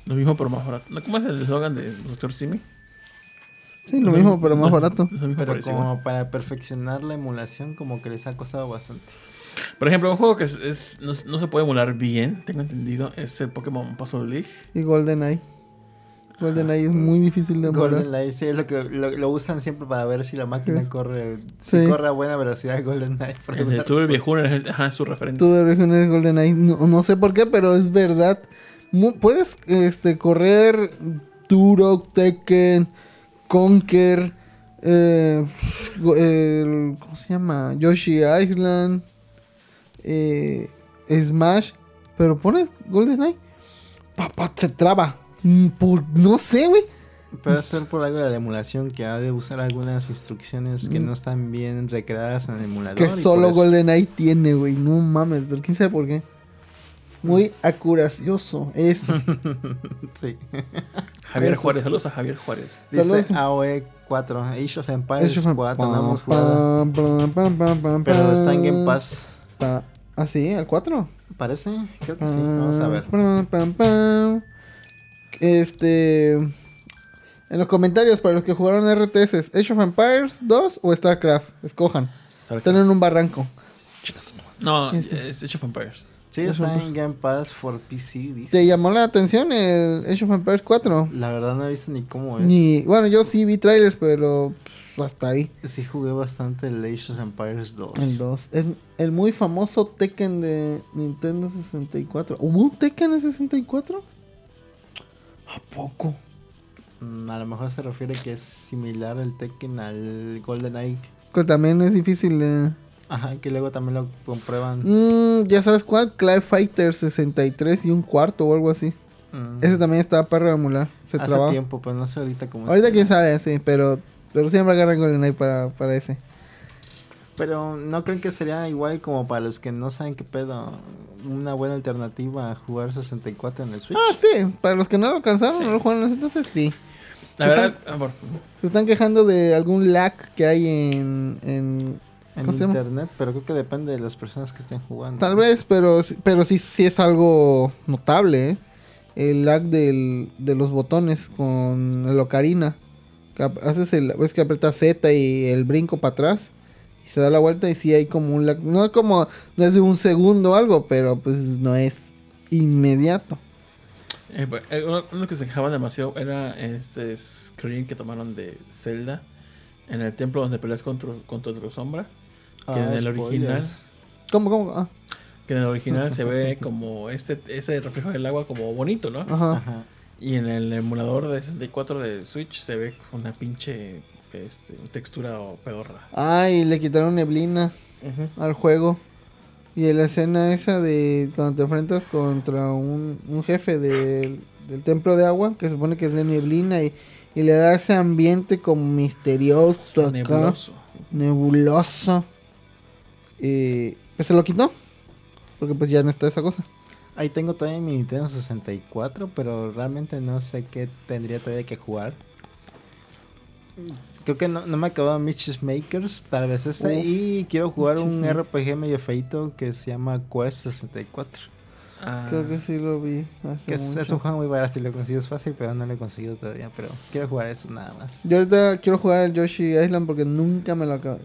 Speaker 2: Lo mismo pero más barato. ¿No? ¿Cómo es el eslogan de Doctor Simi?
Speaker 3: Sí, lo mismo, pero más barato.
Speaker 2: Lo mismo,
Speaker 1: Pero
Speaker 2: pero es igual.
Speaker 1: como para perfeccionar la emulación, como que les ha costado bastante.
Speaker 2: Por ejemplo, un juego que es, es- no, no se puede emular bien, tengo entendido, es el Pokémon Puzzle League.
Speaker 3: Y GoldenEye. GoldenEye es muy difícil de emular.
Speaker 1: GoldenEye, sí, es lo que lo, lo usan siempre para ver si la máquina corre,
Speaker 3: Sí.
Speaker 1: si corre a buena velocidad GoldenEye. por
Speaker 2: El de
Speaker 1: alguna
Speaker 2: Tuve el
Speaker 1: razón.
Speaker 2: viejuno, es- ajá, es su referente.
Speaker 3: Tuve original GoldenEye. No, no sé por qué, pero es verdad. Mu- puedes este, correr Turok, Tekken, Conker. eh, go- el- ¿Cómo se llama? Yoshi Island. eh, Smash. Pero pones GoldenEye. Papá, se traba. Mm, Por, no sé, güey.
Speaker 1: Puede ser por algo de la emulación que ha de usar algunas instrucciones que no están bien recreadas en el emulador. y
Speaker 3: Mm. Que
Speaker 1: por
Speaker 3: solo
Speaker 1: eso-
Speaker 3: GoldenEye tiene, güey. No mames, pero quién sabe por qué.
Speaker 1: Mm.
Speaker 3: Muy acuracioso, eso.
Speaker 1: Sí.
Speaker 2: Javier
Speaker 3: Eso es-
Speaker 2: Juárez, saludos a Javier Juárez.
Speaker 1: Dice
Speaker 3: Saludos.
Speaker 1: AOE 4, Age of Empires
Speaker 3: Eso fue-
Speaker 1: 4, no hemos jugado.
Speaker 3: Pam, pam, pam, pam, pam,
Speaker 1: Pero está en Game
Speaker 3: pam,
Speaker 1: Pass,
Speaker 3: pa- Ah, sí, el 4.
Speaker 1: parece. Creo que sí, vamos a ver.
Speaker 3: Pam, pam, pam. Este. En los comentarios, para los que jugaron RTS, Age of Empires 2 o StarCraft, escojan.
Speaker 2: Starcraft.
Speaker 3: Están en un Este. barranco.
Speaker 2: No, es Age of Empires.
Speaker 1: Sí, está en Game Pass for PC, dice.
Speaker 3: ¿Te llamó la atención el Age of Empires 4?
Speaker 1: La verdad no he visto ni cómo es.
Speaker 3: Ni, bueno, yo sí vi trailers, pero pues, hasta ahí.
Speaker 1: Sí jugué bastante el Age of Empires 2.
Speaker 3: El 2. Es el muy famoso Tekken de Nintendo 64. ¿Hubo un Tekken en 64? ¿A poco?
Speaker 1: Mm, A lo mejor se refiere que es similar el Tekken al Golden Age.
Speaker 3: Que también es difícil. eh.
Speaker 1: Ajá, que luego también lo comprueban.
Speaker 3: Mm, ya sabes cuál, Clay Fighter 63 y un cuarto o algo así.
Speaker 1: Mm,
Speaker 3: Ese también está perro de emular. Se
Speaker 1: Hace
Speaker 3: trababa.
Speaker 1: tiempo, pero no sé ahorita cómo
Speaker 3: Ahorita
Speaker 1: esté.
Speaker 3: quién sabe, sí, pero, pero siempre agarran GoldenEye para, para ese.
Speaker 1: Pero no creen que sería igual como para los que no saben qué pedo. Una buena alternativa a jugar 64 en el Switch.
Speaker 3: Ah, sí, para los que no lo alcanzaron,
Speaker 2: Sí.
Speaker 3: no lo jugaron en ese entonces, sí.
Speaker 2: La
Speaker 3: ¿Qué
Speaker 2: verdad, ah, por-
Speaker 3: Se están quejando de algún lag que hay en- en
Speaker 1: en
Speaker 3: ¿cómo se llama?
Speaker 1: internet, pero creo que depende de las personas que estén jugando.
Speaker 3: Tal vez, pero, sí- pero sí, sí es algo notable. ¿eh? El lag del, de los botones con el ocarina. Que ap- Haces el, ves que aprietas Z y el brinco para atrás. Y se da la vuelta y sí hay como un lag. No es como, no es de un segundo o algo, pero pues no es inmediato.
Speaker 2: eh, por- eh, uno, uno que se quejaba demasiado era este screen que tomaron de Zelda en el templo donde peleas contra, contra tu sombra. Que en el original,
Speaker 1: Ah, spoilers.
Speaker 3: ¿Cómo, cómo? Ah,
Speaker 2: que en el original se ve como este ese reflejo del agua como bonito, ¿no?
Speaker 3: ajá.
Speaker 1: Ajá.
Speaker 2: Y en el emulador de 64 de Switch se ve una pinche este, textura o pedorra.
Speaker 3: Ah, y le quitaron neblina al juego. Y en la escena esa de cuando te enfrentas contra un, un jefe del, del templo de agua, que se supone que es de neblina, y, y le da ese ambiente como misterioso, acá, nebuloso.
Speaker 2: Nebuloso.
Speaker 3: Eh, pues se lo quitó, porque pues ya no está esa cosa.
Speaker 1: Ahí tengo todavía mi Nintendo 64, pero realmente no sé qué tendría todavía que jugar. Creo que no, no me acabó Mitch's Makers, tal vez ese.
Speaker 3: Uf,
Speaker 1: y quiero jugar
Speaker 3: Mitch's
Speaker 1: un
Speaker 3: Makers.
Speaker 1: RPG medio feito que se llama Quest 64.
Speaker 2: Ah,
Speaker 3: Creo que sí lo vi. hace
Speaker 1: Que es, es
Speaker 3: mucho.
Speaker 1: un juego muy barato y lo consigues fácil, pero no lo he conseguido todavía. Pero quiero jugar eso nada más.
Speaker 3: Yo ahorita quiero jugar el Yoshi Island porque nunca me lo acabé.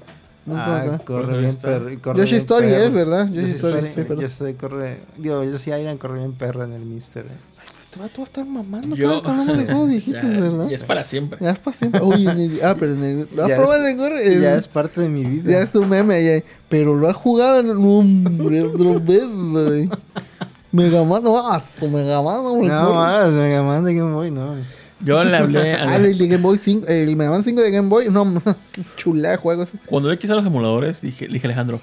Speaker 3: Nunca me lo
Speaker 1: Ah, corre
Speaker 3: acabé.
Speaker 2: Corre
Speaker 1: bien,
Speaker 2: esta.
Speaker 1: perro. y corre
Speaker 3: Yoshi
Speaker 1: bien
Speaker 3: Story
Speaker 1: perro.
Speaker 3: es, ¿verdad? Yoshi
Speaker 1: Yoshi
Speaker 3: Story,
Speaker 1: Story,
Speaker 3: sí, perdón.
Speaker 1: Yoshi Story corre. Digo, Yoshi Island corre bien perro en el Mister. eh.
Speaker 3: Este Este vato va a estar mamando.
Speaker 2: Yo-
Speaker 3: Yo. Hablamos de juegos viejitos,
Speaker 2: Ya-
Speaker 3: ¿verdad?
Speaker 2: Y es para siempre.
Speaker 3: Ya es para siempre. Uy, en el- ah, pero en el. ¿Lo has
Speaker 1: Ya es-
Speaker 3: probado en el gorro?
Speaker 1: Ya
Speaker 3: El-
Speaker 1: es parte de mi vida.
Speaker 3: Ya es tu meme, ya. Pero lo has jugado en un hombre, otro vez, güey. Megaman, vas, Megaman, güey.
Speaker 1: No más, Mega Man de Game Boy, no.
Speaker 2: Yo le hablé a
Speaker 3: Ah, el de Game Boy 5, el Megaman 5 de Game Boy, no, chulada de juego ese.
Speaker 2: Cuando yo quise los emuladores, dije, le dije a Alejandro,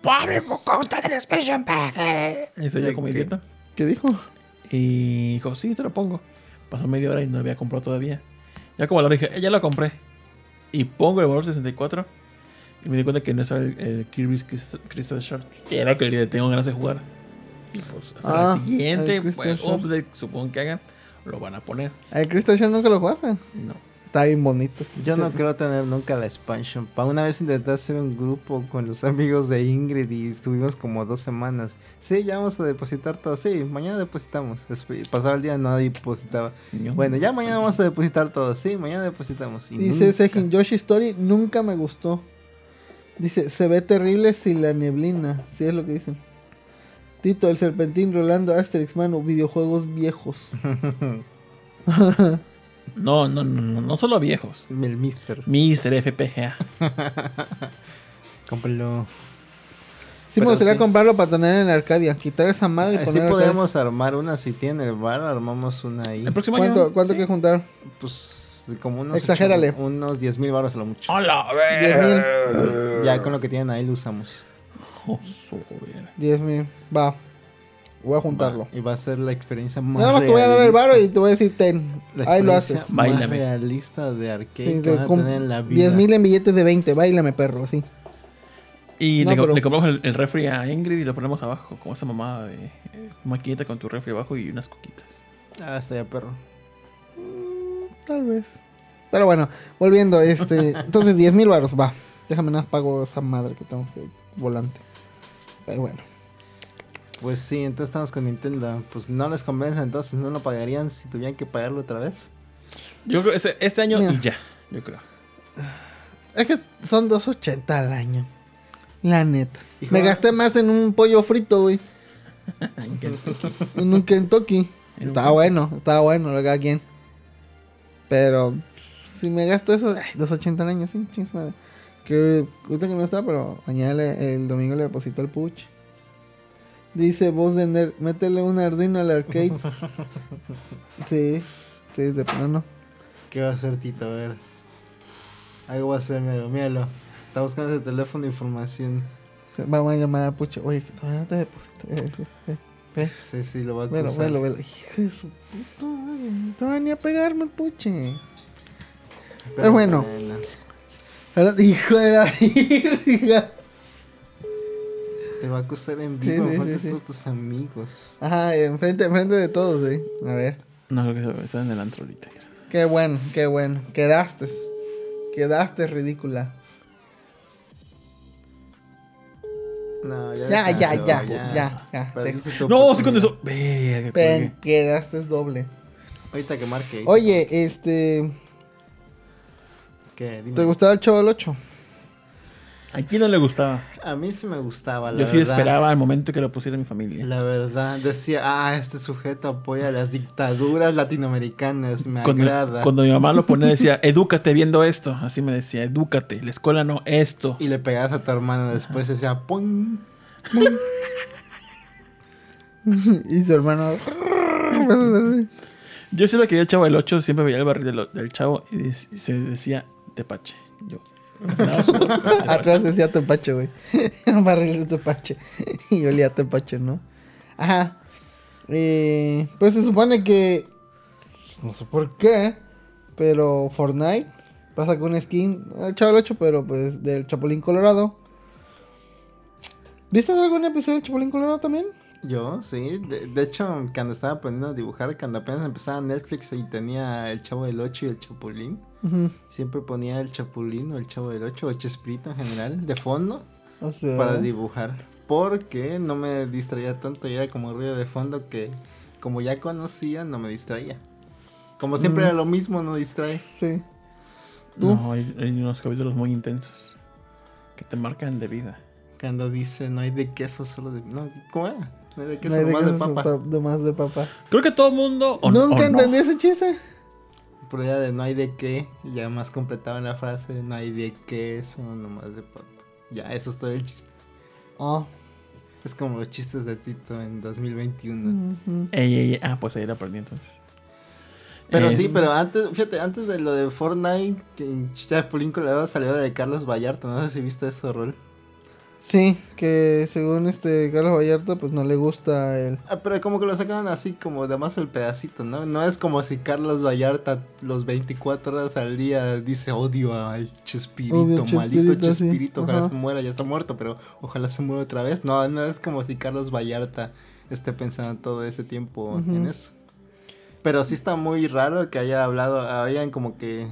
Speaker 2: ¡Pobre consta del Expansion Pack! eh". Y soy yo como
Speaker 1: Ok.
Speaker 2: idiota.
Speaker 3: ¿Qué dijo?
Speaker 2: Y dijo, sí, te lo pongo. Pasó media hora y no lo había comprado todavía. Ya como lo dije, "Eh, ya lo compré. Y pongo el valor 64. Y me di cuenta que no estaba el, el Kirby's Crystal, Crystal Shard. Que era lo que le tengo ganas de jugar. Y pues hasta
Speaker 3: Ah,
Speaker 2: la siguiente
Speaker 3: el Crystal
Speaker 2: pues,
Speaker 3: Shard.
Speaker 2: update, supongo que hagan, lo van a poner.
Speaker 3: El Crystal Shard nunca lo jugaste.
Speaker 2: No.
Speaker 3: Está bien bonito. sí.
Speaker 1: Yo no creo tener nunca la expansion. Pa una vez intenté hacer un grupo con los amigos de Ingrid y estuvimos como dos semanas. Sí, ya vamos a depositar todo. Sí, mañana depositamos. Después- Pasaba el día nadie depositaba.
Speaker 2: Ño.
Speaker 1: Bueno, ya mañana vamos a depositar todo. Sí, mañana depositamos. Y
Speaker 3: Dice
Speaker 1: nunca.
Speaker 3: Sejin, Yoshi Story nunca me gustó. Dice, se ve terrible sin la neblina. Sí es lo que dicen. Tito, el serpentín, Rolando, Asterix, mano, videojuegos viejos.
Speaker 2: No, no, no, no, no solo viejos.
Speaker 1: El mister.
Speaker 2: Mister FPGA.
Speaker 1: Cómpralo.
Speaker 3: Sí me
Speaker 1: Pero
Speaker 3: gustaría
Speaker 1: sí.
Speaker 3: comprarlo para tener en Arcadia. Quitar esa madre y
Speaker 1: Así
Speaker 3: poner Arcadia.
Speaker 1: podemos armar una. Si tiene el bar, armamos una ahí.
Speaker 2: El próximo
Speaker 3: ¿Cuánto,
Speaker 2: año.
Speaker 3: cuánto hay que juntar?
Speaker 1: Pues como unos.
Speaker 3: Exagérale.
Speaker 1: ocho- unos 10 mil baros a lo mucho.
Speaker 2: ¡Hola! a ver.
Speaker 3: 10.000.
Speaker 1: Ya con lo que tienen ahí lo usamos.
Speaker 2: Oh, su vera.
Speaker 3: 10.000. Va. Voy a juntarlo.
Speaker 1: Y va a ser la experiencia
Speaker 3: Yo
Speaker 1: más.
Speaker 3: Nada más te voy a dar el
Speaker 1: realista.
Speaker 3: baro y te voy a decir ten.
Speaker 1: La
Speaker 3: Ahí lo
Speaker 1: experiencia
Speaker 3: haces.
Speaker 1: Más
Speaker 2: Báilame.
Speaker 1: realista de arcade
Speaker 3: Sí,
Speaker 1: que
Speaker 3: de
Speaker 1: van a
Speaker 3: com-
Speaker 1: tener en la vida.
Speaker 3: 10 mil en billetes de 20, bailame perro, sí.
Speaker 2: Y
Speaker 3: No,
Speaker 2: le, co-
Speaker 3: pero-
Speaker 2: le compramos el, el refri a Ingrid y lo ponemos abajo, como esa mamada de eh, maquinita con tu refri abajo y unas coquitas.
Speaker 1: Ah, está ya perro.
Speaker 3: Tal vez. Pero bueno, volviendo, este. entonces 10 mil baros, va. Déjame nada, más pago esa madre que tengo que volante. Pero bueno.
Speaker 1: Pues sí, entonces estamos con Nintendo. Pues no les convence, entonces no lo pagarían si tuvieran que pagarlo otra vez.
Speaker 2: Yo creo que ese- este año
Speaker 3: Mira.
Speaker 2: y ya, yo creo.
Speaker 3: Es que son 2.80 al año. La neta.
Speaker 1: Hijo.
Speaker 3: Me gasté más en un pollo frito, güey. en un Kentucky.
Speaker 2: En un
Speaker 3: Estaba bueno, estaba bueno, lo cada quien. Pero si me gasto eso, ay, 280 al año, sí, chingos madre. Que ahorita que no está, pero añádale el domingo le deposito el puch. Dice voz de nerd, métele un Arduino al arcade. sí, sí, de plano.
Speaker 1: ¿Qué va a hacer Tito? A ver. Algo va a hacer, míralo, míralo. Está buscando su teléfono de información.
Speaker 3: Vamos a llamar al pucho. Oye, que todavía no te deposito. Eh, eh, eh, ve.
Speaker 1: Sí, sí, lo va a
Speaker 3: Velo,
Speaker 1: cruzar.
Speaker 3: velo, velo. Hijo de su puta madre. No te van ni a pegarme, puche.
Speaker 1: Pero
Speaker 3: bueno. Ahora- Hijo de la virga.
Speaker 1: Te va a acusar en
Speaker 3: Sí,
Speaker 1: vivo
Speaker 3: sí,
Speaker 1: frente a
Speaker 3: sí, sí.
Speaker 1: todos tus amigos.
Speaker 3: Ajá, enfrente, enfrente de todos, sí. A ver.
Speaker 2: No creo que está en el antro ahorita. creo.
Speaker 3: Qué bueno, qué bueno. Quedaste. Quedaste ridícula.
Speaker 1: No, ya.
Speaker 3: Ya, ya,
Speaker 1: déjalo,
Speaker 3: ya, ya, ya.
Speaker 1: Perdiste tu
Speaker 2: No, sí con
Speaker 1: oportunidad.
Speaker 2: eso. Verga,
Speaker 3: Ven,
Speaker 2: colgué.
Speaker 3: quedaste doble.
Speaker 1: Ahorita que marque.
Speaker 3: Oye, este.
Speaker 1: ¿Qué? Dime.
Speaker 3: ¿Te gustaba el Chavo del 8?
Speaker 2: ¿A quién no le gustaba?
Speaker 1: A mí sí me gustaba, la
Speaker 2: yo sí
Speaker 1: verdad.
Speaker 2: esperaba al momento que lo pusiera mi familia.
Speaker 1: La verdad, decía, ah, este sujeto apoya las dictaduras latinoamericanas, me
Speaker 2: Cuando,
Speaker 1: agrada.
Speaker 2: cuando mi mamá lo ponía decía, edúcate viendo esto. Así me decía, edúcate. La escuela no, esto.
Speaker 1: Y le pegabas a tu hermano después, decía, ¡pum!
Speaker 3: y su hermano.
Speaker 2: Yo siempre que veía el chavo del 8, siempre veía el barril del, del chavo y, dec- y se decía tepache. Yo. nada, su-
Speaker 3: Atrás decía Tepache, güey. Era un barril de Tepache. Y olía Tepache, ¿no? Ajá. Eh, pues se supone que. No sé por qué. Pero Fortnite pasa con un skin. El Chavo del 8, pero pues del Chapulín Colorado. ¿Viste algún episodio del Chapulín Colorado también?
Speaker 1: Yo, sí. De, de hecho, cuando estaba aprendiendo a dibujar, cuando apenas empezaba Netflix y tenía el Chavo del 8 y el Chapulín,
Speaker 3: Ujú.
Speaker 1: siempre ponía el Chapulín o el Chavo del 8 o el Chespirito en general, de fondo,
Speaker 3: O sea,
Speaker 1: para dibujar. Porque no me distraía tanto, y era como ruido de fondo que, como ya conocía, no me distraía. Como siempre
Speaker 3: Mm.
Speaker 1: era lo mismo, no distrae.
Speaker 3: sí. ¿Tú?
Speaker 2: No, hay, hay unos capítulos muy intensos que te marcan de vida.
Speaker 1: Cuando dice no hay de queso, solo de. No, ¿cómo era? De
Speaker 3: No hay
Speaker 1: queso más de
Speaker 3: queso
Speaker 1: papa.
Speaker 3: pa- de más de papa.
Speaker 2: Creo que todo el mundo. o- o
Speaker 3: Nunca
Speaker 2: no.
Speaker 3: entendí ese chiste.
Speaker 1: Por allá de no hay de qué. Y ya más completaba la frase. No hay de queso, nomás de papa. Ya, eso es todo el chiste.
Speaker 3: Oh,
Speaker 1: Es como los chistes de Tito en 2021.
Speaker 2: Ey, ey, ey. Ah, pues ahí la perdí entonces.
Speaker 1: Pero
Speaker 2: Eh,
Speaker 1: sí, pero antes, fíjate, antes de lo de Fortnite, que Chapulín Colorado salió de Carlos Vallarta. No sé si viste eso, Rol.
Speaker 3: sí, que según este Carlos Vallarta, pues no le gusta el.
Speaker 1: Ah, pero como que lo sacaron así, como de más el pedacito, ¿no? No es como si Carlos Vallarta los 24 horas al día dice odio al Chespirito,
Speaker 3: Odio al
Speaker 1: maldito
Speaker 3: Chespirito,
Speaker 1: Chespirito,
Speaker 3: sí.
Speaker 1: ojalá
Speaker 3: Ajá.
Speaker 1: se muera, ya está muerto, pero ojalá se muera otra vez. No, no es como si Carlos Vallarta esté pensando todo ese tiempo en eso. Pero sí está muy raro que haya hablado, hayan como que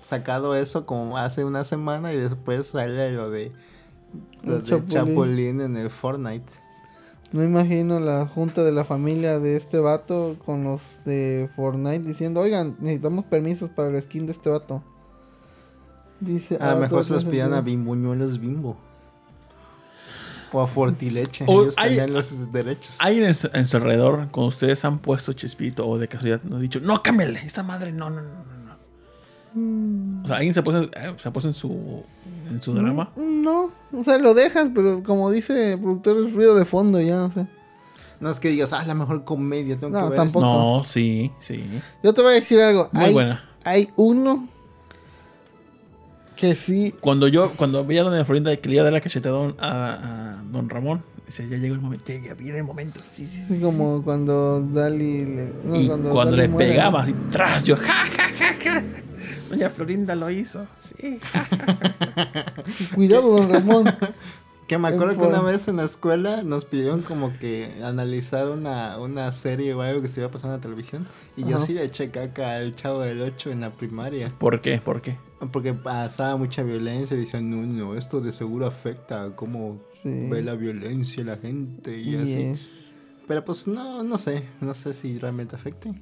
Speaker 1: sacado eso como hace una semana y después sale lo de, lo
Speaker 3: El
Speaker 1: de
Speaker 3: Chapulín.
Speaker 1: Chapulín en el Fortnite.
Speaker 3: No imagino la junta de la familia de este vato con los de Fortnite diciendo: Oigan, necesitamos permisos para el skin de este vato. Dice:
Speaker 1: A lo
Speaker 3: "Ahora todo
Speaker 1: mejor se los
Speaker 3: tiene
Speaker 1: pidan a
Speaker 3: sentido".
Speaker 1: Bimbuñuelos Bimbo. O a Fortileche.
Speaker 2: O
Speaker 1: Ellos
Speaker 2: hay-
Speaker 1: tenían los derechos.
Speaker 2: Alguien en su, en su alrededor, cuando ustedes han puesto Chespito o de casualidad, nos han dicho, no, cámbiale, esta madre, no, no, no, no, no.
Speaker 3: Mm.
Speaker 2: O sea, alguien se ha puesto, eh, se ha puesto en su, en su drama.
Speaker 3: No, o sea, lo dejas, pero como dice el productor, es ruido de fondo ya, o sea.
Speaker 1: No es que digas, ah, la mejor comedia, tengo
Speaker 3: No,
Speaker 1: que ver.
Speaker 3: tampoco.
Speaker 1: Tampoco.
Speaker 2: No, sí, sí.
Speaker 3: Yo te voy a decir algo.
Speaker 2: Muy
Speaker 3: hay,
Speaker 2: buena.
Speaker 3: Hay uno que sí.
Speaker 2: Cuando yo, cuando veía a Doña Florinda que le iba a dar la cachetadón a, a Don Ramón, decía, ya llegó el momento, ya viene el momento, sí, sí, sí.
Speaker 3: Es como cuando Dali le. no,
Speaker 2: y cuando,
Speaker 3: Dali
Speaker 2: le
Speaker 3: muere, ¿no?
Speaker 2: pegaba así, tras, yo, ja, ja, ja, ja. Doña Florinda lo hizo, sí.
Speaker 3: Cuidado, don Ramón.
Speaker 1: Que me
Speaker 3: En
Speaker 1: acuerdo que una
Speaker 3: forma.
Speaker 1: vez en la escuela nos pidieron como que analizar una, una serie o algo que se iba a pasar en la televisión. Y yo
Speaker 3: Ajá.
Speaker 1: sí le eché caca al chavo del 8 en la primaria.
Speaker 2: ¿Por qué? ¿Por qué?
Speaker 1: Porque pasaba mucha violencia y decían, no, no, esto de seguro afecta a cómo
Speaker 3: Sí.
Speaker 1: ve la violencia la gente y
Speaker 3: Y
Speaker 1: así.
Speaker 3: es-
Speaker 1: Pero pues no, no sé, no sé si realmente afecte.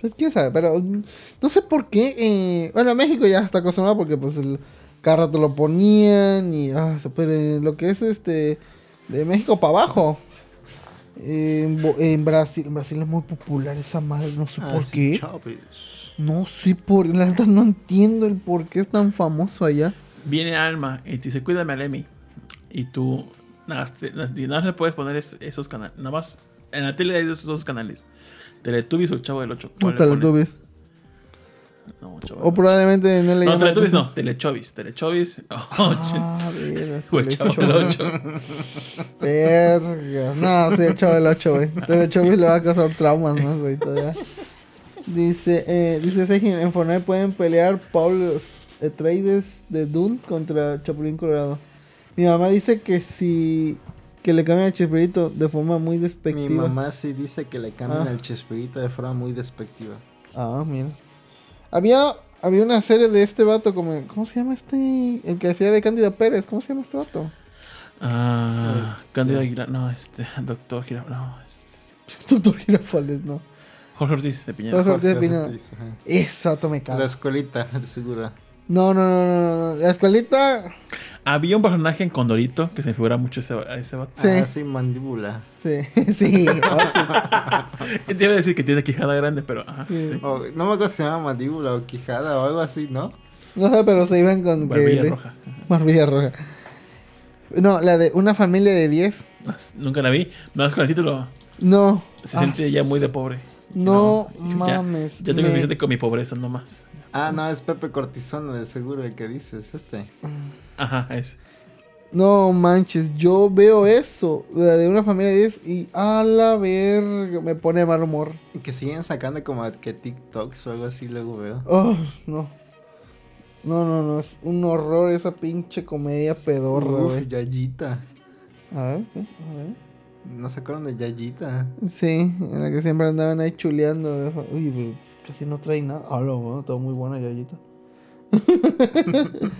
Speaker 3: Pues quién sabe, pero mm, no sé por qué. eh, bueno, México ya está acostumbrado porque pues el cada rato lo ponían y ah, se- pero eh, lo que es este de México para abajo. eh, En, Bo- en Brasil, en Brasil es muy popular esa madre, no
Speaker 2: Ah,
Speaker 3: sé por
Speaker 1: Así,
Speaker 3: qué.
Speaker 1: Chávez.
Speaker 3: No sé por la verdad no entiendo el por qué es tan famoso allá.
Speaker 2: Viene Alma y te dice, cuídame a Lemmy. Y tú, nada más, te- nada más le puedes poner es- esos canales. Nada más, en la tele hay esos dos canales. Teletubbies o el Chavo del 8.
Speaker 3: O Teletubbies.
Speaker 2: No, Chavo
Speaker 3: O
Speaker 2: del Ocho.
Speaker 3: probablemente no le
Speaker 2: No,
Speaker 3: llaman la
Speaker 2: Teletubbies
Speaker 3: atención.
Speaker 2: no, Telechovis. Telechovis o
Speaker 3: Ah, verga,
Speaker 2: el Chavo del 8.
Speaker 3: Verga. No, sí, el chavo del 8, güey. Entonces el chavo le va a causar traumas más, güey, todavía. Dice, eh, dice Sejin, en Fortnite pueden pelear Paul Atreides de Dune contra Chapulín Colorado. Mi mamá dice que si... Que le cambian el Chespirito de forma muy
Speaker 1: Mi
Speaker 3: despectiva.
Speaker 1: mamá sí dice que le cambian
Speaker 3: Ah.
Speaker 1: el chespirito de forma muy despectiva.
Speaker 3: Ah, mira. Había, había una serie de este vato, como, ¿cómo se llama este? El que hacía de Cándido Pérez, ¿cómo se llama este vato?
Speaker 2: Ah, Cándido Aguilar. No, este, Doctor Gira. No, este,
Speaker 3: Doctor Girafales, no.
Speaker 2: Jorge Ortiz de Piñera.
Speaker 3: Jorge Ortiz de
Speaker 1: Jorge
Speaker 3: Pineda.
Speaker 1: Ortiz, ajá.
Speaker 3: Ese vato me
Speaker 1: La
Speaker 3: caga.
Speaker 1: escuelita, de seguro.
Speaker 3: No, no, no, no, no, no. La escuelita,
Speaker 2: Había un personaje en Condorito que se me figura mucho ese, a ese vato.
Speaker 3: Sí.
Speaker 1: Ah, sí, mandíbula.
Speaker 3: sí, sí. oh,
Speaker 2: Debe decir que tiene quijada grande, pero. ajá.
Speaker 3: sí.
Speaker 1: O- no me acuerdo si se llama mandíbula o quijada o algo así, ¿no?
Speaker 3: No sé, pero se iban con
Speaker 2: Barbilla
Speaker 3: que...
Speaker 2: roja.
Speaker 3: Barbilla roja. No, la de una familia de 10.
Speaker 2: Nunca la vi. Más con el título.
Speaker 3: No.
Speaker 2: Se
Speaker 3: Ah,
Speaker 2: siente ya muy de pobre.
Speaker 3: No
Speaker 2: Dijo,
Speaker 3: mames.
Speaker 2: Ya, ya tengo
Speaker 3: me-
Speaker 2: suficiente con mi pobreza nomás.
Speaker 1: Ah, no, es Pepe Cortisona, de seguro el que dices, este.
Speaker 2: Ajá, es.
Speaker 3: No manches, yo veo eso. La de una familia de 10 y a la verga me pone de mal humor.
Speaker 1: Y Que siguen sacando como que TikToks o algo así, luego veo.
Speaker 3: Oh, no. No, no, no, es un horror esa pinche comedia pedorra,
Speaker 1: Uf,
Speaker 3: güey.
Speaker 1: Yayita.
Speaker 3: A ver, ¿qué? A ver.
Speaker 1: No sacaron de Yayita.
Speaker 3: Sí, en la que siempre andaban ahí chuleando. dijo, Uy, pero casi no trae nada. Hola, bueno, todo muy buena gallita.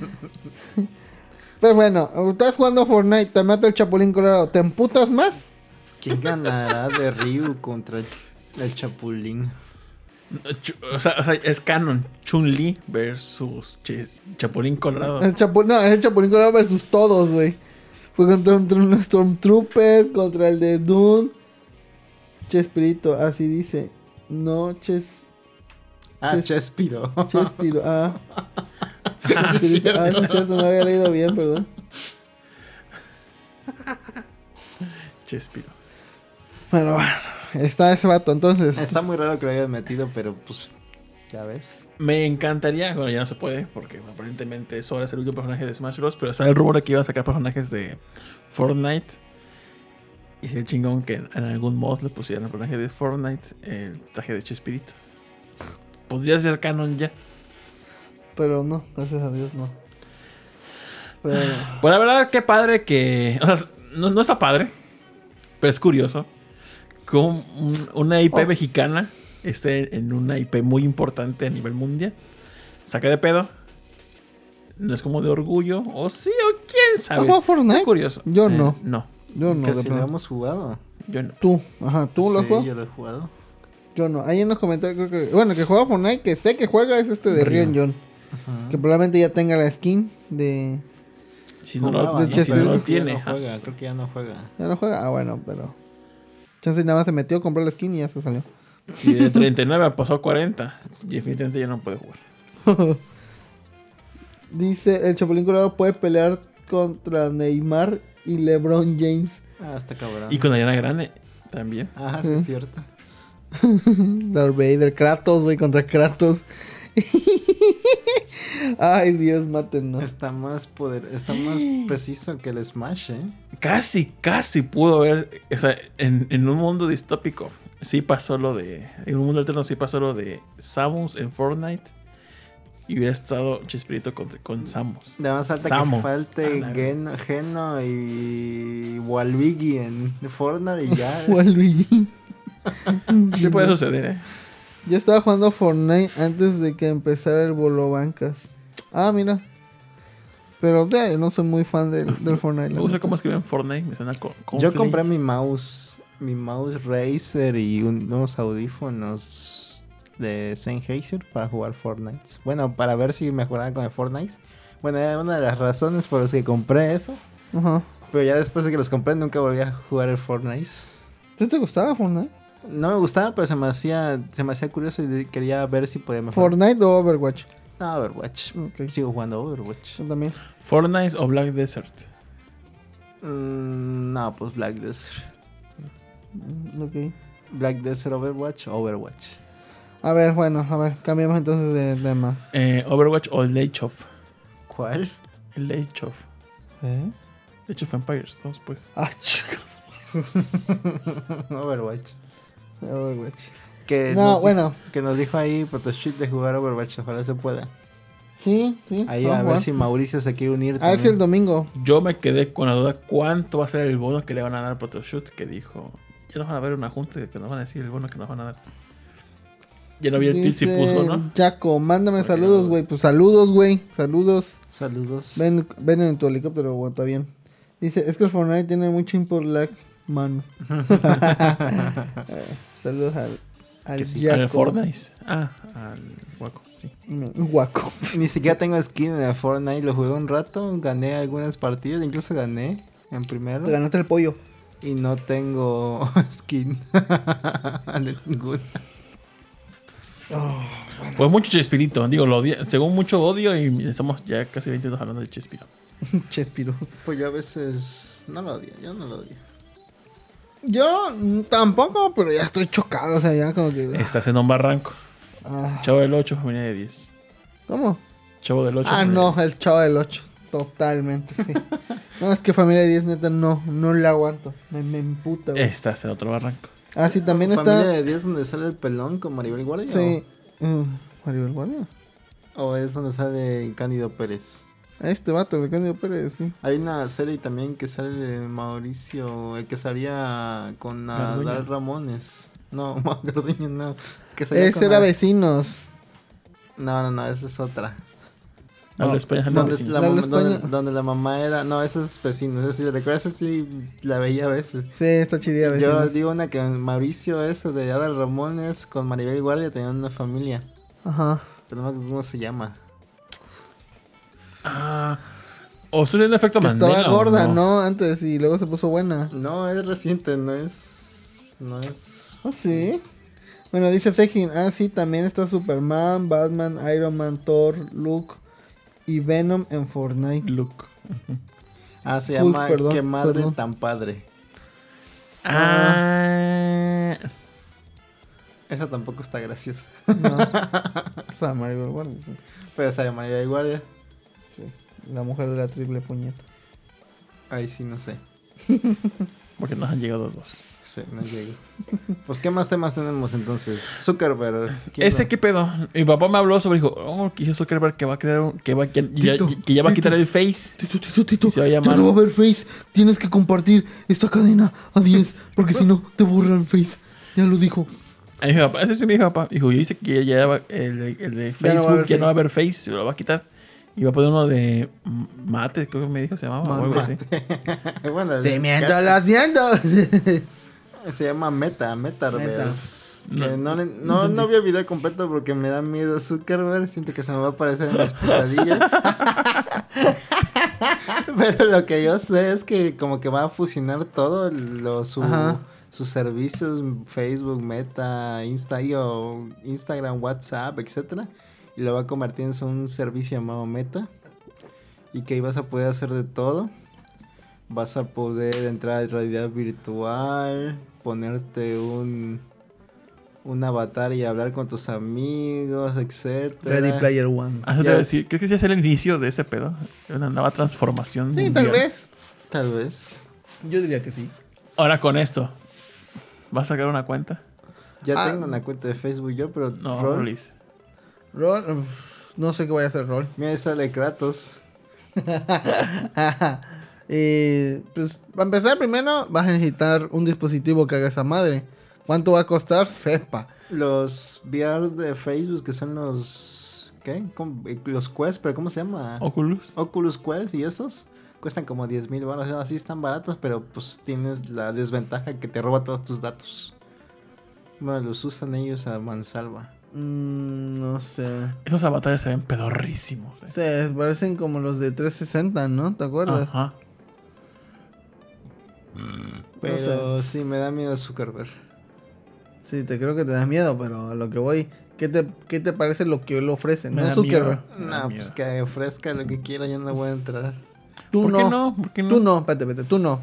Speaker 3: Pues bueno, estás jugando Fortnite, te mata el Chapulín Colorado, ¿te emputas más?
Speaker 1: ¿Quién ganará de Ryu contra el- el Chapulín?
Speaker 2: Chu- O sea, o sea, es canon. Chun-Li versus Che- Chapulín Colorado.
Speaker 3: El Chapu- no, es el Chapulín Colorado versus todos, güey. Fue contra un, tr- un Stormtrooper, contra el de Dune. Chespirito, así dice. No, Ches.
Speaker 1: Ah,
Speaker 3: Ches-
Speaker 1: Chespiro.
Speaker 3: Chespiro. Ah,
Speaker 1: Sí, es
Speaker 3: Chespirito. Ah, no es
Speaker 1: cierto.
Speaker 3: cierto, no había leído bien, perdón.
Speaker 2: Chespiro.
Speaker 3: Bueno, bueno, está ese vato, entonces.
Speaker 1: Está muy raro que lo hayas metido, pero pues ya ves.
Speaker 2: Me encantaría, bueno, ya no se puede, porque aparentemente Sora es el último personaje de Smash Bros. Pero está el rumor de que iba a sacar personajes de Fortnite. Y sería chingón que en en algún mod le pusieran el personaje de Fortnite el traje de Chespirito. Podría ser canon ya.
Speaker 3: Pero no, gracias a Dios, no. Pero,
Speaker 2: Pues la verdad, qué padre que. O sea, no, no está padre, pero es curioso. Como un- una IP
Speaker 3: Oh.
Speaker 2: mexicana esté en una IP muy importante a nivel mundial. Saca de pedo. No es como de orgullo. O sí, o quién
Speaker 3: ¿Has
Speaker 2: sabe.
Speaker 3: jugado Fortnite?
Speaker 2: Qué curioso.
Speaker 3: Ah, Yo
Speaker 2: Eh,
Speaker 3: no.
Speaker 2: No,
Speaker 3: Yo no,
Speaker 1: que
Speaker 3: de
Speaker 1: si lo
Speaker 3: plano.
Speaker 1: hemos jugado.
Speaker 2: yo no.
Speaker 3: Tú, ajá, tú lo has
Speaker 1: Sí,
Speaker 3: jugado?
Speaker 1: Yo lo he jugado.
Speaker 3: Yo no. Ahí en los comentarios creo que. Bueno, que juega Fortnite, que sé que juega es este de Rion John. Que probablemente ya tenga la skin de.
Speaker 2: Si no,
Speaker 1: Jugaba,
Speaker 2: lo,
Speaker 3: de
Speaker 2: si no
Speaker 1: pero
Speaker 3: Chespirito.
Speaker 2: lo
Speaker 1: creo que ya
Speaker 2: tiene.
Speaker 1: no juega,
Speaker 2: ajá.
Speaker 1: creo que ya no juega.
Speaker 3: Ya no juega. Ah, bueno, pero. Chance nada más se metió, compró la skin y ya se salió.
Speaker 2: Si de 39 pasó a 40, definitivamente ya no puede jugar.
Speaker 3: Dice: el Chapulín Colorado puede pelear contra Neymar y LeBron James.
Speaker 1: Ah, está cabrón.
Speaker 2: Y con Ariana Grande también.
Speaker 1: Ah, sí, es cierto.
Speaker 3: Darth Vader, Kratos, güey, contra Kratos. Ay, Dios, mátenos.
Speaker 1: Está más poder, está más preciso que el Smash, ¿eh?
Speaker 2: Casi, casi pudo haber. O sea, en, en un mundo distópico, sí pasó lo de. En un mundo alterno, sí pasó lo de Samus en Fortnite. Y hubiera estado Chespirito con, con Samus.
Speaker 1: Nada más falta
Speaker 2: Samus.
Speaker 1: que
Speaker 3: Ah,
Speaker 1: falte
Speaker 2: A la-
Speaker 1: Gen- Geno y Waluigi en Fortnite y ya.
Speaker 3: Fue Luigi.
Speaker 2: Sí puede suceder, ¿eh?
Speaker 3: Yo estaba jugando Fortnite antes de que empezara el Bolo Bancas. Ah, mira. Pero ya, yo no soy muy fan del, del Fortnite.
Speaker 2: Me
Speaker 3: la
Speaker 2: gusta
Speaker 3: neta.
Speaker 2: cómo escriben Fortnite. Me suena con.
Speaker 1: Yo compré mi mouse, mi mouse Razer y un- unos audífonos de Sennheiser para jugar Fortnite. Bueno, para ver si mejoraba con el Fortnite. Bueno, era una de las razones por las que compré eso.
Speaker 3: Ajá.
Speaker 1: Pero ya después de que los compré nunca volví a jugar el Fortnite.
Speaker 3: ¿Sí te gustaba Fortnite?
Speaker 1: Ah. No me gustaba, pero se me hacía, se me hacía curioso y de- quería ver si podía mejorar.
Speaker 3: ¿Fortnite o Overwatch?
Speaker 1: No, Overwatch.
Speaker 3: Ok.
Speaker 1: Sigo jugando Overwatch.
Speaker 3: Yo también.
Speaker 2: Fortnite o Black Desert.
Speaker 1: Mm, no, pues Black Desert.
Speaker 3: Mm, Ok.
Speaker 1: Black Desert Overwatch, Overwatch.
Speaker 3: A ver, bueno, a ver, cambiamos entonces de tema.
Speaker 2: Eh, Overwatch o Age of.
Speaker 1: ¿Cuál?
Speaker 2: El Age of.
Speaker 3: ¿Eh?
Speaker 2: Age of Empires, dos, pues.
Speaker 3: Ah, chicos.
Speaker 1: Overwatch.
Speaker 3: Overwatch.
Speaker 1: Que
Speaker 3: No,
Speaker 1: nos di-
Speaker 3: bueno.
Speaker 1: Que nos dijo ahí Protoshit de jugar Overwatch, ojalá se pueda.
Speaker 3: Sí, sí.
Speaker 1: Ahí
Speaker 3: vamos
Speaker 1: a ver
Speaker 3: jugar.
Speaker 1: si Mauricio se quiere unir.
Speaker 3: Ah, A ver si el
Speaker 1: también.
Speaker 3: domingo.
Speaker 2: Yo me quedé con la duda cuánto va a ser el bono que le van a dar a Protoshoot, que dijo, ya nos van a ver una junta y que nos van a decir el bono que nos van a dar. Ya no vi el tweet si
Speaker 3: Dice
Speaker 2: puso, ¿no?
Speaker 3: Jaco, mándame saludos, güey. Pues saludos, güey. Saludos.
Speaker 1: Saludos.
Speaker 3: Ven, ven en tu helicóptero, güey, está bien. Dice, es que el Fortnite tiene mucho import lag, mano. Eh, saludos al, al
Speaker 2: Al
Speaker 3: Jaco.
Speaker 2: Fortnite. Ah, al Waco, sí.
Speaker 3: No, guaco.
Speaker 1: Ni siquiera tengo skin en el Fortnite, lo jugué un rato, gané algunas partidas, incluso gané en primero.
Speaker 3: Te ganaste el pollo.
Speaker 1: Y no tengo skin de ninguna.
Speaker 2: Pues mucho Chespirito, digo, lo odia- según mucho odio y estamos ya casi 20 minutos hablando de Chespirito.
Speaker 3: Chespiro.
Speaker 1: Pues yo a veces no lo odio, yo no lo odio.
Speaker 3: Yo mm, tampoco, pero ya estoy chocado. O sea, ya como que.
Speaker 2: Estás en un barranco.
Speaker 3: ah,
Speaker 2: Chavo del 8, familia de 10.
Speaker 3: ¿Cómo?
Speaker 2: Chavo del 8.
Speaker 3: Ah, no, el chavo del 8. Totalmente, sí. No, es que familia de 10, neta, no, no la aguanto. Me, me emputa, güey.
Speaker 2: Estás en otro barranco.
Speaker 3: Ah, sí, también está.
Speaker 1: ¿Familia de 10 donde sale el pelón con Maribel Guardia?
Speaker 3: Sí. mm, Maribel Guardia.
Speaker 1: ¿O o es donde sale Cándido Pérez?
Speaker 3: Este vato, el Cándido Pérez, sí.
Speaker 1: Hay una serie también que sale de Mauricio, el que salía con
Speaker 2: Garduño.
Speaker 1: Adal Ramones. No, Ma- Garduño no. Que salía
Speaker 3: Ese
Speaker 1: con
Speaker 3: era
Speaker 1: Ad-
Speaker 3: vecinos.
Speaker 1: No, no, no, esa es otra.
Speaker 2: Habla
Speaker 3: No,
Speaker 2: España, habla
Speaker 1: Donde, es la
Speaker 2: vecino.
Speaker 3: Lalo
Speaker 1: mam- donde-
Speaker 3: España.
Speaker 1: donde la mamá era. No, esa es vecino. Si le recuerdas, así la veía a veces.
Speaker 3: Sí, está chidilla
Speaker 1: Yo
Speaker 3: vecinos.
Speaker 1: digo una que Mauricio, eso de Adal Ramones con Maribel Guardia tenían una familia.
Speaker 3: Ajá.
Speaker 1: Pero no me acuerdo cómo se llama.
Speaker 2: Ah, O estoy viendo efecto
Speaker 3: Que
Speaker 2: Mandela.
Speaker 3: estaba
Speaker 2: o
Speaker 3: gorda, no? Antes y luego se puso buena.
Speaker 1: No, es reciente, no es. No es.
Speaker 3: Ah, sí. Bueno, dice Sejin, ah, sí, también está Superman, Batman, Iron Man, Thor, Luke y Venom en Fortnite.
Speaker 2: Look.
Speaker 1: Ah, se
Speaker 3: Hulk,
Speaker 1: llama
Speaker 3: perdón,
Speaker 1: Qué madre
Speaker 3: perdón.
Speaker 1: tan padre.
Speaker 2: Ah.
Speaker 1: Esa tampoco está graciosa.
Speaker 3: No. o sea, Margot Robbie, sí.
Speaker 1: Pero esa de María de Guardia,
Speaker 3: Sí. La mujer de la triple puñeta.
Speaker 1: ahí sí no sé.
Speaker 2: Porque nos han llegado dos.
Speaker 1: Sí, no llego. Pues, ¿qué más temas tenemos entonces? Zuckerberg. ¿quién
Speaker 2: Ese
Speaker 1: lo-
Speaker 2: qué pedo. Mi papá me habló sobre dijo, oh, que hizo Zuckerberg que va a crear un, que va que, ya,
Speaker 3: Tito,
Speaker 2: que ya va a quitar el Face.
Speaker 3: Tito, Tito, Tito,
Speaker 2: Y se va a
Speaker 3: ya
Speaker 2: llamar-
Speaker 3: no va a haber Face. Tienes que compartir esta cadena a 10, porque si no, te borran Face. Ya lo dijo.
Speaker 2: Ahí mi papá, ese sí me dijo mi papá. Dijo, yo dice que ya va- el, de- el de
Speaker 3: Ya no va a haber
Speaker 2: Facebook ya
Speaker 3: Face.
Speaker 2: no va a haber Face, se lo va a quitar. Y va a poner uno de mm, mate, creo que me dijo se llamaba o algo así.
Speaker 1: Bueno, el-
Speaker 3: Cimiento las dientes.
Speaker 1: se llama Meta,
Speaker 3: Meta.
Speaker 1: Metaverse. Que No, le- no, no, vi el video completo porque me da miedo Zuckerberg. Siento que se me va a aparecer en las pesadillas. Pero lo que yo sé es que como que va a fusionar todo lo, su-
Speaker 3: Ajá.
Speaker 1: sus servicios, Facebook, Meta, Insta, y o Instagram, WhatsApp, etcétera, y lo va a convertir en un servicio llamado Meta. Y que ahí vas a poder hacer de todo. Vas a poder entrar en realidad virtual, ponerte un un avatar y hablar con tus amigos, etcétera.
Speaker 3: Ready Player One.
Speaker 2: Ah, te
Speaker 1: Ya.
Speaker 2: voy a decir, creo que ese es el inicio de ese pedo. Una nueva transformación.
Speaker 3: Sí,
Speaker 2: mundial.
Speaker 3: tal vez.
Speaker 1: Tal vez.
Speaker 3: Yo diría que sí.
Speaker 2: Ahora con esto. ¿Vas a sacar una cuenta?
Speaker 1: Ya
Speaker 3: Ah.
Speaker 1: tengo una cuenta de Facebook yo, pero
Speaker 2: No,
Speaker 1: Rol-
Speaker 2: Rolis.
Speaker 3: Rol, uf, no sé qué voy a hacer rol.
Speaker 1: Mira, ahí sale Kratos.
Speaker 3: Eh, pues para empezar primero vas a necesitar un dispositivo que haga esa madre. ¿Cuánto va a costar? Sepa.
Speaker 1: Los VRs de Facebook que son los. ¿Qué? ¿Cómo? Eh, Los Quest, pero ¿cómo se llama?
Speaker 2: Oculus.
Speaker 1: Oculus Quest y esos cuestan como 10 mil baros. Así están baratos, pero pues tienes la desventaja que te roba todos tus datos. Bueno, los usan ellos a mansalva.
Speaker 3: Mm, no sé.
Speaker 2: Esos avatares se ven pedorrísimos. eh.
Speaker 3: Se parecen como los de 360, ¿no? ¿Te acuerdas?
Speaker 2: Ajá.
Speaker 1: Pero sí, me da miedo Zuckerberg.
Speaker 3: Sí, te creo que te das miedo, pero a lo que voy. ¿Qué te, qué te parece lo que él ofrece?
Speaker 2: Me
Speaker 3: No
Speaker 2: da
Speaker 3: Zuckerberg.
Speaker 2: miedo, me da
Speaker 1: No,
Speaker 2: miedo.
Speaker 1: pues que ofrezca lo que quiera, yo no voy a entrar.
Speaker 3: Tú
Speaker 2: ¿Por
Speaker 3: no.
Speaker 2: qué no? ¿Por qué no?
Speaker 3: Tú no, espérate, espérate, tú no.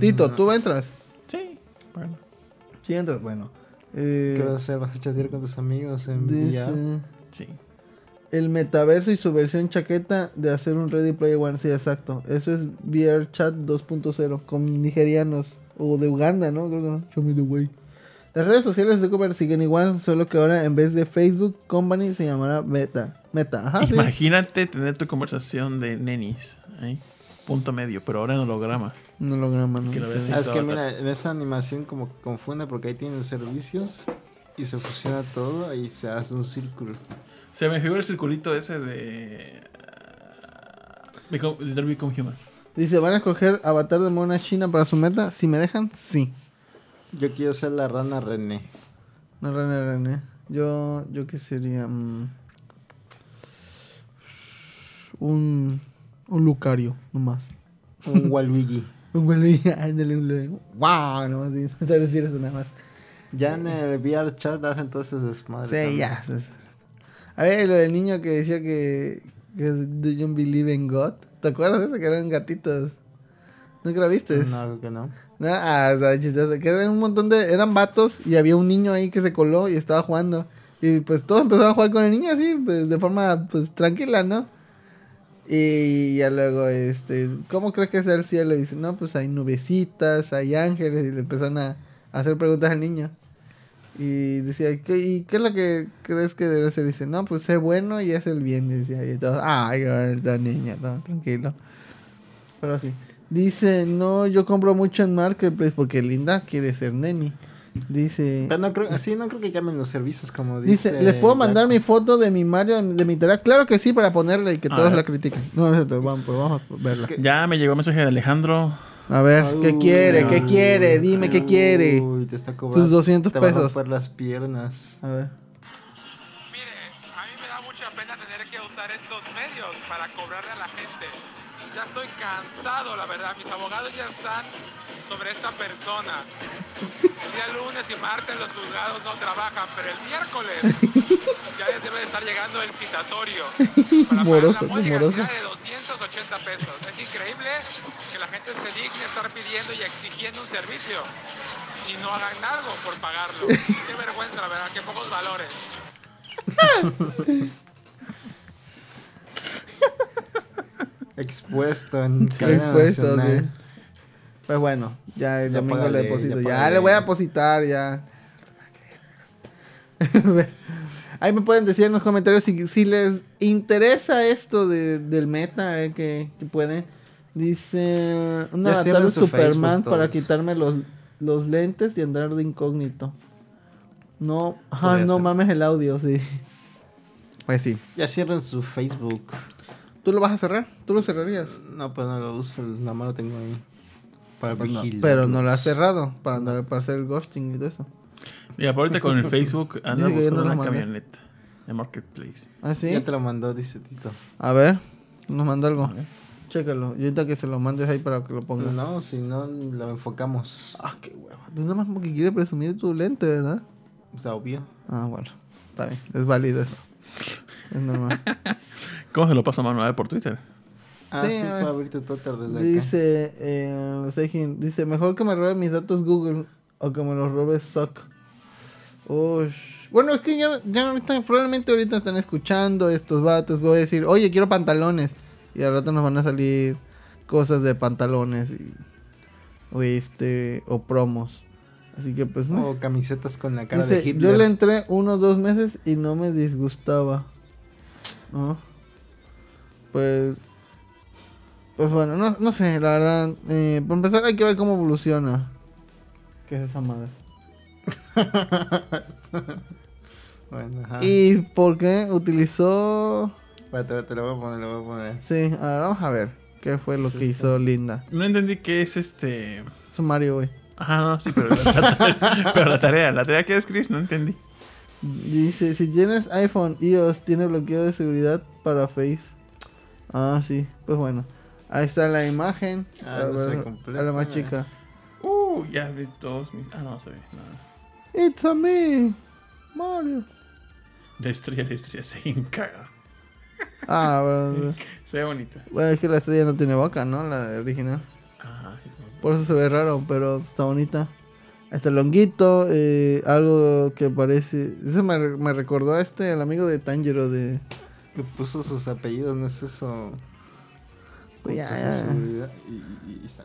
Speaker 3: Tito, tú entras.
Speaker 2: Sí. Bueno.
Speaker 3: Sí, entras, bueno.
Speaker 1: ¿Qué vas a
Speaker 3: Eh,
Speaker 1: hacer? ¿Vas a chatear con tus amigos en VR?
Speaker 3: dice,
Speaker 2: Sí.
Speaker 3: el metaverso y su versión chaqueta de hacer un Ready Player One. Sí, exacto. Eso es VR Chat 2.0 con nigerianos o de Uganda, ¿no? Creo que no. Show me the way. Las redes sociales de Cooper siguen igual, solo que ahora en vez de Facebook Company se llamará Meta. Meta, ajá. Ah, sí.
Speaker 2: Imagínate tener tu conversación de nenis. ahí, Punto medio, pero ahora en holograma.
Speaker 3: No lo grama, ¿no?
Speaker 2: Que lo veas
Speaker 1: Ah, es que
Speaker 2: Avatar.
Speaker 1: mira, en esa animación como que confunde porque ahí tienen servicios y se fusiona todo y se hace un círculo.
Speaker 2: Se me figura el circulito ese de. ah, Become, Little Become Human.
Speaker 3: Dice, ¿van a escoger avatar de mona china para su meta? Si me dejan, sí.
Speaker 1: Yo quiero ser la rana René.
Speaker 3: No, René, René. Yo, yo qué sería. Mm, un. Un Lucario, nomás.
Speaker 1: Un Waluigi.
Speaker 3: Un Waluigi, ándale, un Waluigi. ¡Wow! Nomás di- no sé decir eso nada más.
Speaker 1: Ya en el VR chat hacen todo ese desmadre.
Speaker 3: Sí,
Speaker 1: también.
Speaker 3: ya. sí, sí. A ver, lo del niño que decía que. que es Do you believe in God? ¿Te acuerdas de eso? Que eran gatitos. ¿Nunca lo viste?
Speaker 1: No, creo que no.
Speaker 3: No, ah, estaba chistoso, Que eran un montón de. Eran vatos y había un niño ahí que se coló y estaba jugando. Y pues todos empezaron a jugar con el niño así, pues de forma pues tranquila, ¿no? Y ya luego, este, ¿cómo crees que es el cielo? Y dice, no, pues hay nubecitas, hay ángeles, y le empezaron a, a hacer preguntas al niño. Y decía, ¿qué, ¿y qué es lo que crees que debe ser? Y dice, no, pues sé bueno y es el bien. Decía, y todos, ay, esta niña, no, tranquilo. Pero sí. Dice, no, yo compro mucho en Marketplace porque Linda quiere ser neni. Dice,
Speaker 1: Pero no creo, sí, no creo que cambien los servicios como dice.
Speaker 3: dice, ¿les puedo mandar
Speaker 1: Draco.
Speaker 3: mi foto de mi Mario, de mi tarea? Claro que sí, para ponerla y que
Speaker 2: A
Speaker 3: todos
Speaker 2: ver.
Speaker 3: la critiquen. No, no, es cierto, vamos, pero vamos a verla.
Speaker 1: ¿Qué?
Speaker 2: Ya me llegó un mensaje de Alejandro.
Speaker 3: A ver, ¿qué
Speaker 1: Uy,
Speaker 3: quiere? ¿Qué
Speaker 1: uy,
Speaker 3: quiere? Dime, ¿qué quiere?
Speaker 1: Uy, te está cobrando.
Speaker 3: Sus 200
Speaker 1: te va a
Speaker 3: pesos.
Speaker 1: romper las piernas.
Speaker 3: A ver.
Speaker 10: Mire, a mí me da mucha pena tener que usar estos medios para cobrarle a la gente. Ya estoy cansado, la verdad. Mis abogados ya están sobre esta persona. El día lunes y martes los juzgados no trabajan, pero el miércoles ya les debe de estar llegando el citatorio. Para pagar
Speaker 3: Moroso,
Speaker 10: la módica
Speaker 3: moroso.
Speaker 10: cantidad de 280 pesos. Es increíble que la gente se digne estar pidiendo y exigiendo un servicio y no hagan algo por pagarlo. Qué vergüenza, la verdad. Qué pocos valores.
Speaker 1: Expuesto en
Speaker 3: Sí,
Speaker 1: cadena
Speaker 3: expuesto,
Speaker 1: nacional.
Speaker 3: sí. Pues bueno, ya el
Speaker 1: Ya
Speaker 3: domingo
Speaker 1: págale,
Speaker 3: le deposito.
Speaker 1: ya
Speaker 3: Ya,
Speaker 1: págale.
Speaker 3: le voy a depositar, ya. Ahí me pueden decir en los comentarios si, si les interesa esto de- del meta, a ver qué, qué pueden. Dice un
Speaker 1: Ya
Speaker 3: avatar
Speaker 1: cierren
Speaker 3: de
Speaker 1: su
Speaker 3: Superman
Speaker 1: Facebook
Speaker 3: para
Speaker 1: todos.
Speaker 3: quitarme los, los lentes y andar de incógnito. No, ajá,
Speaker 1: Podría
Speaker 3: no
Speaker 1: ser.
Speaker 3: mames el audio, sí. Pues sí.
Speaker 1: Ya cierren su Facebook.
Speaker 3: ¿Tú lo vas a cerrar? ¿Tú lo cerrarías?
Speaker 1: No, pues no lo uso, nada más lo tengo ahí. Para
Speaker 3: Pero no-
Speaker 1: vigilar.
Speaker 3: pero no lo has cerrado para andar para hacer el ghosting y todo eso.
Speaker 2: Mira, por ahorita con el Facebook anda
Speaker 3: Dice que ya no
Speaker 2: buscando
Speaker 3: lo
Speaker 2: una
Speaker 3: mandé.
Speaker 2: camioneta de Marketplace.
Speaker 3: ¿Ah, sí?
Speaker 1: Ya te lo mandó, dice Tito.
Speaker 3: A ver, nos manda algo.
Speaker 2: A ver.
Speaker 3: Chécalo. Y ahorita que se lo mandes ahí para que lo pongas.
Speaker 1: No, si no lo enfocamos.
Speaker 3: Ah, qué hueva. Tú nada más porque quieres presumir tu lente, ¿verdad?
Speaker 1: Está obvio.
Speaker 3: Ah, bueno. Está bien. Es válido eso. Es normal.
Speaker 2: ¿Cómo se lo paso a Manuel por Twitter?
Speaker 1: Ah,
Speaker 3: Sí,
Speaker 1: sí,
Speaker 3: a ver.
Speaker 1: puedo abrir tu Twitter desde acá.
Speaker 3: dice, eh, Sejin, dice, mejor que me robe mis datos Google o que me los robe Sock. Ush. Bueno, es que ya, ya ahorita- probablemente ahorita están escuchando estos vatos. Voy a decir, oye, quiero pantalones. Y al rato nos van a salir cosas de pantalones y, o, este, o promos. Así que pues... meh.
Speaker 1: O camisetas con la cara de
Speaker 3: Dice,
Speaker 1: Hitler.
Speaker 3: yo le entré unos dos meses y no me disgustaba. ¿No? Pues. Pues bueno, no, no sé, la verdad. eh, por empezar, hay que ver cómo evoluciona. ¿Qué es esa madre?
Speaker 1: Bueno, ajá.
Speaker 3: ¿Y por qué utilizó.?
Speaker 1: Espérate, espérate, lo voy a poner, lo voy a poner.
Speaker 3: Sí, a ver, vamos a ver. ¿Qué fue lo que hizo Linda?
Speaker 2: No entendí qué es este.
Speaker 3: Sumario, güey.
Speaker 2: Ajá, no, sí, pero la, tarea, pero la tarea, la tarea que es Chris, no entendí.
Speaker 3: Dice: si tienes iPhone, iOS tiene bloqueo de seguridad para Face. Ah, sí, pues bueno. Ahí está la imagen.
Speaker 1: Ah, no
Speaker 3: a,
Speaker 1: se ve
Speaker 3: ver,
Speaker 1: completa,
Speaker 3: a la más
Speaker 1: eh.
Speaker 3: chica.
Speaker 2: Uh, ya vi todos mis. Ah, no, se ve. nada.
Speaker 3: It's a me, Mario.
Speaker 2: La estrella, la estrella se encaga.
Speaker 3: Ah, bueno,
Speaker 2: Se ve bonita.
Speaker 3: bueno, es que la estrella no tiene boca, ¿no? La de original.
Speaker 2: Ajá.
Speaker 3: Por eso se ve raro, pero está bonita. Está longuito, eh, algo que parece... Eso me, re- me recordó a este, el amigo de Tanjiro de...
Speaker 1: Que puso sus apellidos, no es eso. Como
Speaker 3: Pues Ya,
Speaker 1: que su
Speaker 3: ya.
Speaker 1: seguridad Y, y- y está.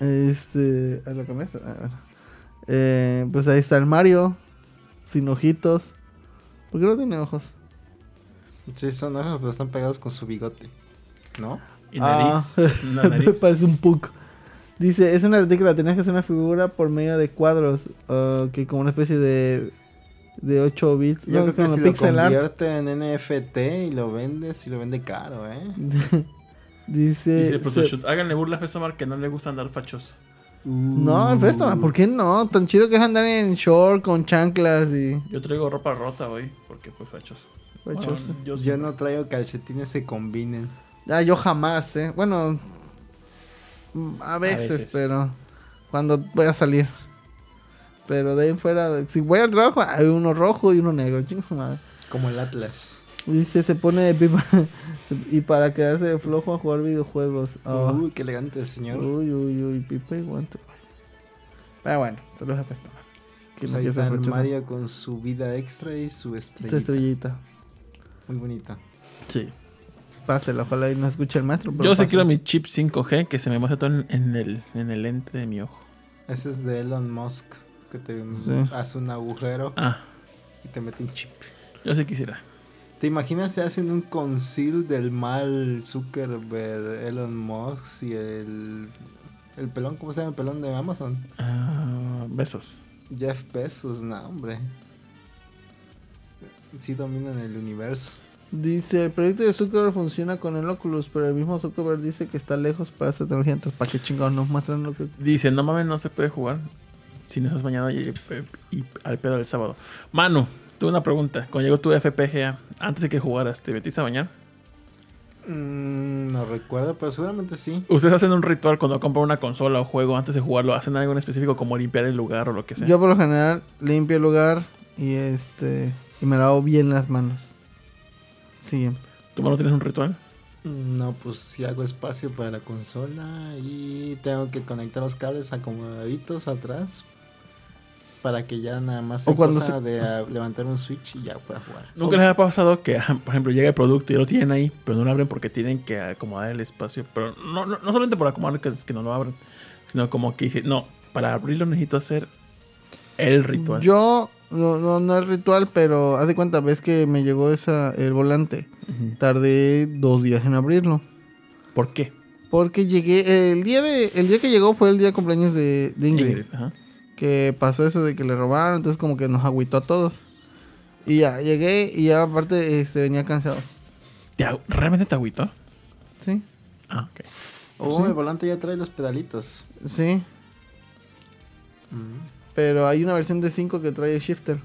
Speaker 3: Este... ¿A lo que me- ah, bueno. Eh, pues ahí está el Mario, sin ojitos. ¿Por qué no tiene ojos?
Speaker 1: Sí, son ojos, pero están pegados con su bigote. ¿No?
Speaker 2: Y nariz. La
Speaker 3: me
Speaker 2: nariz.
Speaker 3: Ah. parece un puk. Dice, es un artículo, tenías que hacer una figura por medio de cuadros, ah, que como una especie de de 8 bits,
Speaker 1: Yo
Speaker 3: no,
Speaker 1: creo que
Speaker 3: como
Speaker 1: si
Speaker 3: pixel
Speaker 1: lo
Speaker 3: art.
Speaker 1: convierte en NFT y lo vende, si lo vende caro, ¿eh?
Speaker 3: Dice,
Speaker 2: Dice Photoshop. Háganle burla a Festomar que no le gusta andar fachoso.
Speaker 3: no, el Festoman, ¿por qué no? Tan chido que es andar en short con chanclas y
Speaker 2: Yo traigo ropa rota hoy porque fue fachoso. Bueno,
Speaker 3: fachoso.
Speaker 2: yo sí.
Speaker 1: Yo no traigo calcetines que combinen.
Speaker 3: Ah, yo jamás, eh. Bueno, mm, a veces,
Speaker 2: veces.
Speaker 3: pero cuando voy a salir. Pero de ahí en fuera, si voy al trabajo, hay uno rojo y uno negro, chingo su madre.
Speaker 1: Como el Atlas.
Speaker 3: Dice, se pone de pipa y para quedarse de flojo a jugar videojuegos. Ah.
Speaker 1: Uy, qué elegante el señor.
Speaker 3: uy, uy, uy, pipa y guante. Pero bueno, se los apesta.
Speaker 1: Pues ahí está el Mario con su vida extra y su estrella.
Speaker 3: Esta estrellita.
Speaker 1: Muy bonita.
Speaker 2: Sí.
Speaker 3: Pásela, ojalá y no escuche el maestro. pero
Speaker 2: Yo sí
Speaker 3: pásela.
Speaker 2: quiero mi chip 5G que se me pase todo en, en el, en el lente de mi ojo.
Speaker 1: Ese es de Elon Musk, que te
Speaker 3: Sí.
Speaker 1: hace un agujero
Speaker 2: Ah,
Speaker 1: y te mete un chip.
Speaker 2: yo sí quisiera.
Speaker 1: ¿Te imaginas se hacen un concil del mal Zuckerberg, Elon Musk y el... El pelón, ¿cómo se llama el pelón de Amazon?
Speaker 2: Ah, besos.
Speaker 1: Jeff Bezos, no, hombre. Sí dominan el universo.
Speaker 3: Dice, el proyecto de Zuckerberg funciona con el Oculus, pero el mismo Zuckerberg dice que está lejos para esa tecnología. Entonces, ¿para qué chingados nos muestran lo que...
Speaker 2: Dice, no mames, no se puede jugar si no estás bañado y, y- y al pedo del sábado. Manu, tuve una pregunta. Cuando llegó tu FPGA, antes de que jugaras, ¿te metiste a bañar?
Speaker 1: Mm, no recuerdo, pero seguramente sí.
Speaker 2: Ustedes hacen un ritual cuando compran una consola o juego antes de jugarlo. ¿Hacen algo en específico como limpiar el lugar o lo que sea?
Speaker 3: Yo por lo general limpio el lugar y este y me lavo bien las manos. Siguiente.
Speaker 2: ¿Tú no tienes un ritual?
Speaker 1: No, pues si hago espacio para la consola y tengo que conectar los cables acomodaditos atrás para que ya nada más
Speaker 3: O cuando
Speaker 1: cosa
Speaker 3: se-
Speaker 1: de ah, levantar un switch y ya pueda jugar.
Speaker 2: ¿Nunca les ha pasado que, ajá, por ejemplo, llega el producto y ya lo tienen ahí, pero no lo abren porque tienen que acomodar el espacio? Pero no, no, no solamente por acomodar que, que no lo abren, sino como que dicen, no, para abrirlo necesito hacer el ritual.
Speaker 3: Yo no, no, no es ritual, pero haz de cuenta, ves que me llegó esa el volante. Tardé dos días en abrirlo.
Speaker 2: ¿Por qué?
Speaker 3: Porque llegué, el día de, el día que llegó fue el día de cumpleaños de, de Ingrid.
Speaker 2: Ingrid, ajá.
Speaker 3: Que pasó eso de que le robaron, entonces como que nos agüitó a todos. Y ya, llegué y ya aparte este, venía cansado.
Speaker 2: ¿Te agu- ¿Realmente te agüitó?
Speaker 3: Sí.
Speaker 2: Ah, ok.
Speaker 1: Oh,
Speaker 3: Sí.
Speaker 1: el volante ya trae los pedalitos.
Speaker 3: Sí. Pero hay una versión de 5 que trae shifter.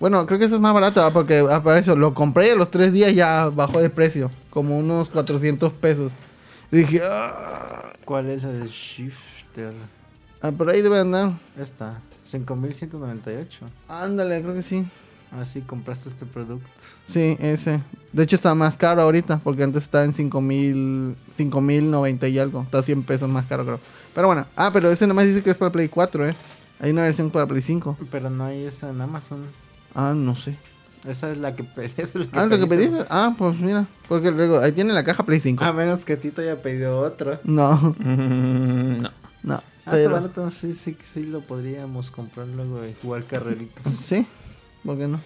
Speaker 3: Bueno, creo que eso es más barato, ah, porque ah, para eso lo compré y a los 3 días ya bajó de precio, como unos 400 pesos. Y dije, ah,
Speaker 1: ¿Cuál es el shifter?
Speaker 3: ah, por ahí debe andar.
Speaker 1: Esta, 5198.
Speaker 3: Ándale, creo que sí.
Speaker 1: Así compraste este producto.
Speaker 3: Sí, ese. De hecho está más caro ahorita, porque antes estaba en 5000, 5090 y algo. Está 100 pesos más caro, creo. Pero bueno, ah, pero ese nomás dice que es para Play 4, ¿eh? Hay una versión para Play 5.
Speaker 1: Pero no hay esa en Amazon.
Speaker 3: Ah, no sé.
Speaker 1: Esa es la que pediste.
Speaker 3: Ah, lo que pediste. Ah, pues mira. Porque luego, ahí tiene la caja Play 5.
Speaker 1: A menos que Tito haya pedido otra.
Speaker 3: No,
Speaker 2: Mm, no.
Speaker 3: no.
Speaker 1: Ah,
Speaker 3: pero-
Speaker 1: pero... sí, sí, sí lo podríamos comprar luego eh, de jugar carreritas.
Speaker 3: Sí, ¿por qué no?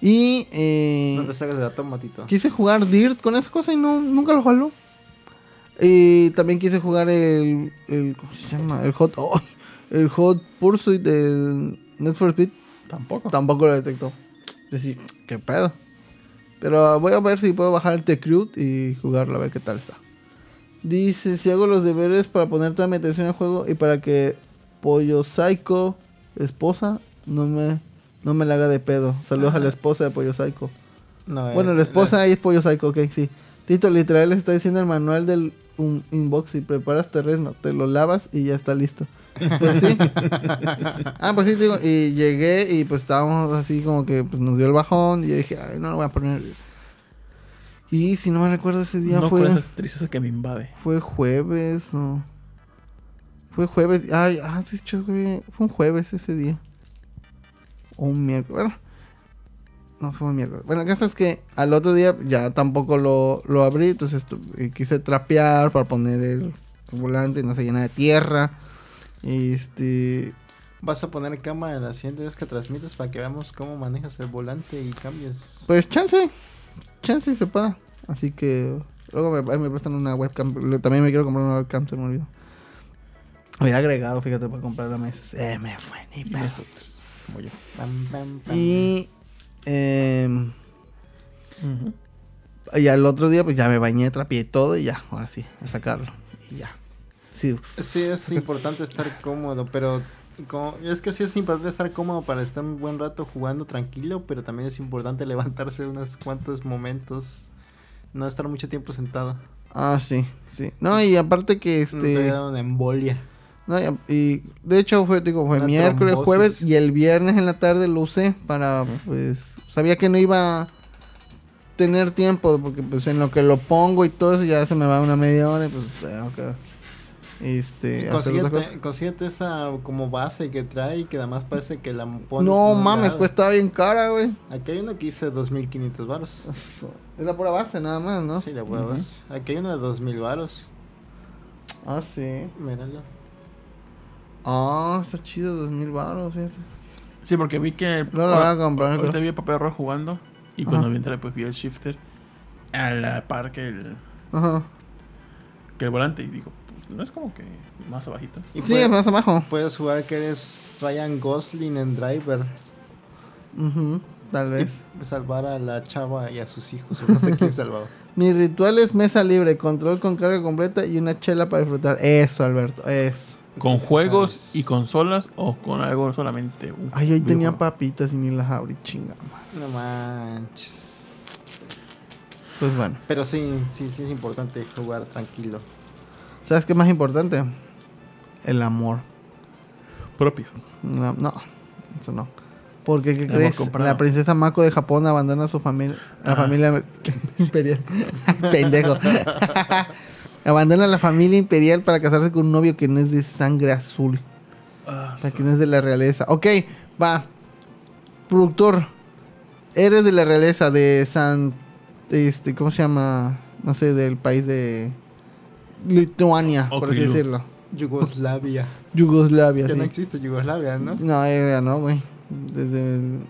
Speaker 3: Y eh,
Speaker 1: No te sacas de la toma, Tito.
Speaker 3: quise jugar Dirt con esa cosa y no, nunca lo jaló. Y también quise jugar el, el ¿cómo se llama? El Hot oh, el Hot Pursuit del Need for Speed.
Speaker 2: Tampoco.
Speaker 3: Tampoco lo detectó. Decir, qué pedo. Pero voy a ver si puedo bajar el T-Crude y jugarlo, a ver qué tal está. Dice, si hago los deberes para poner toda mi atención al juego y para que Pollo Psycho, esposa, no me, no me la haga de pedo. Saludos a la esposa de Pollo Psycho.
Speaker 1: No, eh,
Speaker 3: Bueno, la esposa ahí es Pollo Psycho, ok, sí. Tito, literal, está diciendo el manual del un, inbox y preparas terreno, te lo lavas y ya está listo. Pues sí. ah, pues sí, te digo, y llegué y pues estábamos así como que pues, nos dio el bajón y yo dije, ay, no lo voy a poner. Y si no me recuerdo, ese día
Speaker 2: No
Speaker 3: fue,
Speaker 2: con esa tristeza que me invade.
Speaker 3: fue jueves o... Fue jueves, ay, ah, sí, yo creo que fue un jueves ese día. O un miércoles. Bueno, no fue un miércoles. Bueno, el caso es que al otro día ya tampoco lo, lo abrí. Entonces tu- eh, quise trapear para poner el volante y no se llena de tierra. Este.
Speaker 1: Vas a poner cámara en la siguiente vez que transmites para que veamos cómo manejas el volante y cambies.
Speaker 3: Pues chance. Chance y se pueda. Así que. Luego me, ahí me prestan una webcam. le- También me quiero comprar una webcam, se me olvidó. Hubiera agregado, fíjate, para comprar la mesa. Se me fue ni pedo.
Speaker 2: Como yo.
Speaker 1: Pam, pam, pam.
Speaker 3: Y. em,
Speaker 2: Ujú.
Speaker 3: Y al otro día, pues ya me bañé, trapié y todo y ya, ahora sí, a sacarlo. Y ya. Sí,
Speaker 1: Sí, es importante estar cómodo, pero como- es que sí es importante estar cómodo para estar un buen rato jugando tranquilo, pero también es importante levantarse unos cuantos momentos, no estar mucho tiempo sentado.
Speaker 3: ah, sí, sí. No, y aparte que
Speaker 1: Te
Speaker 3: este.
Speaker 1: da una embolia.
Speaker 3: No, y, y de hecho, fue, digo, fue
Speaker 1: Una
Speaker 3: miércoles,
Speaker 1: trombosis.
Speaker 3: jueves y el viernes en la tarde lo usé para, pues. Sabía que no iba a tener tiempo, porque pues en lo que lo pongo y todo eso ya se me va una media hora y pues tengo que. Este. hacer otras cosas.
Speaker 1: Consíguete, consíguete esa como base que trae que además parece que la pones.
Speaker 3: No
Speaker 1: en un
Speaker 3: mames,
Speaker 1: lado.
Speaker 3: cuesta bien cara, güey.
Speaker 1: Aquí hay uno que dice 2500 varos.
Speaker 3: Es la pura base, nada más, ¿no?
Speaker 1: Sí, de huevos. Aquí hay uno de 2000 varos.
Speaker 3: Ah, sí.
Speaker 1: Míralo.
Speaker 3: Ah, está chido, 2000 baros, fíjate.
Speaker 2: Sí, porque vi que.
Speaker 3: No la voy a comprar,
Speaker 2: Ahorita
Speaker 3: creo.
Speaker 2: vi a Papá Rojo jugando. Y cuando vi entrar, pues vi el shifter a la par que el,
Speaker 3: Ajá.
Speaker 2: que el volante. Y digo, pues, no es como que más abajito.
Speaker 1: Y
Speaker 3: Sí,
Speaker 1: puede-
Speaker 3: más abajo.
Speaker 1: Puedes jugar que eres Ryan Gosling en Driver.
Speaker 3: Ujú, tal vez.
Speaker 1: Salvar a la chava y a sus hijos. o No sé quién salvaba.
Speaker 3: Mi ritual es mesa libre, control con carga completa y una chela para disfrutar. Eso, Alberto, eso.
Speaker 2: ¿Con
Speaker 1: Entonces,
Speaker 2: juegos
Speaker 1: ¿sabes?
Speaker 2: y consolas o con algo solamente? un
Speaker 3: Ay, hoy tenía
Speaker 2: videojuego?
Speaker 3: papitas y ni las abrí, chinga. madre.
Speaker 1: No manches.
Speaker 3: Pues bueno.
Speaker 1: Pero sí, sí, sí es importante jugar tranquilo.
Speaker 3: ¿Sabes qué es más importante? El amor.
Speaker 2: Propio.
Speaker 3: No, no, eso no. Porque, ¿qué
Speaker 2: El amor
Speaker 3: crees?
Speaker 2: comprado.
Speaker 3: La princesa Mako de Japón abandona a su familia. La familia imperial. Pendejo. abandona la familia imperial para casarse con un novio que no es de sangre azul.
Speaker 2: Ah,
Speaker 3: O sea, que no es de la realeza. Ok, va. Productor. Eres de la realeza de San. Este, ¿Cómo se llama? No sé, del país de. Lituania, por así
Speaker 2: Okrilu.
Speaker 3: decirlo.
Speaker 1: Yugoslavia.
Speaker 3: Yugoslavia,
Speaker 1: Ya
Speaker 3: sí.
Speaker 1: no existe Yugoslavia, ¿no?
Speaker 3: No, eh, ya no, güey. Desde el.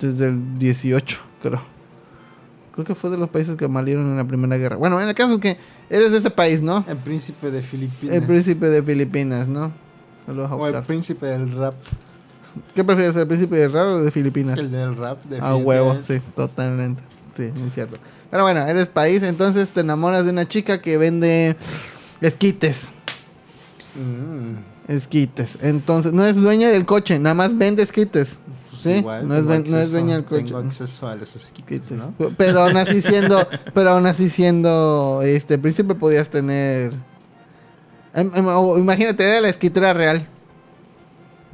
Speaker 3: Desde el 18, creo. Creo que fue de los países que malieron en la Primera Guerra. Bueno, en el caso es que eres de ese país, ¿no?
Speaker 1: El príncipe de Filipinas.
Speaker 3: El príncipe de Filipinas, ¿no? Lo vas a
Speaker 1: o
Speaker 3: buscar.
Speaker 1: el príncipe del rap.
Speaker 3: ¿Qué prefieres, el príncipe de Rado o de Filipinas?
Speaker 1: El del rap de
Speaker 3: A huevo, sí, totalmente. Sí, muy cierto. Pero bueno, eres país, entonces te enamoras de una chica que vende esquites.
Speaker 1: Mm,
Speaker 3: Esquites. Entonces, no es dueña del coche, nada más vende esquites.
Speaker 1: pues
Speaker 3: sí,
Speaker 1: igual,
Speaker 3: no, es,
Speaker 1: tengo
Speaker 3: ven- no es
Speaker 1: acceso-
Speaker 3: dueña del coche.
Speaker 1: Tengo acceso a los esquites,
Speaker 3: Esquites.
Speaker 1: ¿no?
Speaker 3: Pero aún así siendo, pero aún así siendo este príncipe podías tener. Em- em, o Imagínate, era la esquitera real.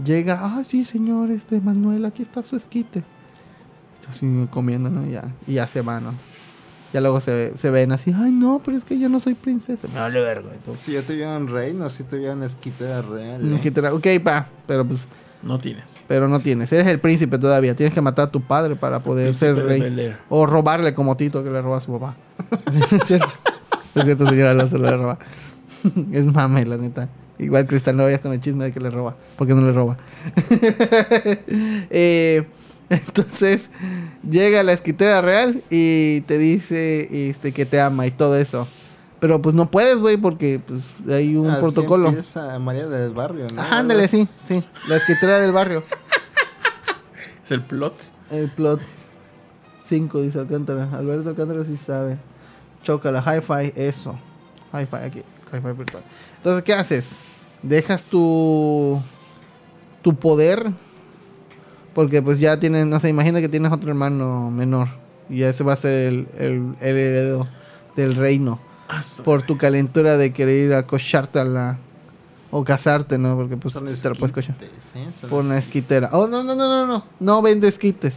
Speaker 3: Llega, ah, sí, señor, este Manuel, aquí está su esquite. Así comiendo, ¿no? Ya, y ya se van, ¿no? Ya luego se, se ven así, ay, no, pero es que yo no soy princesa. Me vale verga. Entonces,
Speaker 1: Si yo tuviera un reino, si tuviera una esquitera real.
Speaker 3: una
Speaker 1: ¿eh?
Speaker 3: esquitera, ok, pa, pero pues,
Speaker 2: No tienes.
Speaker 3: pero no tienes. Eres el príncipe todavía, tienes que matar a tu padre para poder ser
Speaker 2: Príncipe de
Speaker 3: rey.
Speaker 2: Bel Air.
Speaker 3: O robarle como Tito que le roba a su papá. No es cierto. No es cierto, señora Alonso le roba. es mame, la neta. Igual Cristal no vayas con el chisme de que le roba. Porque no le roba. Eh, entonces, llega la esquitera real y te dice este, que te ama y todo eso. Pero pues no puedes, güey, porque pues, hay un
Speaker 1: Así
Speaker 3: protocolo.
Speaker 1: empieza María del Barrio, ¿no?
Speaker 3: Ajá, ándale, sí, sí. La esquitera del barrio.
Speaker 2: Es el plot.
Speaker 3: El plot 5 dice Alcántara. Alberto Alcántara sí sabe. Choca la hi-fi, eso. Hi-fi aquí. Hi-fi virtual. Entonces, ¿qué haces? Dejas tu tu poder porque pues ya tienes, no sé, imagina que tienes otro hermano menor y ese va a ser el, el, el heredero del reino
Speaker 2: Ah, su-
Speaker 3: por tu calentura de querer ir a cocharte a la o casarte, ¿no? Porque pues
Speaker 1: Son
Speaker 3: te la puedes cochar.
Speaker 1: esquites, ¿eh? Son
Speaker 3: Por una esquitera. Oh, no, no, no, no, no. No vende esquites.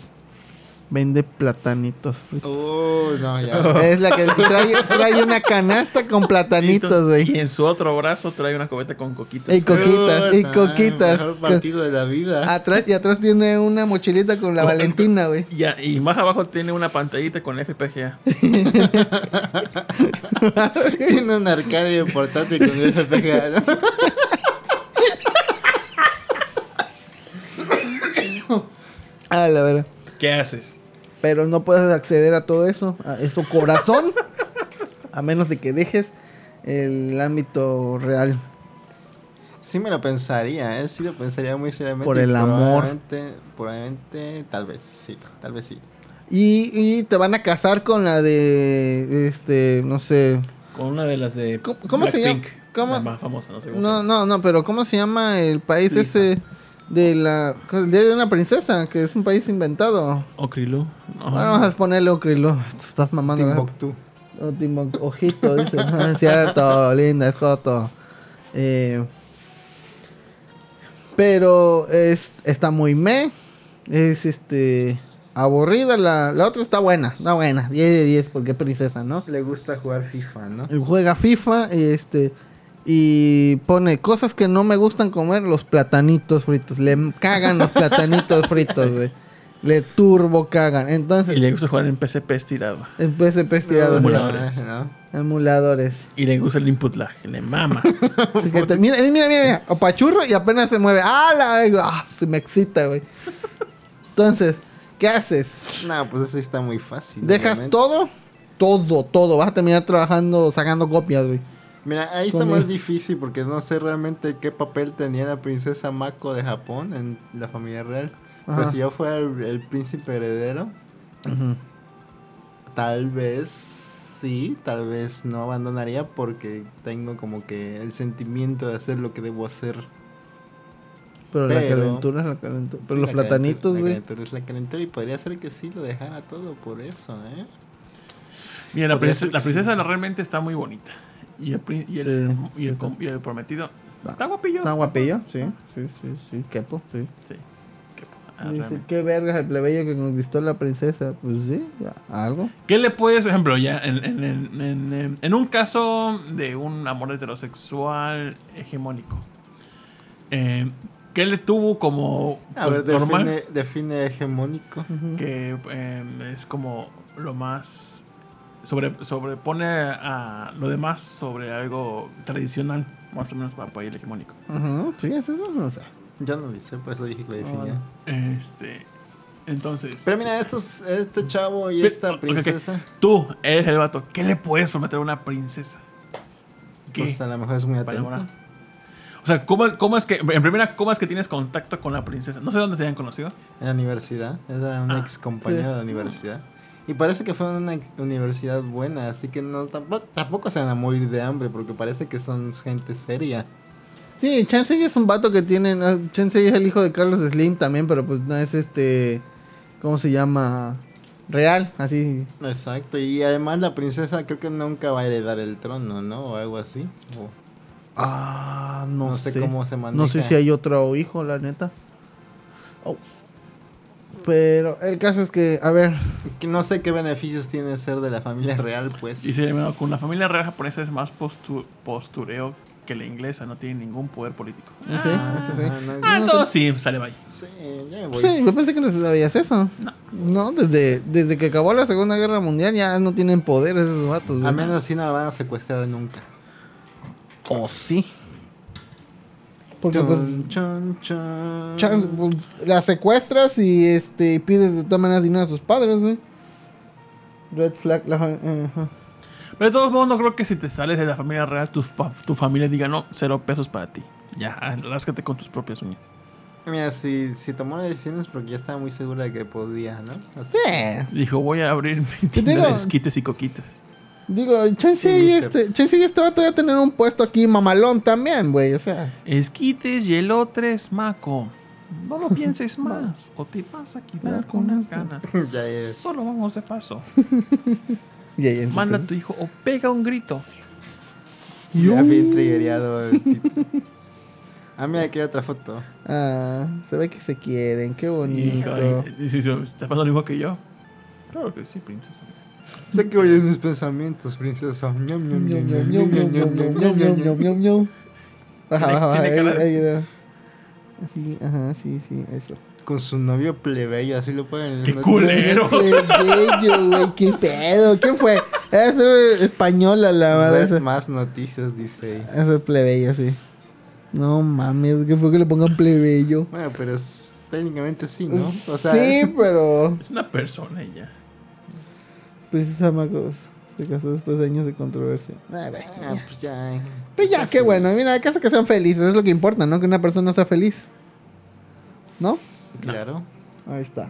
Speaker 3: Vende platanitos fritos.
Speaker 1: Oh, no, ya.
Speaker 3: Es la que trae, trae una canasta con platanitos,
Speaker 2: Y
Speaker 3: güey.
Speaker 2: en su otro brazo trae una cobeta con coquitas.
Speaker 3: Y coquitas, y
Speaker 1: Puta,
Speaker 3: coquitas. Ah.
Speaker 1: Mejor partido de la vida.
Speaker 3: Atrás, y atrás tiene una mochilita con la Valentina, güey.
Speaker 2: Y, a- y más abajo tiene una pantallita con FPGA.
Speaker 1: Tiene un arcade portátil con esa pegada.
Speaker 3: Ah, la verdad.
Speaker 2: ¿Qué haces?
Speaker 3: Pero no puedes acceder a todo eso, a eso corazón, a menos de que dejes el ámbito real.
Speaker 1: Sí me lo pensaría, ¿eh? Sí lo pensaría muy seriamente.
Speaker 3: Por el
Speaker 1: y
Speaker 3: amor.
Speaker 1: Probablemente, probablemente, tal vez, sí. Tal vez sí.
Speaker 3: Y, y te van a casar con la de, este, no sé,
Speaker 2: Con una de las de.
Speaker 3: ¿Cómo- cómo se llama?
Speaker 2: Blackpink,
Speaker 3: ¿Cómo?
Speaker 2: La más famosa, no sé cómo
Speaker 3: No,
Speaker 2: se
Speaker 3: no, no, pero ¿cómo se llama el país
Speaker 2: Lisa.
Speaker 3: ese de la el día de una princesa? Que es un país inventado.
Speaker 2: llama. Okrilu. No.
Speaker 3: Ahora vamos a ponerle Ocrilo. Estás mamando. ¿verdad?
Speaker 1: Timbuktu.
Speaker 3: O Timbuktu, Ojito, dice. Ah, es cierto, linda, es Joto. Eh, pero es, está muy me. Es este. Aburrida la, la otra está buena, está buena, 10 de 10 porque es princesa, ¿no?
Speaker 1: Le gusta jugar FIFA, ¿no?
Speaker 3: eh, juega FIFA este y pone cosas que no me gustan comer los platanitos fritos le cagan los platanitos fritos güey le turbo cagan
Speaker 2: Y
Speaker 3: entonces
Speaker 2: le gusta jugar en PCP estirado.
Speaker 3: en vez de
Speaker 1: No,
Speaker 3: pestilladores
Speaker 2: emuladores.
Speaker 1: ¿no?
Speaker 3: emuladores
Speaker 2: Y le gusta el input lag. Le mama.
Speaker 3: Así que te- mira mira mira, mira apachurro y apenas se mueve ah la ah, se me excita güey entonces qué haces
Speaker 1: No, pues eso está muy fácil.
Speaker 3: dejas
Speaker 1: obviamente.
Speaker 3: todo todo todo vas a terminar trabajando sacando copias güey
Speaker 1: Mira, ahí está
Speaker 3: Conmigo.
Speaker 1: más difícil porque no sé realmente qué papel tenía la princesa Mako de Japón en la familia real. Pero
Speaker 3: Ajá.
Speaker 1: si yo fuera el, el príncipe heredero, tal vez sí, tal vez no abandonaría porque tengo como que el sentimiento de hacer lo que debo hacer.
Speaker 3: pero, la
Speaker 1: Pero-
Speaker 3: calentura es la calentura pero
Speaker 1: Sí,
Speaker 3: los
Speaker 1: la calentura-
Speaker 3: platanitos
Speaker 1: la
Speaker 3: güey
Speaker 1: calentura es la calentura y podría ser que sí lo dejara todo por eso, ¿eh?
Speaker 2: Mira, la
Speaker 1: Podría
Speaker 2: princesa,
Speaker 1: ser que
Speaker 2: la
Speaker 1: sí.
Speaker 2: princesa la- realmente está muy bonita. Y el, prin- y el,
Speaker 3: Sí.
Speaker 2: y el com- y el prometido. Está guapillo.
Speaker 3: Está guapillo, sí, sí, sí, sí, quepo, sí.
Speaker 2: Sí. Qué, ah,
Speaker 3: Dice,
Speaker 2: realmente.
Speaker 3: qué verga el plebeyo que conquistó la princesa. Pues sí, ya, algo.
Speaker 2: ¿Qué le puedes, por ejemplo, ya en, en- en- en- en- en un caso de un amor heterosexual hegemónico? eh, ¿Qué le tuvo como
Speaker 1: A
Speaker 2: pues,
Speaker 1: ver, define, define hegemónico.
Speaker 2: que eh, es como lo más sobre sobrepone a lo demás sobre algo tradicional más o menos para, para el hegemónico
Speaker 3: Ujú, Sí, es eso, no sé.
Speaker 1: Yo no lo hice, por eso dije que lo definía.
Speaker 3: no.
Speaker 2: este entonces
Speaker 1: Pero mira, estos, este chavo y
Speaker 2: Pe-
Speaker 1: esta
Speaker 2: ok, ok.
Speaker 1: princesa,
Speaker 2: tú eres el vato ¿qué le puedes prometer a una princesa? ¿Qué?
Speaker 1: pues a lo mejor es muy
Speaker 2: para
Speaker 1: atento.
Speaker 2: enamorar? o sea ¿cómo, es- cómo es que en primera cómo es que tienes contacto con la princesa? no sé dónde se hayan conocido
Speaker 1: En la universidad, era un
Speaker 2: Ah,
Speaker 1: ex compañero de la universidad. Y parece que fue una ex- universidad buena, así que no tampoco, tampoco se van a morir de hambre, porque parece que son gente seria.
Speaker 3: Sí, Chance ya es un vato que tiene. no, Chance ya es el hijo de Carlos Slim también, pero pues no es este. ¿Cómo se llama? Real, así.
Speaker 1: Exacto, y además la princesa creo que nunca va a heredar el trono, ¿no? O algo así. O-
Speaker 3: Ah, Oh, no,
Speaker 1: No sé cómo se
Speaker 3: No sé
Speaker 1: maneja.
Speaker 3: si hay otro hijo, la neta. Oh. Pero el caso es que, a ver.
Speaker 1: que no sé qué beneficios tiene ser de la familia real, pues.
Speaker 2: Dice, bueno, con la familia real japonesa es más postu- postureo que la inglesa, no tiene ningún poder político.
Speaker 3: Sí, eso sí.
Speaker 1: Ah, no,
Speaker 2: Ah,
Speaker 1: no,
Speaker 3: pues
Speaker 2: entonces sí, sale bye.
Speaker 1: sí, ya me voy.
Speaker 3: Sí, yo pensé que no sabías eso. No, desde, desde que acabó la Segunda Guerra Mundial ya no tienen poder esos vatos. güey.
Speaker 1: Al menos así no la van a secuestrar nunca.
Speaker 3: O sí. Porque
Speaker 1: Chon,
Speaker 3: pues,
Speaker 1: chon, chon.
Speaker 3: chan- pues, la secuestras y este pides de todas maneras dinero a tus padres, güey. Red flag, la fa- ajá.
Speaker 2: Pero de todos modos, no creo que si te sales de la familia real, tus pa- tu familia diga, no, cero pesos para ti. Ya, ráscate con tus propias uñas.
Speaker 1: Mira, si, si tomó la decisión es porque ya estaba muy segura de que podía, ¿no? Así-
Speaker 3: Sí.
Speaker 2: Dijo, voy a abrir mi
Speaker 3: Te
Speaker 2: tienda de
Speaker 3: digo-
Speaker 2: esquites y coquitas.
Speaker 3: Digo,
Speaker 1: Sí,
Speaker 3: chance y
Speaker 1: bíceps.
Speaker 3: este, chance y este vato va a tener un puesto aquí mamalón también, güey. O sea,
Speaker 2: Esquites y el otro es maco. No lo pienses más, o te vas a quedar con unas ganas.
Speaker 1: ya es.
Speaker 2: Solo vamos de paso.
Speaker 3: y ahí en-
Speaker 2: Manda a tu hijo o pega un grito.
Speaker 1: Ya bien triggereado el Tito. Ah, mira, aquí hay otra foto.
Speaker 3: Ah, se ve que se quieren, qué bonito.
Speaker 2: Dice, ¿te pasa lo mismo que yo? Claro que sí, princesa.
Speaker 1: Sé que oyes mis pensamientos, princesa. Ñam, ñam, ñam, ñam, ñam, ñam, ñam, ñam, ñam, ñam, ñam.
Speaker 3: Baja,
Speaker 2: Tiene-
Speaker 3: baja, baja.
Speaker 2: tiene
Speaker 3: ahí-
Speaker 2: cara de-
Speaker 3: ahí video. Así, ajá, sí, sí, eso.
Speaker 1: Con su novio plebeyo, así lo ponen.
Speaker 2: ¡Qué
Speaker 1: No-
Speaker 2: culero!
Speaker 3: Qué bello, güey, qué pedo. ¿Quién fue? Es eh, española la madre.
Speaker 1: Ver
Speaker 3: Esa,
Speaker 1: más noticias, dice ahí.
Speaker 3: esa es plebeyo, sí. No mames, que fue que le pongan plebeyo.
Speaker 1: Bueno, pero es- técnicamente sí, ¿no? O sea,
Speaker 3: sí, pero.
Speaker 2: Es una persona y ya.
Speaker 3: Pues esa macos se casó después de años de controversia. Ah, bueno,
Speaker 1: ah, pues ya.
Speaker 3: Pues ya, qué bueno. Mira, el caso es que sean felices, es lo que importa, ¿no? Que una persona sea feliz. ¿No?
Speaker 1: Claro.
Speaker 3: Ahí está.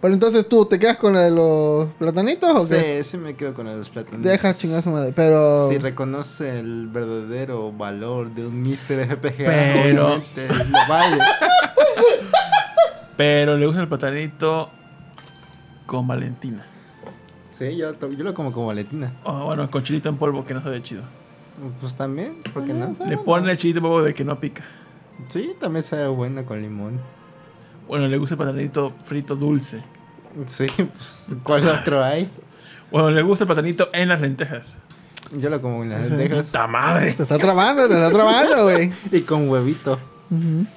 Speaker 3: Pero entonces tú, ¿te quedas con la de los platanitos o qué?
Speaker 1: Sí, sí me quedo con los platanos.
Speaker 3: Deja chingar a su madre, pero.
Speaker 1: Si reconoce el verdadero valor de un Mr. RPG,
Speaker 2: Pero-
Speaker 1: obviamente lo vale.
Speaker 2: Pero le gusta el platanito con Valentina.
Speaker 1: Sí, yo, to- yo lo como como letina.
Speaker 2: O bueno, con chilito en polvo que no sabe chido.
Speaker 1: Pues también, ¿por qué Ah, no?
Speaker 2: Le pone el chilito en polvo de que no pica.
Speaker 1: Sí, también sabe bueno con limón.
Speaker 2: Bueno, le gusta el platanito frito dulce.
Speaker 1: Sí, pues ¿cuál otro hay?
Speaker 2: Bueno, le gusta el platanito en las lentejas.
Speaker 1: Yo lo como en las lentejas
Speaker 2: ¡Ta madre!
Speaker 3: Te está trabando, te está trabando, güey.
Speaker 1: y con huevito.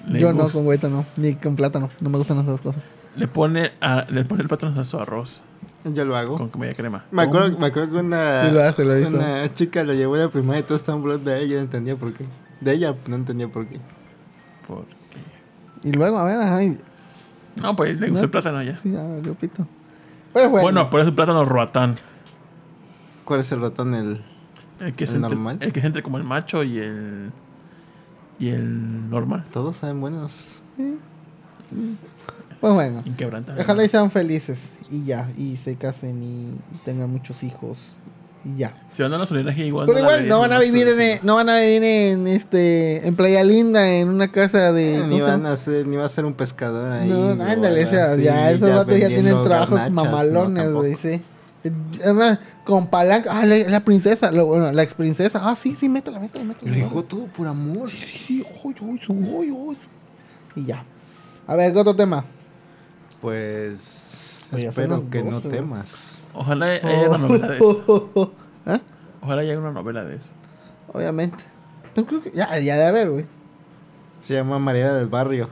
Speaker 2: Le,
Speaker 3: Yo no
Speaker 2: gusta-
Speaker 3: con hueto, no. Ni con plátano. No me gustan esas cosas.
Speaker 2: le pone, a- le pone el plátano a su arroz
Speaker 1: Yo lo hago.
Speaker 2: con media crema.
Speaker 1: Me acuerdo, me acuerdo que una,
Speaker 3: Sí lo hace, lo he visto.
Speaker 1: una chica lo llevó a la primaria y todos estaban hablando de ella, no entendía por qué. De ella no entendía por qué.
Speaker 2: Por-
Speaker 3: Y luego, a ver, ay.
Speaker 2: No, pues le gusta el plátano ya.
Speaker 3: Sí, ya, yo pito. Pero bueno.
Speaker 2: Bueno, pero es el plátano roatán.
Speaker 1: ¿Cuál es el ratón? El...
Speaker 2: El que es
Speaker 1: ¿El
Speaker 2: entre,
Speaker 1: normal?
Speaker 2: el que es entre como el macho y el. Y el normal.
Speaker 1: Todos saben buenos.
Speaker 3: Pues bueno.
Speaker 2: Inquebrantable.
Speaker 3: Ojalá y sean felices. Y ya. Y se casen y, y tengan muchos hijos. Y ya.
Speaker 2: Si andan a su linaje igual.
Speaker 3: Pero
Speaker 2: la
Speaker 3: igual
Speaker 2: verían
Speaker 3: no van a
Speaker 2: en
Speaker 3: vivir
Speaker 2: Oxford,
Speaker 3: en e- no van a vivir en este en Playa Linda en una casa de ¿cómo
Speaker 1: Ah, Ni
Speaker 3: se
Speaker 1: van
Speaker 3: llama?
Speaker 1: a ser, ni va a ser un pescador ahí.
Speaker 3: No,
Speaker 1: o
Speaker 3: ándale, o
Speaker 1: algo
Speaker 3: sea,
Speaker 1: así,
Speaker 3: ya esos vatos ya tienen
Speaker 1: vendiendo
Speaker 3: trabajos
Speaker 1: garnachas, no,
Speaker 3: mamalones,
Speaker 1: tampoco.
Speaker 3: güey, sí. Además, con palanca. Ah, la, la princesa. lo- bueno, la ex princesa. Ah, sí, sí, métela, métela, métela.
Speaker 1: Le dejó todo por amor.
Speaker 3: Sí, uy, uy, uy, uy. Y ya. A ver, ¿qué otro tema?
Speaker 1: Pues
Speaker 3: Oye, ya son
Speaker 1: espero
Speaker 3: las
Speaker 1: que no
Speaker 3: 12, güey.
Speaker 1: temas.
Speaker 2: Ojalá haya
Speaker 3: Oh.
Speaker 2: una novela de eso.
Speaker 3: ¿Eh?
Speaker 2: Ojalá haya una novela de eso.
Speaker 3: Obviamente. Yo creo que ya, ya de haber, güey.
Speaker 1: Se llama María del Barrio.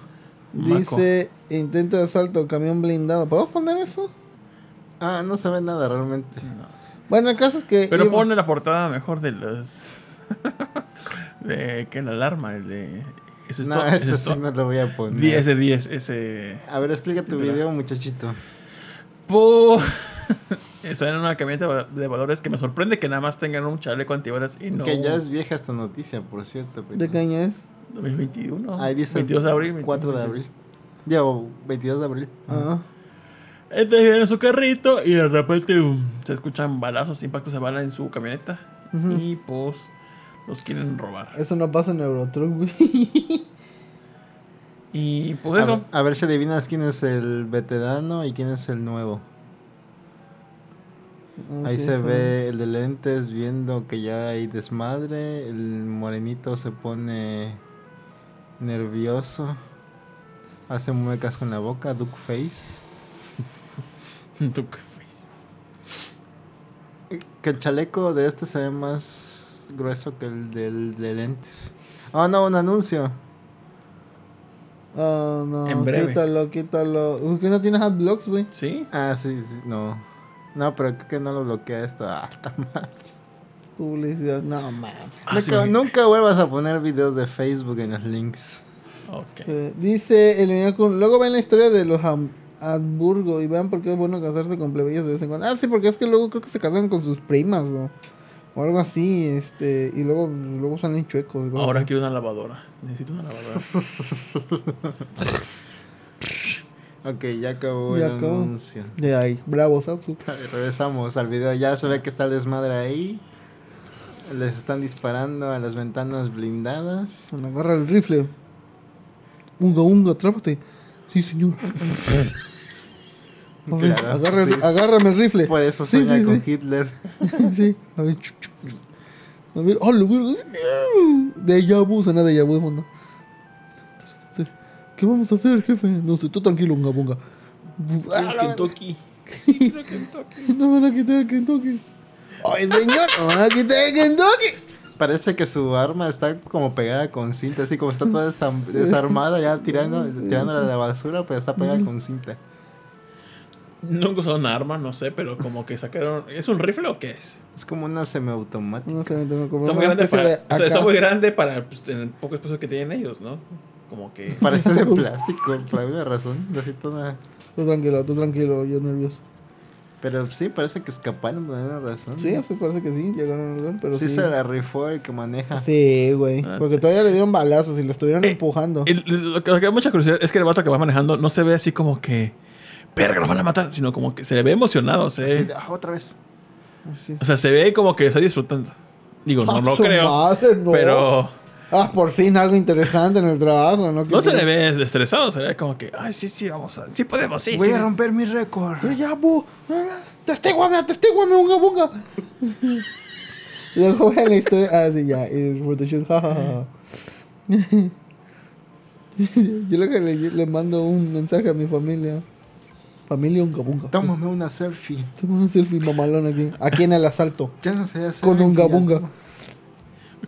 Speaker 2: Maco.
Speaker 3: Dice, intento de asalto, camión blindado. ¿Podemos poner eso?
Speaker 1: Ah, no se ve nada realmente.
Speaker 3: Bueno, el caso es que...
Speaker 2: Pero
Speaker 3: iba-
Speaker 2: pone la portada mejor de los. de que la alarma, el de. Eso es
Speaker 1: No,
Speaker 2: todo, eso
Speaker 1: eso
Speaker 2: es
Speaker 1: sí
Speaker 2: todo.
Speaker 1: no lo voy a poner.
Speaker 2: 10 de 10, ese.
Speaker 1: A ver, explica tu
Speaker 2: Mira.
Speaker 1: video, muchachito.
Speaker 2: Po- Está en una camioneta va- de valores que me sorprende que nada más tengan un chaleco antibalas y no.
Speaker 1: Que ya
Speaker 2: un
Speaker 1: es vieja esta noticia, por cierto. pero-
Speaker 3: ¿De qué año es?
Speaker 2: 2021.
Speaker 1: Ahí dice
Speaker 2: 22 de abril.
Speaker 1: 4 de
Speaker 2: 21.
Speaker 1: abril. Yo, 22 de abril.
Speaker 3: Ah,
Speaker 2: Este viene en su carrito y de repente um, se escuchan balazos, impactos de bala en su camioneta.
Speaker 1: Ah.
Speaker 2: Y pues los quieren robar.
Speaker 3: eso no pasa en Eurotruck, güey.
Speaker 2: Y pues
Speaker 1: a,
Speaker 2: eso.
Speaker 1: ver, a ver si adivinas quién es el veterano y quién es el nuevo.
Speaker 3: Ah,
Speaker 1: Ahí
Speaker 3: sí,
Speaker 1: se
Speaker 3: sí.
Speaker 1: ve el de lentes viendo que ya hay desmadre. El morenito se pone nervioso. Hace muecas con la boca, duck face.
Speaker 2: Tú qué face.
Speaker 1: Eh, Que el chaleco de este se ve más grueso que el del de lentes. Ah, no, un anuncio.
Speaker 3: Ah, no,
Speaker 2: En breve.
Speaker 3: quítalo, quítalo. Uy, que no tienes adblocks, güey.
Speaker 2: ¿Sí?
Speaker 1: Ah, sí, sí, no. No, pero creo que no lo bloquea esto. Ah, está mal.
Speaker 3: Publicidad, no, mames.
Speaker 2: Ah,
Speaker 1: nunca,
Speaker 2: sí, me-
Speaker 1: nunca vuelvas a poner videos de Facebook en los links.
Speaker 2: Ok.
Speaker 3: Eh, dice el niño Kun, Luego ven la historia de los Ham- Habsburgo y vean por qué es bueno casarse con plebeyos de vez en cuando. Ah, sí, porque es que luego creo que se casan con sus primas o, o algo así. este Y luego, luego salen chuecos. güey.
Speaker 2: Ahora quiero una lavadora. Necesito una lavadora.
Speaker 1: Ok, ya acabó
Speaker 3: Ya
Speaker 1: el
Speaker 3: acabó.
Speaker 1: anuncio.
Speaker 3: De ahí, bravo, Sapsu.
Speaker 1: Regresamos al video. Ya se ve que está el desmadre ahí. Les están disparando a las ventanas blindadas.
Speaker 3: Se me agarra el rifle. Unga, unga, atrápate. Sí, señor. A ver,
Speaker 1: Claro,
Speaker 3: agarra el-
Speaker 1: sí.
Speaker 3: agárrame el rifle.
Speaker 1: Por eso
Speaker 3: sí,
Speaker 1: sueña
Speaker 3: sí,
Speaker 1: con
Speaker 3: sí.
Speaker 1: Hitler.
Speaker 3: sí. A ver, chu, chu, chu. A ver, ah, lo verga. De Yabu, suena de Yabu de fondo. ¿Qué vamos a hacer, jefe? No sé, tú tranquilo, unga, bunga. Bu- ah,
Speaker 2: Quiero
Speaker 3: la verga.
Speaker 2: Kentucky.
Speaker 3: No van a quitar el Kentucky. ¡Ay, señor! ¡No van a quitar el Kentucky!
Speaker 1: Parece que su arma está como pegada con cinta, así como está toda desam- desarmada, ya tirando, tirándola a la basura, pero está pegada con cinta.
Speaker 2: Nunca usaron una arma, no sé, pero como que sacaron. ¿Es un rifle o qué es?
Speaker 1: Es como una semiautomática.
Speaker 3: No sé, me tengo que comprar
Speaker 2: Está muy
Speaker 3: una
Speaker 2: grande para,
Speaker 3: especie de
Speaker 2: o sea, está
Speaker 3: AK.
Speaker 2: muy grande para pues, el poco espacio que tienen ellos, ¿no? Como que.
Speaker 1: Parece de plástico, por alguna razón. Así toda.
Speaker 3: Tú tranquilo, tú tranquilo, yo nervioso.
Speaker 1: Pero sí, parece que escaparon por alguna razón.
Speaker 3: Sí, sí, parece que sí, llegaron al lugar, pero sí.
Speaker 1: Sí se la rifó el que maneja.
Speaker 3: Sí, güey.
Speaker 2: Ah,
Speaker 3: Porque
Speaker 2: sí.
Speaker 3: todavía le dieron balazos y lo estuvieron
Speaker 2: Eh,
Speaker 3: empujando.
Speaker 2: El- lo, que, lo que da mucha curiosidad es que el vato que va manejando no se ve así como que. Verga, lo van a matar, sino como que se le ve emocionado,
Speaker 1: Sí,
Speaker 2: se,
Speaker 1: de- ah, otra vez.
Speaker 3: Sí.
Speaker 2: o sea, se ve como que está disfrutando. Digo, no
Speaker 3: Ah,
Speaker 2: lo
Speaker 3: su
Speaker 2: creo,
Speaker 3: madre, no.
Speaker 2: pero
Speaker 3: Ah, por fin algo interesante en el trabajo, ¿no? Que-
Speaker 2: no se le ve estresado, se le ve como que, ay, sí, sí, vamos a, sí podemos, sí,
Speaker 1: Voy
Speaker 2: sí.
Speaker 1: a romper mi récord.
Speaker 3: Yo ya, bu. ah, Testíguame, testíguame, bunga, bunga. Y Luego ve la historia. Ah, sí, ya. Y el Photoshop, ja, ja, ja. Yo lo que le, le mando un mensaje a mi familia. Familia unga bunga.
Speaker 1: Tómame una selfie.
Speaker 3: Tengo un selfie mamalón aquí. Aquí en el asalto.
Speaker 1: Ya no sé hacer.
Speaker 3: Con unga
Speaker 1: ventilador.
Speaker 3: bunga.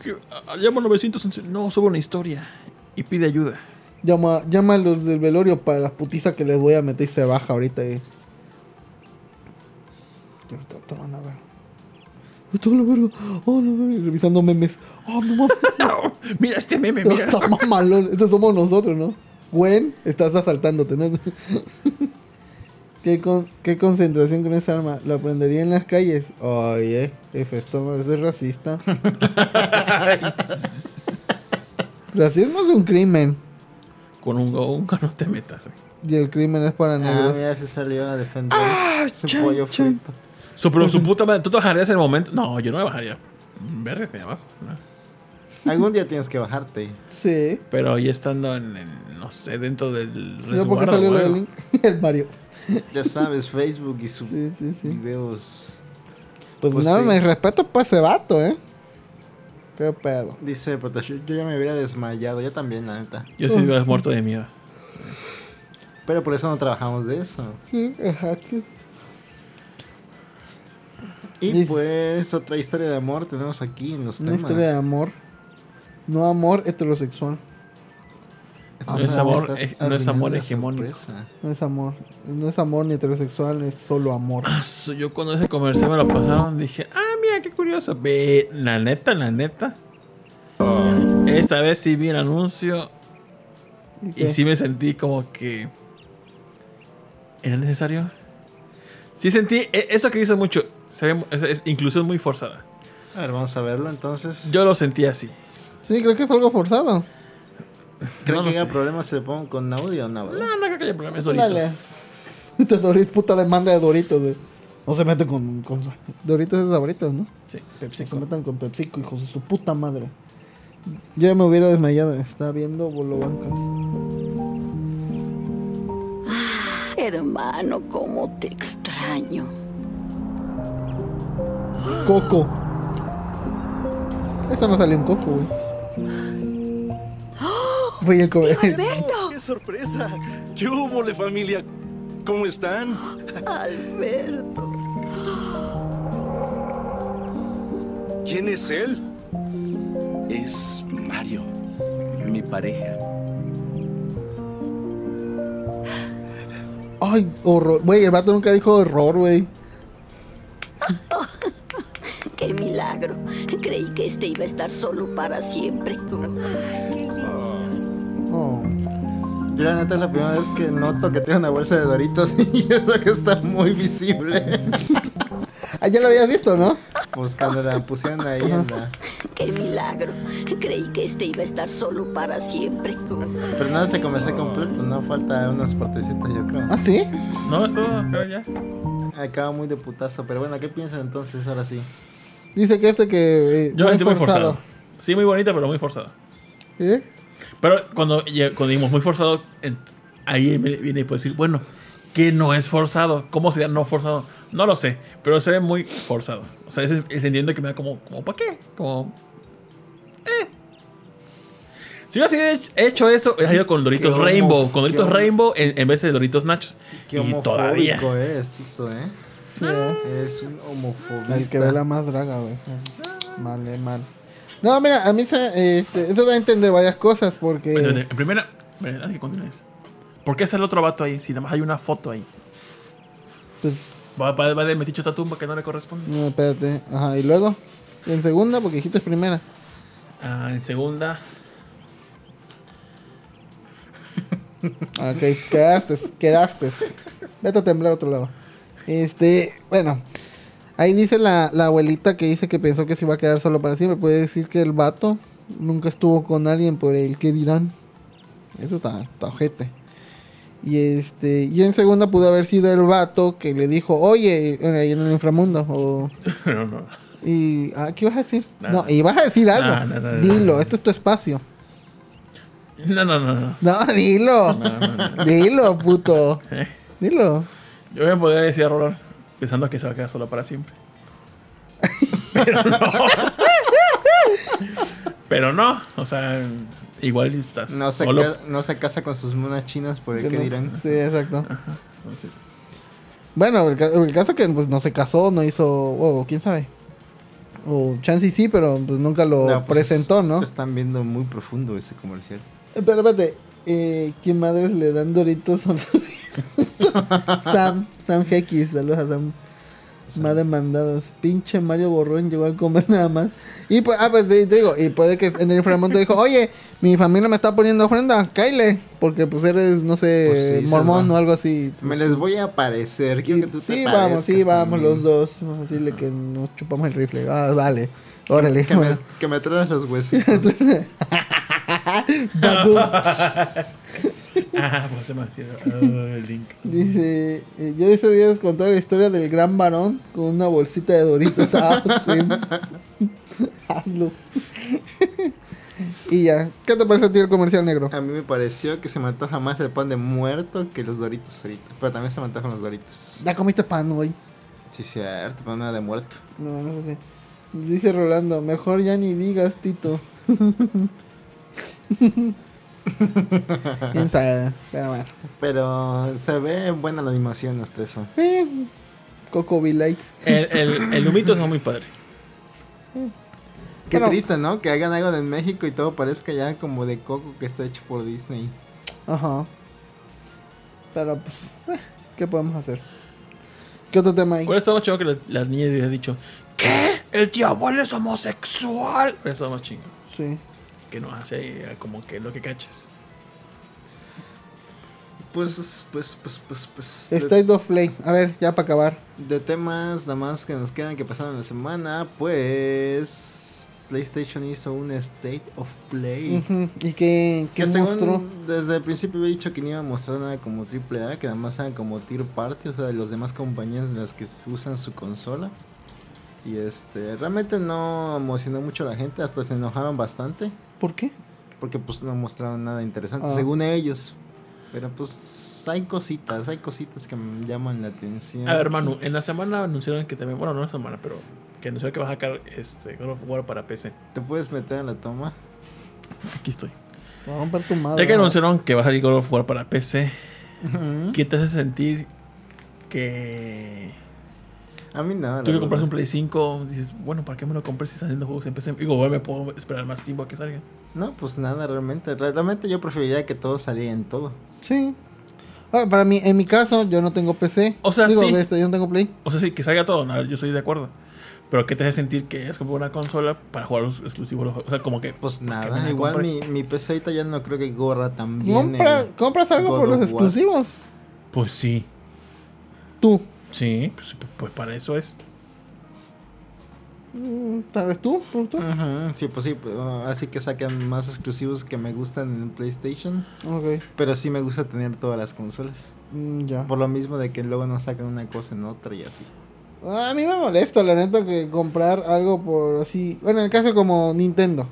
Speaker 2: Que, ah, Llama 911, no, subo una historia y pide ayuda.
Speaker 3: Llama, llama a los del velorio para la putiza que les voy a meter y se baja ahorita. eh. Y ahorita te van a ver. Esto la verga. Oh, la verga. Y Revisando memes. Oh, no mames.
Speaker 2: No, mira este meme,
Speaker 3: Esto
Speaker 2: mira.
Speaker 3: Está mamalón. Estos somos nosotros, ¿no? Gwen, estás asaltándote, ¿no? ¿Qué, con- qué concentración con esa arma. La prendería en las calles. Oye, F, esto es racista. Racismo es un crimen.
Speaker 2: Con un unga no te metas. eh.
Speaker 3: Y el crimen es para
Speaker 1: Ah,
Speaker 3: negros.
Speaker 1: mira, se salió a defender su
Speaker 3: chan,
Speaker 1: pollo
Speaker 3: chan.
Speaker 1: frito.
Speaker 2: Mm, Su, pero su puta madre, ¿tú te bajarías en el momento? No, yo no me bajaría. Verga, de abajo. ¿no?
Speaker 1: Algún día tienes que bajarte.
Speaker 3: Sí.
Speaker 2: Pero ahí estando en, en, no sé, dentro del
Speaker 3: Yo porque
Speaker 2: resguardo,
Speaker 3: salió lo
Speaker 2: güey.
Speaker 3: de Link, el Mario.
Speaker 1: Ya sabes, Facebook y sus
Speaker 3: Sí, sí, sí.
Speaker 1: videos.
Speaker 3: Pues,
Speaker 1: Pues
Speaker 3: nada,
Speaker 1: sí.
Speaker 3: me respeto para ese vato, ¿eh? Qué pedo.
Speaker 1: Dice Protashu, yo ya me hubiera desmayado, yo también, la neta.
Speaker 2: Yo sí me muerto de miedo.
Speaker 1: Pero por eso no trabajamos de eso.
Speaker 3: Sí, exacto.
Speaker 1: Y
Speaker 3: Dice-
Speaker 1: pues otra historia de amor tenemos aquí en los
Speaker 3: Una
Speaker 1: temas.
Speaker 3: historia de amor. No amor heterosexual.
Speaker 1: Estás-
Speaker 2: No es amor,
Speaker 1: estás
Speaker 2: eh, no es amor
Speaker 1: arruinando la
Speaker 2: hegemónico.
Speaker 1: sorpresa.
Speaker 3: No es amor. No es amor ni heterosexual, es solo amor.
Speaker 2: Ah, su- Yo cuando ese comercial me lo pasaron dije, ah, mira, qué curioso. Ve, la neta, la neta. Esta vez sí vi el anuncio y
Speaker 3: ¿Qué?
Speaker 2: sí me sentí como que... ¿Era necesario? Sí sentí, e- eso que dice mucho, se ve mu- es- es inclusión muy forzada.
Speaker 1: A ver, vamos a verlo entonces.
Speaker 2: Yo lo sentí así.
Speaker 3: Sí, creo que es algo forzado.
Speaker 1: ¿Creen
Speaker 2: no
Speaker 1: que
Speaker 2: lo
Speaker 1: haya
Speaker 2: sé.
Speaker 1: problemas si le pongo con audio o no? verdad?
Speaker 2: No, no creo que haya problemas Doritos.
Speaker 3: Dale. Este Doritos, puta demanda de Doritos, güey. No se meten con, con Doritos es Doritos, ¿no?
Speaker 2: Sí,
Speaker 3: No
Speaker 2: Pepsi
Speaker 3: se metan con PepsiCo, hijos de su puta madre. Yo ya me hubiera desmayado. Está viendo Bolobanca.
Speaker 11: Hermano, cómo te extraño.
Speaker 3: Coco. Eso no salió en Coco, güey. Güey, el co-
Speaker 11: ¡Oh! Alberto,
Speaker 12: ¡Qué sorpresa! ¿Qué hubo, le familia? ¿Cómo están?
Speaker 11: Alberto.
Speaker 12: ¿Quién es él? Es Mario, mi pareja.
Speaker 3: Ay, horror. Güey, el vato nunca dijo horror, güey.
Speaker 11: Qué milagro. Creí que este iba a estar solo para siempre. Ay, qué lindos.
Speaker 3: Oh.
Speaker 1: Yo la neta es la primera vez que noto que tiene una bolsa de Doritos y eso que está muy visible.
Speaker 3: Ah, ya lo habías visto, ¿no?
Speaker 1: Pues cuando la pusieron ahí en la...
Speaker 11: Qué milagro. Creí que este iba a estar solo para siempre.
Speaker 1: Pero nada se comenzó completo, no falta unas partecitas yo creo.
Speaker 3: Ah, sí.
Speaker 2: No, es todo, creo ya.
Speaker 1: Acaba muy de putazo, pero bueno, ¿qué piensan entonces ahora sí?
Speaker 3: Dice que este que. eh,
Speaker 2: Yo lo
Speaker 3: fue
Speaker 2: sentí muy forzado. Sí, muy bonita, pero muy forzada.
Speaker 3: ¿Eh?
Speaker 2: Pero cuando, ya- cuando dimos muy forzado, en- ahí me- viene y puede decir, bueno, ¿qué no es forzado? ¿Cómo sería no forzado? No lo sé, pero se ve muy forzado. O sea, ese, ese entiendo que me da como, como ¿para qué? Como... eh. Si yo así he hecho- he hecho eso, hubiera ido con Doritos
Speaker 1: Qué
Speaker 2: Rainbow,
Speaker 1: homo-
Speaker 2: con Doritos
Speaker 1: qué homo-
Speaker 2: Rainbow en, en vez de Doritos Nachos.
Speaker 1: Qué
Speaker 2: y
Speaker 1: homofóbico
Speaker 2: todavía.
Speaker 1: es, Tito, ¿eh?
Speaker 3: ¿Qué?
Speaker 1: Es un homofobista.
Speaker 3: Ay, que ve la más draga, güey. Mal, eh, mal. No, mira, a mí se, este, eso da a entender varias cosas
Speaker 2: Entonces,
Speaker 3: porque.
Speaker 2: en primera, ¿verdad que continúes? ¿Por qué es el otro vato ahí? Si nada más hay una foto ahí.
Speaker 3: Pues.
Speaker 2: Va, va, va de metiche otra tumba que no le corresponde.
Speaker 3: No, espérate. Ajá, y luego. En segunda, porque dijiste es primera.
Speaker 2: Ah, en segunda,
Speaker 3: Ok, quedaste, quedaste. Vete a temblar a otro lado. Este, bueno. Ahí dice la, la abuelita que dice que pensó que se iba a quedar solo para siempre. Puede decir que el vato nunca estuvo con alguien por el que dirán. Eso está, está ojete. Y este, y en segunda pudo haber sido el vato que le dijo, oye, ahí en el inframundo. O,
Speaker 2: no, no.
Speaker 3: y, ah, ¿qué ibas a decir?
Speaker 2: Nada.
Speaker 3: No, y vas a decir algo.
Speaker 2: Nada, nada, nada,
Speaker 3: Dilo,
Speaker 2: nada.
Speaker 3: esto es tu espacio.
Speaker 2: No, no, no, no.
Speaker 3: No, dilo. Dilo, puto. Dilo.
Speaker 2: Eh, Yo me podría decir a Roland pensando que se va a quedar solo para siempre. Pero no. Pero no, o sea, igual estás
Speaker 1: No se,
Speaker 2: solo.
Speaker 1: ca- no se casa con sus monas chinas por el
Speaker 3: Que
Speaker 1: que
Speaker 3: no-
Speaker 1: dirán.
Speaker 3: Sí, exacto.
Speaker 2: Entonces,
Speaker 3: Bueno, el, ca- el caso que pues, no se casó, no hizo. O quién sabe. O chance y sí, pero pues nunca lo
Speaker 1: No, pues,
Speaker 3: presentó, ¿no?
Speaker 1: Están viendo muy profundo ese comercial.
Speaker 3: Pero espérate, eh, ¿qué madres le dan doritos a los hijos? Sam, Sam X, saludos a Sam. Más demandados. Pinche Mario Borrón llegó a comer nada más. Y pues, ah, pues te- te digo, y puede que en el inframundo dijo, oye, mi familia me está poniendo ofrenda, Kyle, porque pues eres, no sé,
Speaker 1: Pues sí,
Speaker 3: mormón
Speaker 1: Salva.
Speaker 3: o algo así.
Speaker 1: Me les voy a aparecer. Quiero que tú te
Speaker 3: Sí, vamos, sí,
Speaker 1: aparezcas
Speaker 3: vamos
Speaker 1: también.
Speaker 3: los dos. Vamos a decirle que nos chupamos el rifle. Ah, dale. Órale.
Speaker 1: Que me, que me traigas los huesitos.
Speaker 3: Badum.
Speaker 2: ah, pues se me hacía. ah, el link.
Speaker 3: Dice, eh, yo les hubiera contado la historia del gran varón con una bolsita de doritos. Ah, sí. Hazlo. Y ya. ¿Qué te parece a ti el comercial negro?
Speaker 1: A mí me pareció que se me antoja más el pan de muerto que los doritos ahorita. Pero también se me antojan los doritos.
Speaker 3: Ya comiste pan hoy.
Speaker 1: Sí, cierto, pan de muerto.
Speaker 3: No, no sé. Dice Rolando, mejor ya ni digas, Tito. Quién sabe, pero bueno.
Speaker 1: Pero se ve buena la animación hasta eso.
Speaker 3: Eh, Coco be like.
Speaker 2: El, el, el humito está muy padre.
Speaker 1: Qué
Speaker 3: Pero-
Speaker 1: triste, ¿no? Que hagan algo en México y todo parezca ya como de coco que está hecho por Disney.
Speaker 3: Ajá. Pero pues, eh, ¿qué podemos hacer? ¿Qué otro tema hay?
Speaker 2: ¿Cuál estaba chido que la, la niña le ha dicho? ¿Qué? ¿El tío abuelo es homosexual? Eso estaba más chingo.
Speaker 3: Sí.
Speaker 2: Que no hace eh, como que lo que cachas.
Speaker 1: Pues, pues, pues, pues, pues.
Speaker 3: State of Play. A ver, ya para acabar.
Speaker 1: De temas nada más que nos quedan que pasaron la semana, pues PlayStation hizo un State of Play.
Speaker 3: Ujú, ¿Y qué, qué
Speaker 1: Que según
Speaker 3: monstruo?
Speaker 1: desde el principio había dicho que no iba a mostrar nada como AAA, que nada más eran como tier party, o sea, de las demás compañías en las que se usan su consola. Y este, realmente no emocionó mucho a la gente, hasta se enojaron bastante,
Speaker 3: ¿Por qué?
Speaker 1: porque pues no mostraron nada interesante,
Speaker 3: Ah.
Speaker 1: según ellos. Pero pues hay cositas, hay cositas que me llaman la atención.
Speaker 2: A ver, Manu, en la semana anunciaron que también. Bueno, no en la semana, pero que anunciaron que va a sacar este God of War para PC.
Speaker 1: ¿Te puedes meter en la toma?
Speaker 2: Aquí estoy.
Speaker 3: Te va a romper tu madre.
Speaker 2: Ya que
Speaker 3: Ah, ¿no?
Speaker 2: anunciaron que va a salir God of War para PC,
Speaker 1: Ujú.
Speaker 2: ¿qué te hace sentir que.
Speaker 1: A mí nada.
Speaker 2: Tú
Speaker 1: la
Speaker 2: que compras
Speaker 1: verdad.
Speaker 2: un Play 5, dices, bueno, ¿para qué me lo compré si saliendo juegos en PC? Digo, bueno, me puedo esperar más tiempo a que salga.
Speaker 1: No, pues nada, realmente. Re- Realmente yo preferiría que todo saliera en todo.
Speaker 3: Sí. Ah, para mí, en mi caso, yo no tengo PC.
Speaker 2: O sea,
Speaker 3: Digo,
Speaker 2: sí.
Speaker 3: este, yo no tengo Play.
Speaker 2: O sea, sí, que salga todo, no, yo estoy de acuerdo. Pero ¿qué te hace sentir que es como una consola para jugar los exclusivos? los juegos? O sea, como que.
Speaker 1: Pues
Speaker 2: que me
Speaker 1: nada,
Speaker 2: la
Speaker 1: igual
Speaker 2: compre.
Speaker 1: mi, mi PC ahorita ya no creo que gorra también. eh.
Speaker 3: Compra- compras algo por los exclusivos.
Speaker 2: Pues sí.
Speaker 3: Tú.
Speaker 2: Sí, pues, pues para eso es.
Speaker 3: Mm, Tal vez tú, por tú.
Speaker 1: Ajá, sí, pues sí, pues, uh, así que sacan más exclusivos que me gustan en PlayStation,
Speaker 3: Ok.
Speaker 1: pero sí me gusta tener todas las consolas.
Speaker 3: Mm, ya.
Speaker 1: Por lo mismo de que luego no sacan una cosa en otra y así.
Speaker 3: Ah, A mí me molesta, la neta, que comprar algo por así. Bueno, en el caso como Nintendo.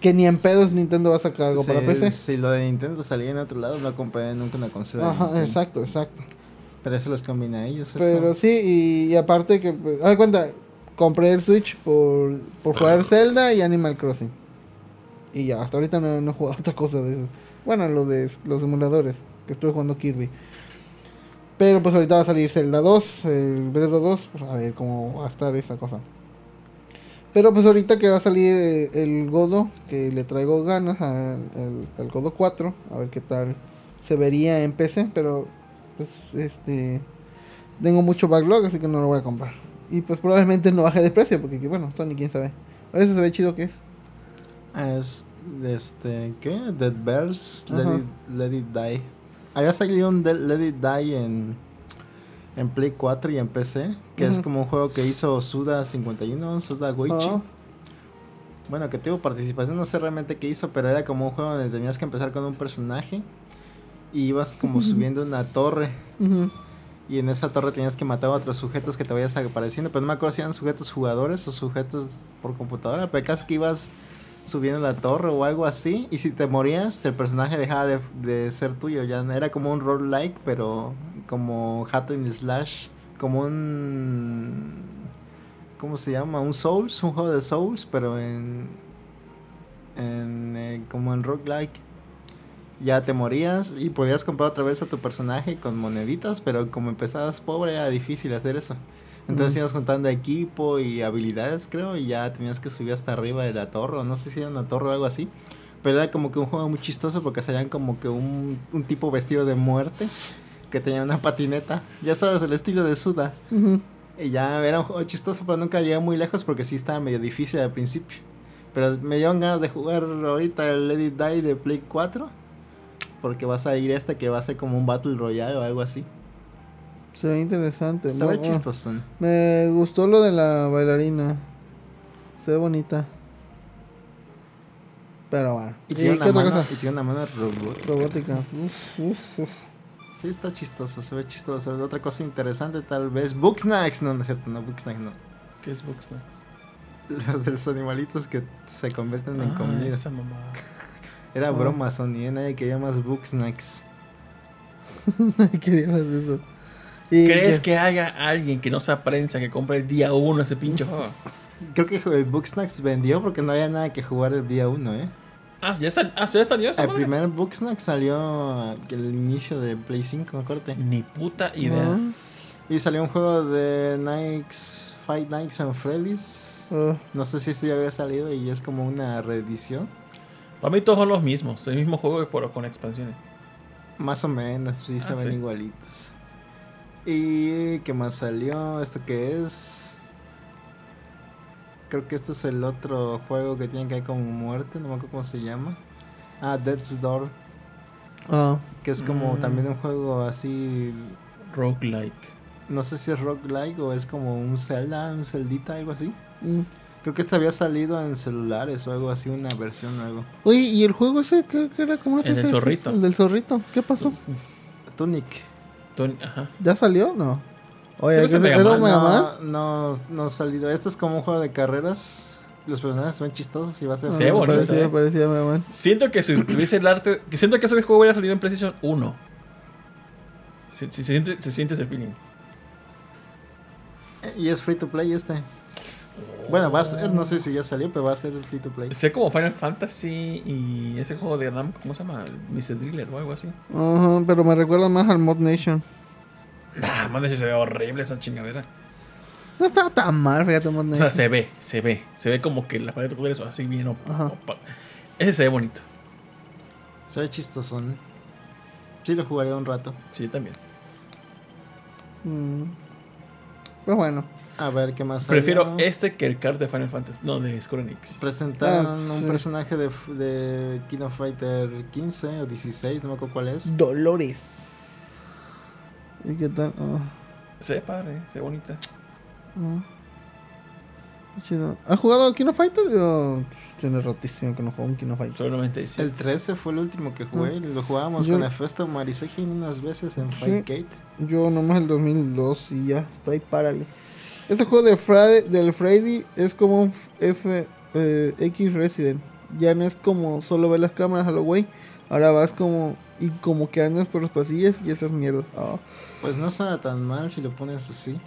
Speaker 3: Que ni en pedos Nintendo va a sacar algo
Speaker 1: Sí,
Speaker 3: para PC.
Speaker 1: Si lo de Nintendo salía en otro lado, no compraré nunca una consola. de
Speaker 3: Ajá,
Speaker 1: Nintendo.
Speaker 3: exacto, exacto.
Speaker 1: Pero eso los combina a ellos. eso.
Speaker 3: Pero sí, y, y aparte que. pues, haz de cuenta, compré el Switch por, por jugar Zelda y Animal Crossing. Y ya, hasta ahorita no, no he jugado otra cosa de eso. Bueno, lo de los emuladores, que estuve jugando Kirby. Pero pues ahorita va a salir Zelda 2, el Breath of 2, pues a ver cómo va a estar esa cosa. Pero pues ahorita que va a salir eh, el Godo, que le traigo ganas al, al- al Godo 4, a ver qué tal se vería en PC, pero pues este tengo mucho backlog, así que no lo voy a comprar. Y pues probablemente no baje de precio, porque que, bueno, Sony quién sabe. A veces se ve chido que es.
Speaker 1: Es, este, ¿qué? Dead Bears,
Speaker 3: Ajá.
Speaker 1: Let It, Let It Die. Había salido un de- Let It Die en, en Play 4 y en PC, que es
Speaker 3: Ujú.
Speaker 1: como un juego que hizo Suda51, Suda Goichi.
Speaker 3: Ah.
Speaker 1: Bueno, que tuvo participación, no sé realmente qué hizo, pero era como un juego donde tenías que empezar con un personaje y ibas como subiendo una torre.
Speaker 3: Ujú.
Speaker 1: Y en esa torre tenías que matar a otros sujetos que te vayas apareciendo. Pero no me acuerdo si eran sujetos jugadores o sujetos por computadora. Pero casi que ibas subiendo la torre o algo así. Y si te morías, el personaje dejaba de, de ser tuyo. Ya no- era como un roguelike, pero como Hato in Slash. Como un. ¿Cómo se llama? Un Souls, un juego de Souls, pero en. en eh, como en roguelike ya te morías y podías comprar otra vez a tu personaje con moneditas, pero como empezabas pobre era difícil hacer eso. Entonces
Speaker 3: Mm.
Speaker 1: ibas juntando equipo y habilidades, creo, y ya tenías que subir hasta arriba de la torre, o no sé si era una torre o algo así. Pero era como que un juego muy chistoso porque salían como que un, un tipo vestido de muerte que tenía una patineta. Ya sabes, el estilo de Suda.
Speaker 3: Ujú.
Speaker 1: Y ya era un juego chistoso, pero nunca llegué muy lejos porque sí estaba medio difícil al principio. Pero me dieron ganas de jugar ahorita el Let It Die de Play 4. Porque va a salir este que va a ser como un Battle Royale o algo así.
Speaker 3: Se ve interesante.
Speaker 1: Se ve
Speaker 3: Bueno,
Speaker 1: chistoso.
Speaker 3: Me gustó lo de la bailarina. Se ve bonita. Pero bueno.
Speaker 1: Y tiene,
Speaker 3: qué
Speaker 1: una
Speaker 3: otra
Speaker 1: mano,
Speaker 3: cosa?
Speaker 1: y tiene una mano robótica.
Speaker 3: Robótica. Uf, uf, uf.
Speaker 1: Sí, está chistoso, se ve chistoso. Otra cosa interesante tal vez. Booksnacks. No, no es cierto, no, Booksnacks no.
Speaker 2: ¿Qué es Box Nights?
Speaker 1: Los de los animalitos que se convierten en
Speaker 2: Ah,
Speaker 1: comida.
Speaker 2: esa mamada.
Speaker 1: Era
Speaker 3: Ah.
Speaker 1: broma, Sony, ¿eh? nadie quería más book snacks.
Speaker 3: Queríamos eso.
Speaker 2: ¿Crees que haya alguien que no sea prensa que compre el día uno ese pinche juego?
Speaker 1: Creo que eh, book snacks vendió porque no había nada que jugar el día 1, ¿eh?
Speaker 2: Ah, ya, sal- ah, ya salió esa
Speaker 1: El
Speaker 2: madre.
Speaker 1: primer book snack salió el inicio de Play 5, corte.
Speaker 2: Ni puta idea.
Speaker 1: No. Y salió un juego de Nikes, Fight Nikes and Freddy's.
Speaker 3: Ah,
Speaker 1: No sé si este ya había salido y es como una reedición.
Speaker 2: Para mí todos son los mismos, el mismo juego pero con expansiones.
Speaker 1: Más o menos, sí, se
Speaker 2: Ah,
Speaker 1: ven
Speaker 2: sí.
Speaker 1: igualitos. ¿Y qué más salió? ¿Esto qué es? Creo que este es el otro juego que tiene que ver con muerte, no me acuerdo cómo se llama. Ah, Death's Door.
Speaker 3: Ah.
Speaker 1: Que es como
Speaker 2: Mm.
Speaker 1: también un juego así.
Speaker 2: Roguelike.
Speaker 1: No sé si es roguelike o es como un Zelda, un Zeldita, algo así.
Speaker 3: Mm.
Speaker 1: Creo que este había salido en celulares o algo así, una versión o algo.
Speaker 3: Oye, ¿y el juego ese que que era como una
Speaker 1: El del
Speaker 3: cosa así?
Speaker 1: zorrito.
Speaker 3: El del zorrito. ¿Qué pasó?
Speaker 1: Tunic.
Speaker 2: Tony- ajá.
Speaker 3: ¿Ya salió? No.
Speaker 1: Sí,
Speaker 3: Oye, ¿qué
Speaker 1: ese
Speaker 3: se
Speaker 1: Mega
Speaker 3: era un
Speaker 1: Man.
Speaker 3: Mega Man?
Speaker 1: No, no, no ha salido. Este es como un juego de carreras. Los personajes son chistosos y va a ser.
Speaker 2: Se ve bonito,
Speaker 3: parecía,
Speaker 2: eh.
Speaker 3: parecía Mega Man.
Speaker 2: Siento que si tuviese el arte. que siento que ese juego hubiera salido en PlayStation 1. Se, se siente, se siente ese feeling.
Speaker 1: Y es free to play este. Bueno, va a ser, no sé si ya salió, pero va a ser free to play.
Speaker 2: Sé como Final Fantasy y ese juego de Adam, ¿cómo se llama? Mr. Driller o algo así.
Speaker 3: Ajá, pero me recuerda más al Mod Nation.
Speaker 2: Nah, madre, se ve horrible esa chingadera.
Speaker 3: No estaba tan mal, fíjate, Mod
Speaker 2: O
Speaker 3: Nation.
Speaker 2: sea, se ve, se ve. Se ve como que la pared de colores son así bien op-
Speaker 3: Ajá.
Speaker 2: opa- Ese se ve bonito.
Speaker 1: Se ve chistosón. Sí, lo jugaré un rato.
Speaker 2: Sí, yo también.
Speaker 3: Mm. Pues bueno.
Speaker 1: A ver qué más
Speaker 2: Prefiero
Speaker 1: salió?
Speaker 2: este que el card de Final Fantasy. No, de Square Enix.
Speaker 1: Presentaron
Speaker 3: Ah,
Speaker 1: un
Speaker 3: sí.
Speaker 1: personaje de, de King of Fighter 15 o 16, no me acuerdo cuál es.
Speaker 3: Dolores. ¿Y qué tal? Ah,
Speaker 2: Se ve padre, se ve bonita.
Speaker 3: ah. Qué chido. ¿Has jugado Kino Fighter? Yo tiene rotísimo que no juego un Kino Fighter.
Speaker 2: Solo 97.
Speaker 1: El 13 fue el último que jugué. y Lo jugábamos
Speaker 3: Yo-
Speaker 1: con Efesto Marisegin unas veces en
Speaker 3: Sí.
Speaker 1: Fightgate.
Speaker 3: Yo nomás el 2002 y ya, está ahí, párale. Este juego de Friday, del Freddy es como un F, eh, X Resident. Ya no es como solo ver las cámaras a lo güey. Ahora vas como y como que andas por los pasillos y esas mierdas. Ah.
Speaker 1: Pues no suena tan mal si lo pones así.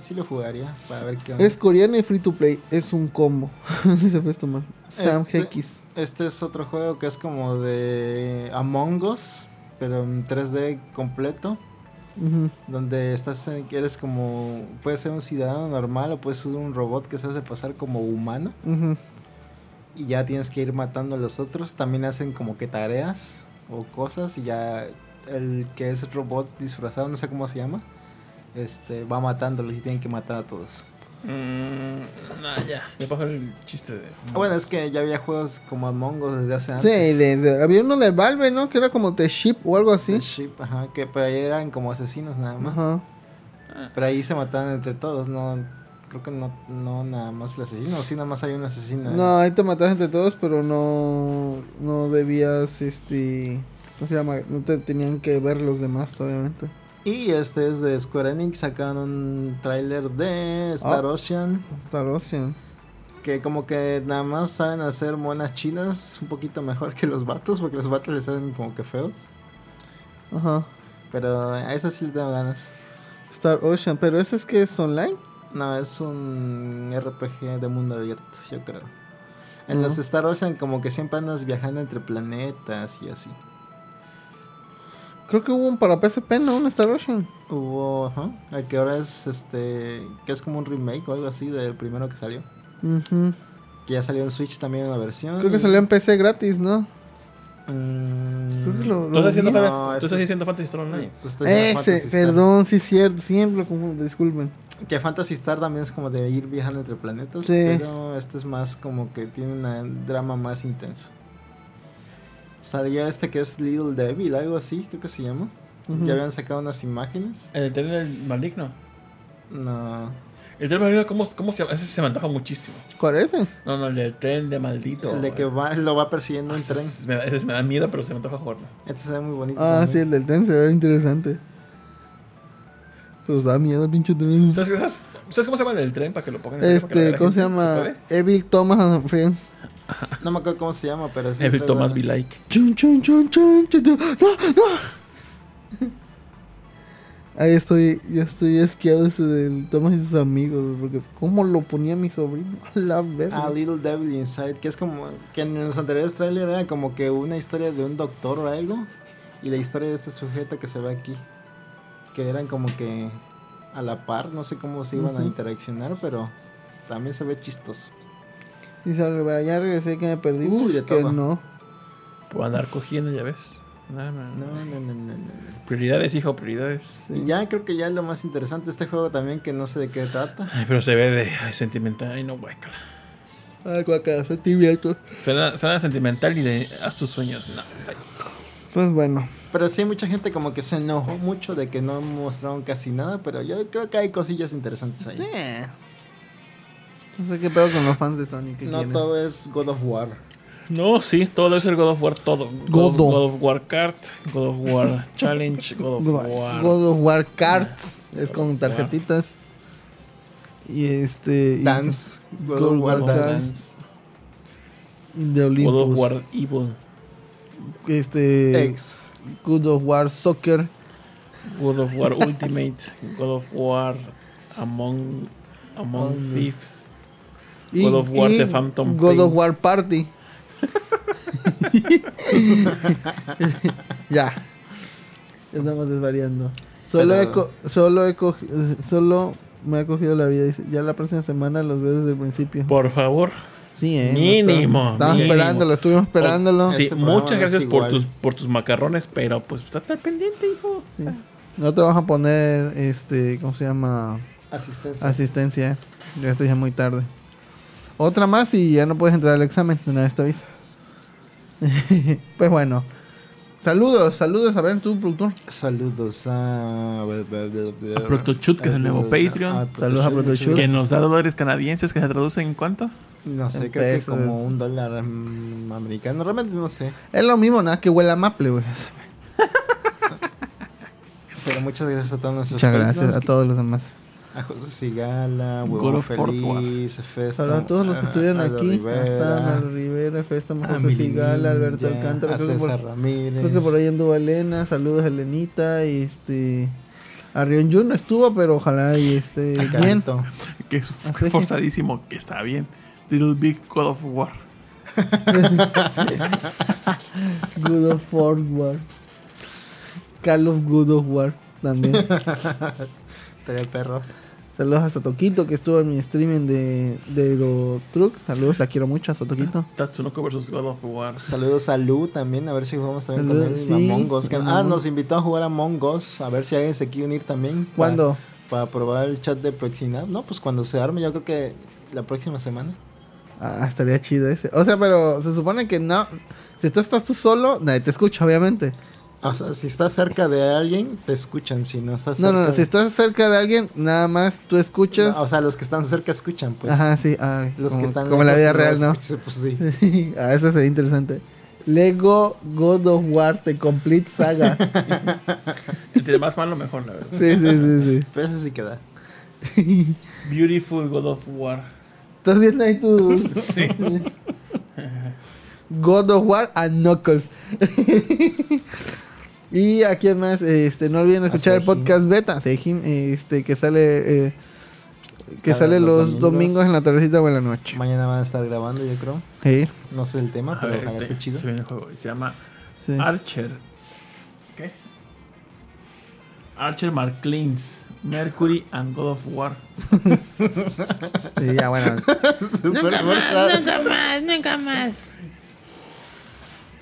Speaker 1: Sí lo jugaría para ver qué onda.
Speaker 3: Es coreano y free to play. Es un combo. Dice Festo Man. Sam
Speaker 1: Este-
Speaker 3: X.
Speaker 1: Este es otro juego que es como de Among Us, pero en 3D completo.
Speaker 3: Ujú.
Speaker 1: Donde estás en- eres como. Puedes ser un ciudadano normal o puedes ser un robot que se hace pasar como humano.
Speaker 3: Ujú.
Speaker 1: Y ya tienes que ir matando a los otros. También hacen como que tareas o cosas. Y ya el que es robot disfrazado, no sé cómo se llama, este va matándolos y tienen que matar a todos.
Speaker 2: Mm, nah, ya. Ya pasó el chiste de.
Speaker 1: Ah, Bueno, es que ya había juegos como Among Us desde hace
Speaker 3: Sí,
Speaker 1: antes.
Speaker 3: de- de- había uno de Valve, ¿no? Que era como The Ship o algo así.
Speaker 1: Ship, ajá, que pero ahí eran como asesinos nada más.
Speaker 3: Ajá.
Speaker 1: Pero ahí se mataban entre todos, no creo que no, no nada más el asesino, sí nada más hay un asesino.
Speaker 3: No, ahí te matabas entre todos, pero no, no debías, este, ¿cómo se llama? No te tenían que ver los demás, obviamente.
Speaker 1: Y este es de Square Enix, sacaron un tráiler de Star
Speaker 3: Ah.
Speaker 1: Ocean,
Speaker 3: Star Ocean.
Speaker 1: que como que nada más saben hacer monas chinas un poquito mejor que los vatos, porque los vatos les hacen como que feos.
Speaker 3: Ajá.
Speaker 1: Pero a esa sí le tengo ganas.
Speaker 3: Star Ocean, pero ese es que es online.
Speaker 1: No, es un RPG de mundo abierto, yo creo. En
Speaker 3: Ujú.
Speaker 1: los Star Ocean como que siempre andas viajando entre planetas y así.
Speaker 3: Creo que hubo un para PSP, ¿no? Un Star Ocean.
Speaker 1: Hubo, ajá, el que ahora es este, que es como un remake o algo así del primero que salió.
Speaker 3: Ujú.
Speaker 1: Que ya salió en Switch también una versión.
Speaker 3: Creo que salió en PC gratis, ¿no?
Speaker 1: Mm.
Speaker 3: Creo que lo-
Speaker 2: Tú estás haciendo
Speaker 3: vi.
Speaker 2: Final-
Speaker 1: No,
Speaker 2: tú
Speaker 1: ese
Speaker 2: estás
Speaker 1: es-
Speaker 2: haciendo Fantasy Star Online.
Speaker 1: Tú estás diciendo
Speaker 3: Ese,
Speaker 1: Fantasy Star.
Speaker 3: perdón, sí es cierto, siempre lo confundo, disculpen.
Speaker 1: Que Fantasy Star también es como de ir viajando entre planetas,
Speaker 3: Sí.
Speaker 1: pero este es más como que tiene un drama más intenso. Salió este que es Little Devil, algo así, creo que se llama.
Speaker 2: Ujú.
Speaker 1: Ya habían sacado unas imágenes.
Speaker 2: El tren del maligno.
Speaker 1: No.
Speaker 2: El tren del maligno, ¿cómo, cómo se llama? Ese se me antoja muchísimo.
Speaker 3: ¿Cuál es ese?
Speaker 2: No, no, el del tren de maldito.
Speaker 1: El de que va, lo va persiguiendo
Speaker 2: Ah,
Speaker 1: un
Speaker 2: ese
Speaker 1: tren.
Speaker 2: es- me da- ese me da miedo, pero se me antoja jugarlo.
Speaker 1: Este se ve muy bonito.
Speaker 3: Ah,
Speaker 1: también.
Speaker 3: sí, el del tren se ve interesante. Pero Pues da miedo, pinche tren.
Speaker 2: Entonces, ¿sabes? ¿Sabes cómo se llama el del tren para que lo pongan? en el tren para que
Speaker 3: Este,
Speaker 2: la
Speaker 3: ¿cómo se
Speaker 2: gente-
Speaker 3: llama?
Speaker 2: puede?
Speaker 3: Evil Thomas and Friends.
Speaker 1: No me acuerdo cómo se llama, pero sí.
Speaker 2: Evil
Speaker 1: está
Speaker 2: Thomas
Speaker 1: bueno.
Speaker 2: Be Like.
Speaker 3: Chun, chun, chun, chun, chun, chun. No, no. Ahí estoy, yo estoy esquiado ese del Thomas y sus amigos, porque cómo lo ponía mi sobrino, a la verga.
Speaker 1: Ah, Little Devil Inside, que es como. Que en los anteriores trailers era como que una historia de un doctor o algo. Y la historia de este sujeto que se ve aquí. Que eran como que a la par, no sé cómo se iban a
Speaker 3: Ujú.
Speaker 1: interaccionar, pero también se ve chistoso.
Speaker 3: Dice al revés, ya regresé que me perdí.
Speaker 1: Uy, de
Speaker 3: que
Speaker 1: todo.
Speaker 3: no.
Speaker 2: Por andar cogiendo, ya ves. No, no,
Speaker 1: No,
Speaker 2: no.
Speaker 1: no, no, no, no.
Speaker 2: Prioridades, hijo, prioridades.
Speaker 1: Y ya creo que ya lo más interesante de este juego también, que no sé de qué trata.
Speaker 2: Ay, pero se ve de ay, sentimental. Ay, no, guácala.
Speaker 3: Ay, guaca, sentimientos.
Speaker 2: Suena, suena sentimental y de haz tus sueños. No, ay.
Speaker 3: Pues bueno.
Speaker 1: Pero sí, mucha gente como que se enojó mucho de que no mostraron casi nada, pero yo creo que hay cosillas interesantes ahí.
Speaker 3: Eh. No sé qué pedo con los fans de Sonic. que
Speaker 1: No
Speaker 3: tienen.
Speaker 1: todo es God of War.
Speaker 2: No, sí, todo es el God of War, todo. God, of-
Speaker 3: Godo.
Speaker 2: God of War Kart, God of War Challenge, God of War.
Speaker 3: God of War Cards
Speaker 1: Ah,
Speaker 3: es con
Speaker 2: War.
Speaker 3: tarjetitas. Y este. y-
Speaker 1: Dance. God
Speaker 3: God
Speaker 1: of
Speaker 3: of
Speaker 1: War
Speaker 3: War
Speaker 1: Dance.
Speaker 2: Dance,
Speaker 3: y de
Speaker 2: God
Speaker 3: Olympus.
Speaker 2: of War Evil,
Speaker 3: Este.
Speaker 1: Ex.
Speaker 3: God of War Soccer.
Speaker 2: God of War Ultimate, God of War Among, Among
Speaker 3: Oh, no.
Speaker 2: Thieves, God of War The Phantom
Speaker 3: God
Speaker 2: Pain.
Speaker 3: of War Party. ya. Ya Estamos desvariando. Solo,
Speaker 1: Pero-
Speaker 3: he co- solo, he cogi- solo me ha cogido la vida. dice, Ya la próxima semana los veo desde el principio.
Speaker 2: Por favor.
Speaker 3: Sí, eh.
Speaker 2: Mínimo,
Speaker 3: Estamos
Speaker 2: mínimo.
Speaker 3: esperándolo, estuvimos esperándolo.
Speaker 2: Sí,
Speaker 1: Este programa
Speaker 2: muchas
Speaker 1: no es
Speaker 2: gracias por
Speaker 1: igual.
Speaker 2: tus, por tus macarrones, pero pues estate pendiente, hijo. O sea,
Speaker 3: No te vas a poner, este, ¿cómo se llama?
Speaker 1: Asistencia.
Speaker 3: Asistencia. Ya estoy ya muy tarde. Otra más y ya no puedes entrar al examen. De una vez te aviso. pues bueno. Saludos, saludos. A ver, tú, productor.
Speaker 1: Saludos a. A
Speaker 2: Protochut, que es el nuevo Patreon.
Speaker 3: Saludos a Protochut.
Speaker 2: Que nos da dólares canadienses que se traducen en cuánto?
Speaker 1: No sé,
Speaker 3: En
Speaker 1: creo que
Speaker 3: pesos.
Speaker 1: como un dólar mm, americano. Realmente no sé.
Speaker 3: Es lo mismo, nada, que huela maple, güey.
Speaker 1: Pero muchas gracias a todos nuestros
Speaker 3: Muchas gracias a
Speaker 1: Patreons,
Speaker 3: todos los demás.
Speaker 1: A José Sigala,
Speaker 2: God
Speaker 1: Huevo
Speaker 2: of Fortuna.
Speaker 1: Feliz, Festa.
Speaker 3: Saludos a todos los que estuvieron aquí. A Sam,
Speaker 1: Rivera,
Speaker 3: a Rivera, Festa,
Speaker 1: a
Speaker 3: José
Speaker 1: Mili
Speaker 3: Sigala, Alberto
Speaker 1: Ninja,
Speaker 3: Alcántara.
Speaker 1: a
Speaker 3: Creo que,
Speaker 1: César
Speaker 3: por,
Speaker 1: Ramírez.
Speaker 3: creo que por ahí anduvo Elena. Saludos a Elenita. Y este. A Rion Jun no estuvo, pero ojalá y esté
Speaker 1: a
Speaker 3: bien.
Speaker 1: Carito.
Speaker 2: Que es
Speaker 1: Ah,
Speaker 3: Así es.
Speaker 2: forzadísimo, que está bien. Little Big God of War.
Speaker 3: Good of War War. Call of Good of War también.
Speaker 1: Estaría perro.
Speaker 3: Saludos a Satoquito que estuvo en mi streaming de, de Eurotruck. Saludos, la quiero mucho a Satoquito.
Speaker 2: Tatsunoko vs God of War.
Speaker 1: Saludos a Lu también, a ver si jugamos también con
Speaker 3: Saludos,
Speaker 1: él.
Speaker 3: sí,
Speaker 1: a Among Us, que-
Speaker 3: con
Speaker 1: ah,
Speaker 3: Among-
Speaker 1: nos invitó a jugar a Among Us, a ver si alguien se quiere unir también. pa-
Speaker 3: ¿Cuándo?
Speaker 1: Para, probar el chat de proximidad. No, pues cuando se arme, yo creo que la próxima semana.
Speaker 3: Ah, estaría chido ese. O sea, pero se supone que no. Si tú estás tú solo, nadie te escucha, obviamente.
Speaker 1: Ah, O sea, si estás cerca de alguien, te escuchan. Si no estás
Speaker 3: No,
Speaker 1: cerca
Speaker 3: no, no. Si
Speaker 1: de-
Speaker 3: estás cerca de alguien, nada más tú escuchas.
Speaker 1: No, Ah, O sea, los que están cerca escuchan, pues.
Speaker 3: Ajá, sí. ah,
Speaker 1: Los
Speaker 3: como,
Speaker 1: que están
Speaker 3: como en la vida
Speaker 1: lejos
Speaker 3: real, ¿no?
Speaker 1: escuchan, Pues sí.
Speaker 3: ah, eso sería interesante. Lego God of War The Complete Saga.
Speaker 2: Entre más malo, mejor, la verdad.
Speaker 3: sí, sí, sí, sí.
Speaker 1: Pero eso sí queda.
Speaker 2: Beautiful God of War.
Speaker 3: ¿Estás viendo ahí tu
Speaker 2: Sí.
Speaker 3: God of War and Knuckles? y a quién más, este, no olviden escuchar el
Speaker 1: Sejim.
Speaker 3: podcast beta, Sejim, este, que sale, eh, que
Speaker 1: Cada
Speaker 3: sale
Speaker 1: los
Speaker 3: los domingos.
Speaker 1: domingos
Speaker 3: en la tardecita o en la noche.
Speaker 1: Mañana van a estar grabando, yo creo.
Speaker 3: Sí,
Speaker 1: No sé el tema,
Speaker 2: A
Speaker 1: pero
Speaker 2: ver,
Speaker 1: ojalá
Speaker 2: este,
Speaker 1: esté chido.
Speaker 2: Se viene el juego. y Se llama
Speaker 3: sí.
Speaker 1: Ah.
Speaker 2: Archer. ¿Qué? Archer Marklins. Mercury and God of War.
Speaker 3: Sí, ya bueno.
Speaker 1: Super forzado.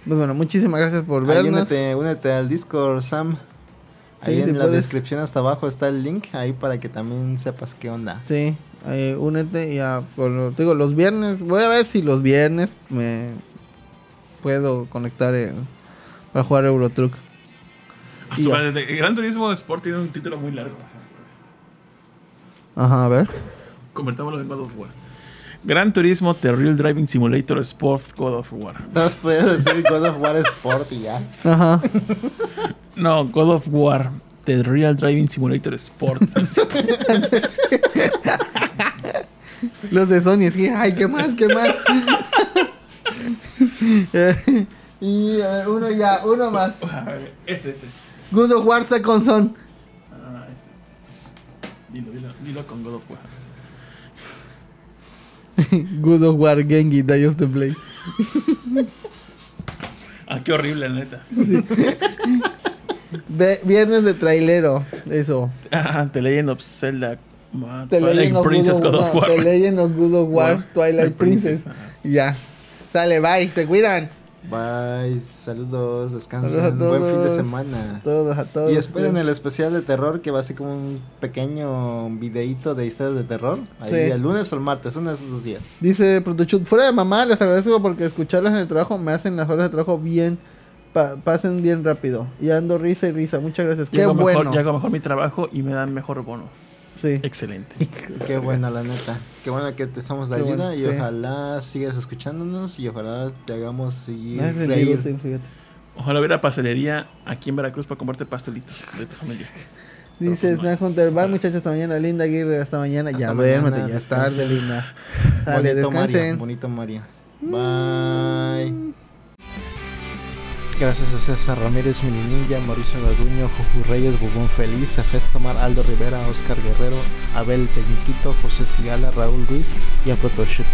Speaker 3: Pues bueno, muchísimas gracias por
Speaker 1: Ahí este
Speaker 3: vernos.
Speaker 1: únete, únete al Discord, Sam. Ahí
Speaker 3: Sí,
Speaker 1: en
Speaker 3: si
Speaker 1: la
Speaker 3: puedes.
Speaker 1: descripción hasta abajo está el link, ahí para que también sepas qué onda.
Speaker 3: Sí, eh, únete y a, por lo- te digo, los viernes, voy a ver si los viernes me puedo conectar eh, para jugar Eurotruck.
Speaker 2: Ah,
Speaker 3: Y
Speaker 2: su
Speaker 3: ya.
Speaker 2: madre, de- Gran Turismo Sport tiene un título muy largo.
Speaker 3: Ajá, a ver.
Speaker 2: Convertámoslo en God of War. Gran Turismo Terrible Driving Simulator Sport God of War.
Speaker 1: Entonces puedes decir God of War Sport y ya.
Speaker 3: Ajá.
Speaker 2: No, God of War The Real Driving Simulator Sport. Este,
Speaker 3: Los de Sony, sí. Ay, ¿qué más? ¿Qué más? Eh, y a ver, uno ya, uno más.
Speaker 2: A ver, este, este, este.
Speaker 3: Good of War Second Son.
Speaker 2: No, no, no, este. Dilo, dilo, dilo con God of War.
Speaker 3: Good of War Gengi Die of the Blade.
Speaker 2: Ah, qué horrible, neta.
Speaker 3: De- viernes de trailero. Eso.
Speaker 2: Ah, The Legend of Zelda. ah,
Speaker 3: The
Speaker 2: Twilight
Speaker 3: Legend of
Speaker 2: Princess
Speaker 3: Good
Speaker 2: God
Speaker 3: of,
Speaker 2: of
Speaker 3: no,
Speaker 2: War.
Speaker 3: The Legend of Good of War, Twilight Princess. Ya. Sale, bye. Se cuidan.
Speaker 1: Bye, saludos, descansen,
Speaker 3: Saludos a todos.
Speaker 1: buen fin de semana.
Speaker 3: Todos, a todos.
Speaker 1: Ah. Y esperen el especial de terror que va a ser como un pequeño videíto de historias de terror. Ahí
Speaker 3: Sí.
Speaker 1: el lunes o el martes, uno de esos dos días.
Speaker 3: Dice Protochut, fuera de mamá, les agradezco porque escucharlos en el trabajo me hacen las horas de trabajo bien, pa- pasen bien rápido. Y ando risa y risa, muchas gracias.
Speaker 2: Llego
Speaker 3: Qué
Speaker 2: mejor,
Speaker 3: bueno.
Speaker 2: Llego mejor mi trabajo y me dan mejor bono.
Speaker 3: Sí.
Speaker 2: Excelente.
Speaker 1: Qué buena la neta. Qué bueno que te somos de
Speaker 3: Qué
Speaker 1: ayuda
Speaker 3: bueno,
Speaker 1: y
Speaker 3: sí.
Speaker 1: ojalá sigas escuchándonos y ojalá te hagamos seguir
Speaker 3: Me hace
Speaker 1: reír.
Speaker 3: bigote, fíjate.
Speaker 2: Ojalá hubiera pastelería aquí en Veracruz para comprarte pastelitos de tu familia.
Speaker 3: Dice Snack Hunter, bye muchachos, hasta mañana, linda Aguirre, hasta mañana. ya
Speaker 1: Hasta
Speaker 3: duérmete,
Speaker 1: mañana,
Speaker 3: ya es
Speaker 1: descansen.
Speaker 3: tarde, linda. Sale, Mm.
Speaker 1: Bonito Mario,
Speaker 3: descansen.
Speaker 1: bonito Mario. Bye. Gracias a César Ramírez, Mini Ninja, Mauricio Garduño, Juju Reyes, Bubón Feliz, a Festomar, Aldo Rivera, Oscar Guerrero, Abel Pelliquito, José Sigala, Raúl Ruiz y a Photoshoot.